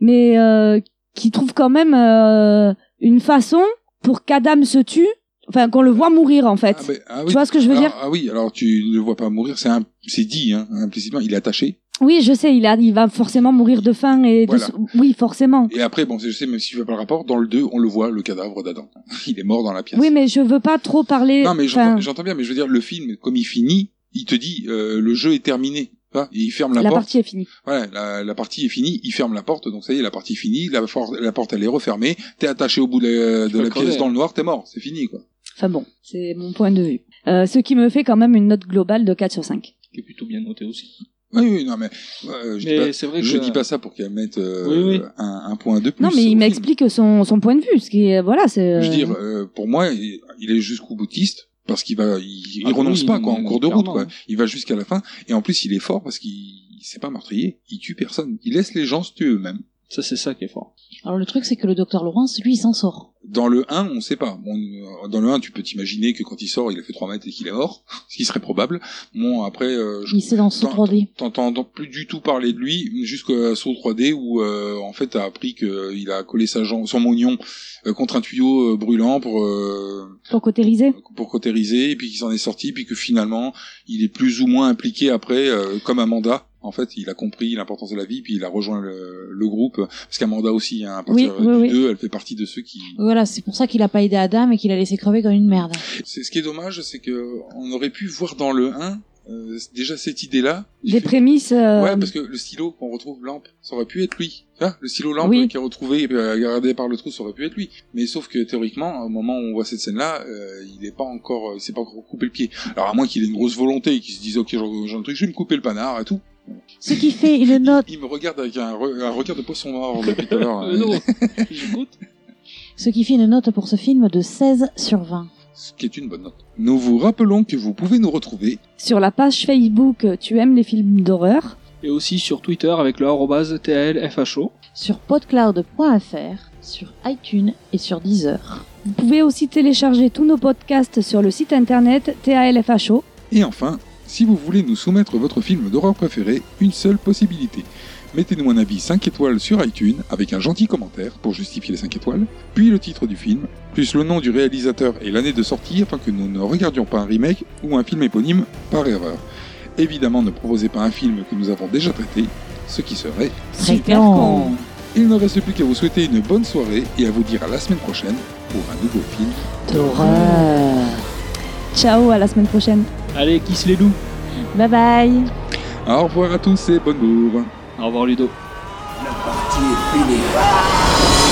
S2: Mais euh, qui trouve quand même euh, une façon pour qu'Adam se tue, enfin qu'on le voit mourir en fait.
S5: mais- ah
S2: Tu vois ce que je veux
S5: Alors,
S2: dire
S5: Ah oui, alors tu ne le vois pas mourir, c'est un- c'est dit, hein, implicitement, il est attaché.
S2: Oui, je sais, il, a, il va forcément mourir de faim et de
S5: Voilà.
S2: sou- oui, forcément.
S5: Et après, bon, c'est- je sais, même si tu fais pas le rapport, dans le 2, on le voit, le cadavre d'Adam. [laughs] Il est mort dans la pièce.
S2: Oui, mais je veux pas trop parler.
S5: Non, mais
S2: enfin,
S5: j'entends j'entends bien, mais je veux dire, le film, comme il finit, il te dit, euh, le jeu est terminé. Voilà, il ferme la,
S2: la
S5: porte.
S2: partie est finie.
S5: Voilà, la, la partie est finie, il ferme la porte, donc ça y est, la partie est finie, la, for- la porte elle est refermée, t'es attaché au bout de la, de
S6: peux
S5: la
S6: crever,
S5: pièce dans
S6: hein.
S5: le noir, t'es mort, c'est fini quoi.
S2: Enfin bon, c'est mon point de vue. Euh, ce qui me fait quand même une note globale de 4 sur 5.
S6: qui est plutôt bien noté aussi.
S5: Oui, oui, non mais, euh, je,
S6: Mais
S5: dis pas,
S6: c'est vrai
S5: je
S6: que-
S5: dis pas ça pour qu'elle mette euh,
S6: Oui, oui.
S5: Un, un point de plus.
S2: non
S5: au
S2: mais il
S5: film.
S2: m'explique son, son point de vue, ce qui est... Voilà, c'est...
S5: Je veux dire,
S2: euh,
S5: euh, pour moi, il il est jusqu'au boutiste parce qu'il va, il, il
S6: Ah,
S5: renonce
S6: oui,
S5: pas quoi en
S6: mais
S5: cours de route
S6: clairement,
S5: quoi.
S6: hein.
S5: Il va jusqu'à la fin et en plus il est fort parce qu'il c'est pas meurtrier, il tue personne, il laisse les gens se tuer eux-mêmes.
S6: Ça c'est ça qui est fort.
S7: Alors le truc, c'est que le docteur Laurence, lui, il s'en sort.
S5: Dans le 1, on sait pas. Bon, euh, dans le 1, tu peux t'imaginer que quand il sort, il a fait 3 mètres et qu'il est mort, [laughs] ce qui serait probable. Bon, après, euh, je
S7: Il s'est dans son
S5: Dans-
S7: 3D.
S5: t'entends donc plus du tout parler de lui jusqu'à son 3D où euh, en fait t'as appris qu'il a collé sa jambe, son moignon euh, contre un tuyau euh, brûlant pour euh,
S2: Pour cautériser
S5: pour cautériser et puis qu'il s'en est sorti puis que finalement il est plus ou moins impliqué après euh, comme Amanda en fait il a compris l'importance de la vie puis il a rejoint le, le groupe parce qu'Amanda aussi hein, à partir
S7: Oui, oui,
S5: du
S7: oui.
S5: 2 elle fait partie de ceux qui
S7: Voilà, c'est pour ça qu'il a pas aidé Adam et qu'il a laissé crever comme une merde.
S5: c'est ce qui est dommage c'est que on aurait pu voir dans le 1 euh, déjà cette idée là
S2: Des prémices... euh,
S5: Ouais, parce que le stylo qu'on retrouve lampe, ça aurait pu être lui. Hein, le stylo lampe
S2: Oui.
S5: euh, qui est retrouvé euh, gardé par le trou, ça aurait pu être lui. Mais sauf que théoriquement, au moment où on voit cette scène-là, euh, il n'est pas encore, euh, il s'est pas encore coupé le pied. Alors à moins qu'il ait une grosse volonté et qu'il se dise ok, j'en j'en truc, je vais me couper le panard et tout.
S7: Ce qui fait une note,
S5: Il me regarde avec un, re- un regard de poisson mort depuis tout à
S6: [laughs]
S5: l'heure.
S6: Mais non,
S5: euh,
S6: j'écoute.
S7: ce qui fait une note pour ce film de 16 sur 20.
S5: ce qui est une bonne note. Nous vous rappelons que vous pouvez nous retrouver
S2: Sur la page Facebook euh, Tu aimes les films d'horreur,
S6: Et aussi sur Twitter avec le arrobase TLFHO.
S7: Sur podcloud.fr, sur iTunes et sur Deezer.
S2: vous pouvez aussi télécharger tous nos podcasts sur le site internet TALFHO.
S5: Et enfin, si vous voulez nous soumettre votre film d'horreur préféré, une seule possibilité. Mettez-nous un avis 5 étoiles sur iTunes avec un gentil commentaire pour justifier les 5 étoiles, puis le titre du film, plus le nom du réalisateur et l'année de sortie afin que nous ne regardions pas un remake ou un film éponyme par erreur. Évidemment, ne proposez pas un film que nous avons déjà traité, ce qui serait
S7: Super con.
S5: Il ne reste plus qu'à vous souhaiter une bonne soirée et à vous dire à la semaine prochaine pour un nouveau film.
S7: D'horreur.
S2: Ciao, à la semaine prochaine.
S6: Allez, kiss les loups.
S7: Bye bye
S5: Au revoir à tous et bonne bourre
S6: Au revoir Ludo.
S2: Ah,
S9: partie est finie.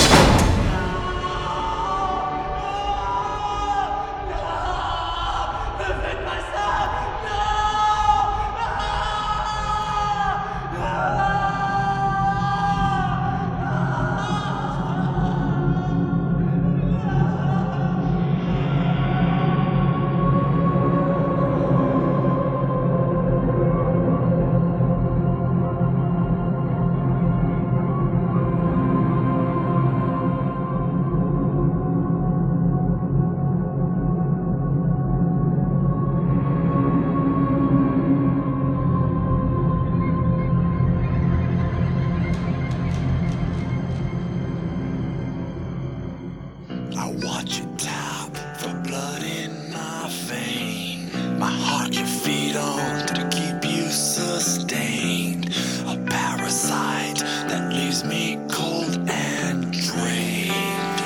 S13: I watch it tap for blood in my vein. My heart you feed on to keep you sustained. A parasite that leaves me cold and drained.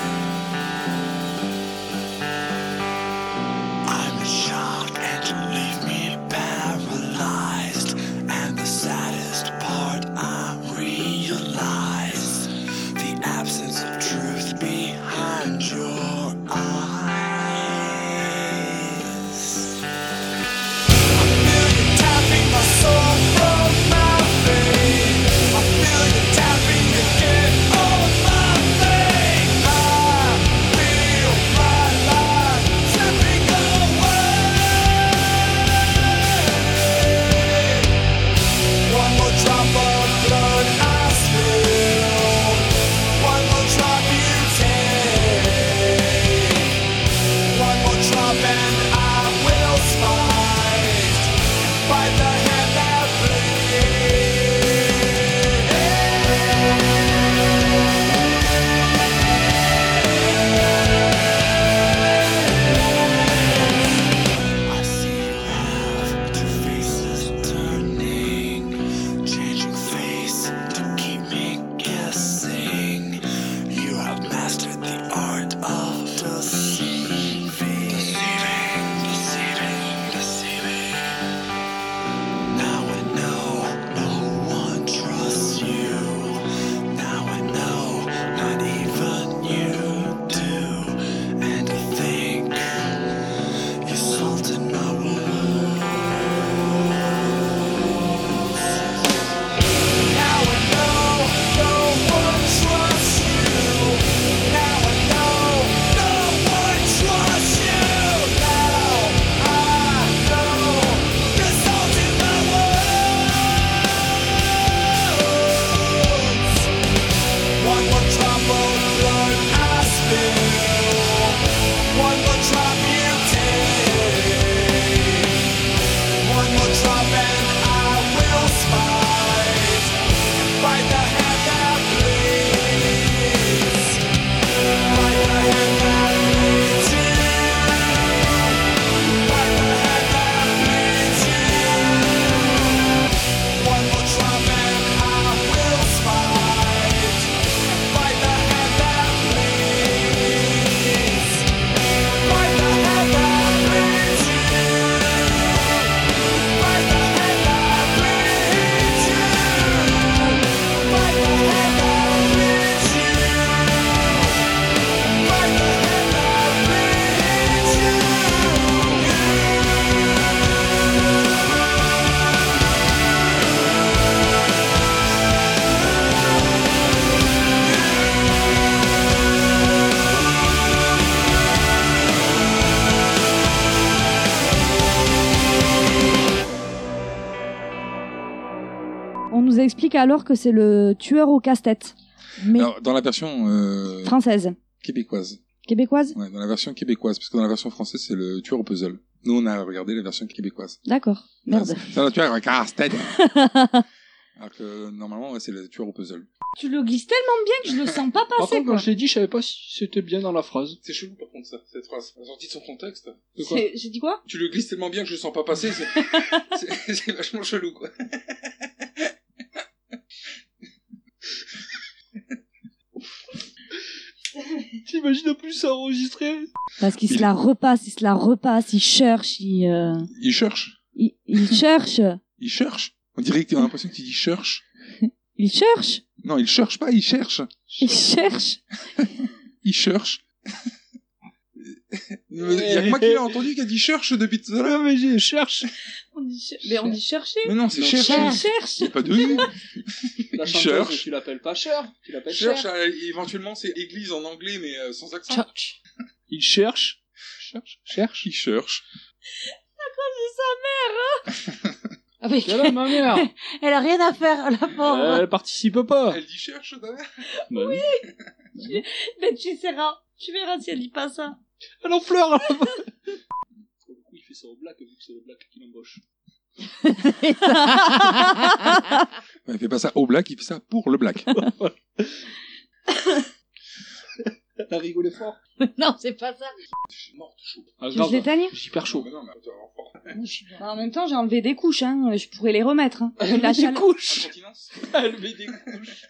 S13: I'm in shock and you leave me paralyzed. And the saddest part I realize the absence of truth behind your eyes. I'm merely tapping my soul from
S2: explique alors que c'est le tueur au casse-tête. Mais
S5: Alors, dans la version euh,
S2: française.
S5: québécoise.
S2: Québécoise
S5: Ouais, dans la version québécoise, parce que dans la version française, c'est le tueur au puzzle. Nous, on a regardé la version québécoise.
S2: D'accord. Merde.
S5: C'est le tueur au casse-tête. [laughs] Alors que normalement, ouais, c'est le tueur au puzzle.
S2: Tu le glisses tellement bien que je le sens pas
S6: Par
S2: passer,
S6: contre, quand
S2: quoi.
S6: je l'ai dit, je savais pas si c'était bien dans la phrase.
S5: C'est chelou, par contre, ça, cette phrase. Sortie de son contexte.
S2: C'est- J'ai dit quoi
S5: Tu le glisses tellement bien que je le sens pas passer.
S6: [laughs]
S5: C'est, c'est- c'est vachement chelou, quoi.
S6: T'imagines en plus ça enregistré
S2: Parce qu'il se
S5: Il-
S2: la repasse, il se la repasse, il cherche, il, euh,
S5: Il cherche.
S2: il, il cherche,
S5: Il cherche. On dirait que t'as l'impression que tu dis cherche.
S2: il cherche,
S5: Non, il cherche pas, il cherche.
S2: il cherche.
S5: Il cherche. [laughs] Il y a que moi qui l'ai entendu qui a dit cherche depuis tout à l'heure.
S6: mais je cherche.
S2: On dit cher- Mais on dit chercher.
S5: Mais non, c'est
S6: Non,
S5: cherche.
S2: Il
S6: cherche.
S2: cherche.
S5: Il n'y a pas de U.
S6: La chanteuse,
S5: Cherche.
S6: tu l'appelles pas Cher, tu l'appelles
S5: Cherche,
S6: Cher.
S5: euh, éventuellement c'est église en anglais mais euh, sans accent.
S6: Church. Il cherche.
S5: Cherche.
S6: Cherche.
S5: Il cherche.
S7: Avec...
S6: Voilà ma mère.
S7: Ah Elle a rien à faire, la pauvre.
S6: Elle participe pas.
S5: Elle dit cherche, ta mère.
S6: Bah oui.
S2: Mais tu verras, tu verras si elle dit pas
S7: [laughs]
S2: ça.
S6: Elle en fleur. Pour le coup, il fait ça au black vu que c'est le black qui l'embauche.
S5: Il fait pas ça au black, il fait ça pour le
S6: [laughs]
S5: black.
S6: Elle a rigolé fort.
S7: [laughs] non, c'est pas ça.
S6: Ah,
S2: Tu veux que
S6: grave.
S2: je l'éteigne
S6: Je suis hyper chaud.
S5: Mais non, mais attends, alors, pour-
S2: Bah, En même temps, j'ai enlevé des couches, hein. Je pourrais les remettre. Hein. La chaleur-
S6: couches.
S5: Incontinence
S6: [laughs] Elle met des couches.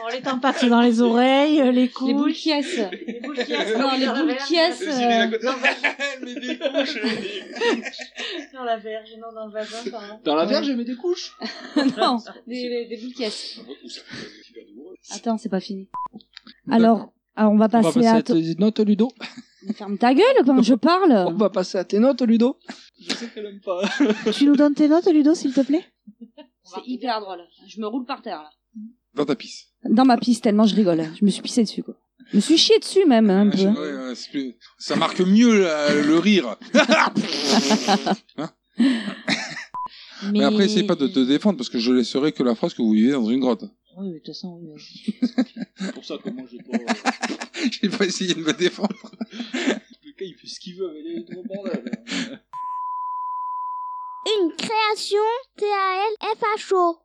S7: On les temps passe dans les oreilles, euh, les
S2: Les boules
S7: couches.
S2: qui aissent.
S7: Les boules
S2: Non, les boules qui aissent,
S5: Vas-y,
S2: euh,
S5: mets-la à côté. Elle met des couches. elle dit.
S7: Dans la verge, non, dans le vagin, pardon.
S6: Dans la verge, elle met des couches.
S2: non, des, des- des boules qui aissent.
S6: euh,
S2: Attends, c'est pas fini. Alors, alors on va
S6: On
S2: passer,
S6: va passer
S2: Bah, à...
S6: à tes notes, Ludo.
S2: Mais Ferme ta gueule quand je
S6: On
S2: parle.
S6: va passer à tes notes, Ludo. Je sais qu'elle aime pas.
S7: Tu nous donnes tes notes, Ludo, s'il te plaît
S2: C'est hyper drôle. Je me roule par terre, là.
S5: Dans ta pisse.
S2: Dans ma piste, tellement je rigole. Je me suis pissé dessus, quoi. Je me suis chié dessus, même, un
S5: Ouais,
S2: peu.
S5: ouais, c'est plus- Ça marque mieux la- le [laughs] rire. Mais après, essaye pas de te défendre parce que je laisserai que la phrase que vous vivez dans une grotte. [laughs]
S7: Oui, mais de toute façon, oui. vas-y.
S6: C'est pour ça que moi, euh, j'ai pas.
S5: J'ai pas essayé de me défendre.
S6: Le gars, il fait ce qu'il veut avec les gros bordel.
S10: Une création T-A-L-F-H-O.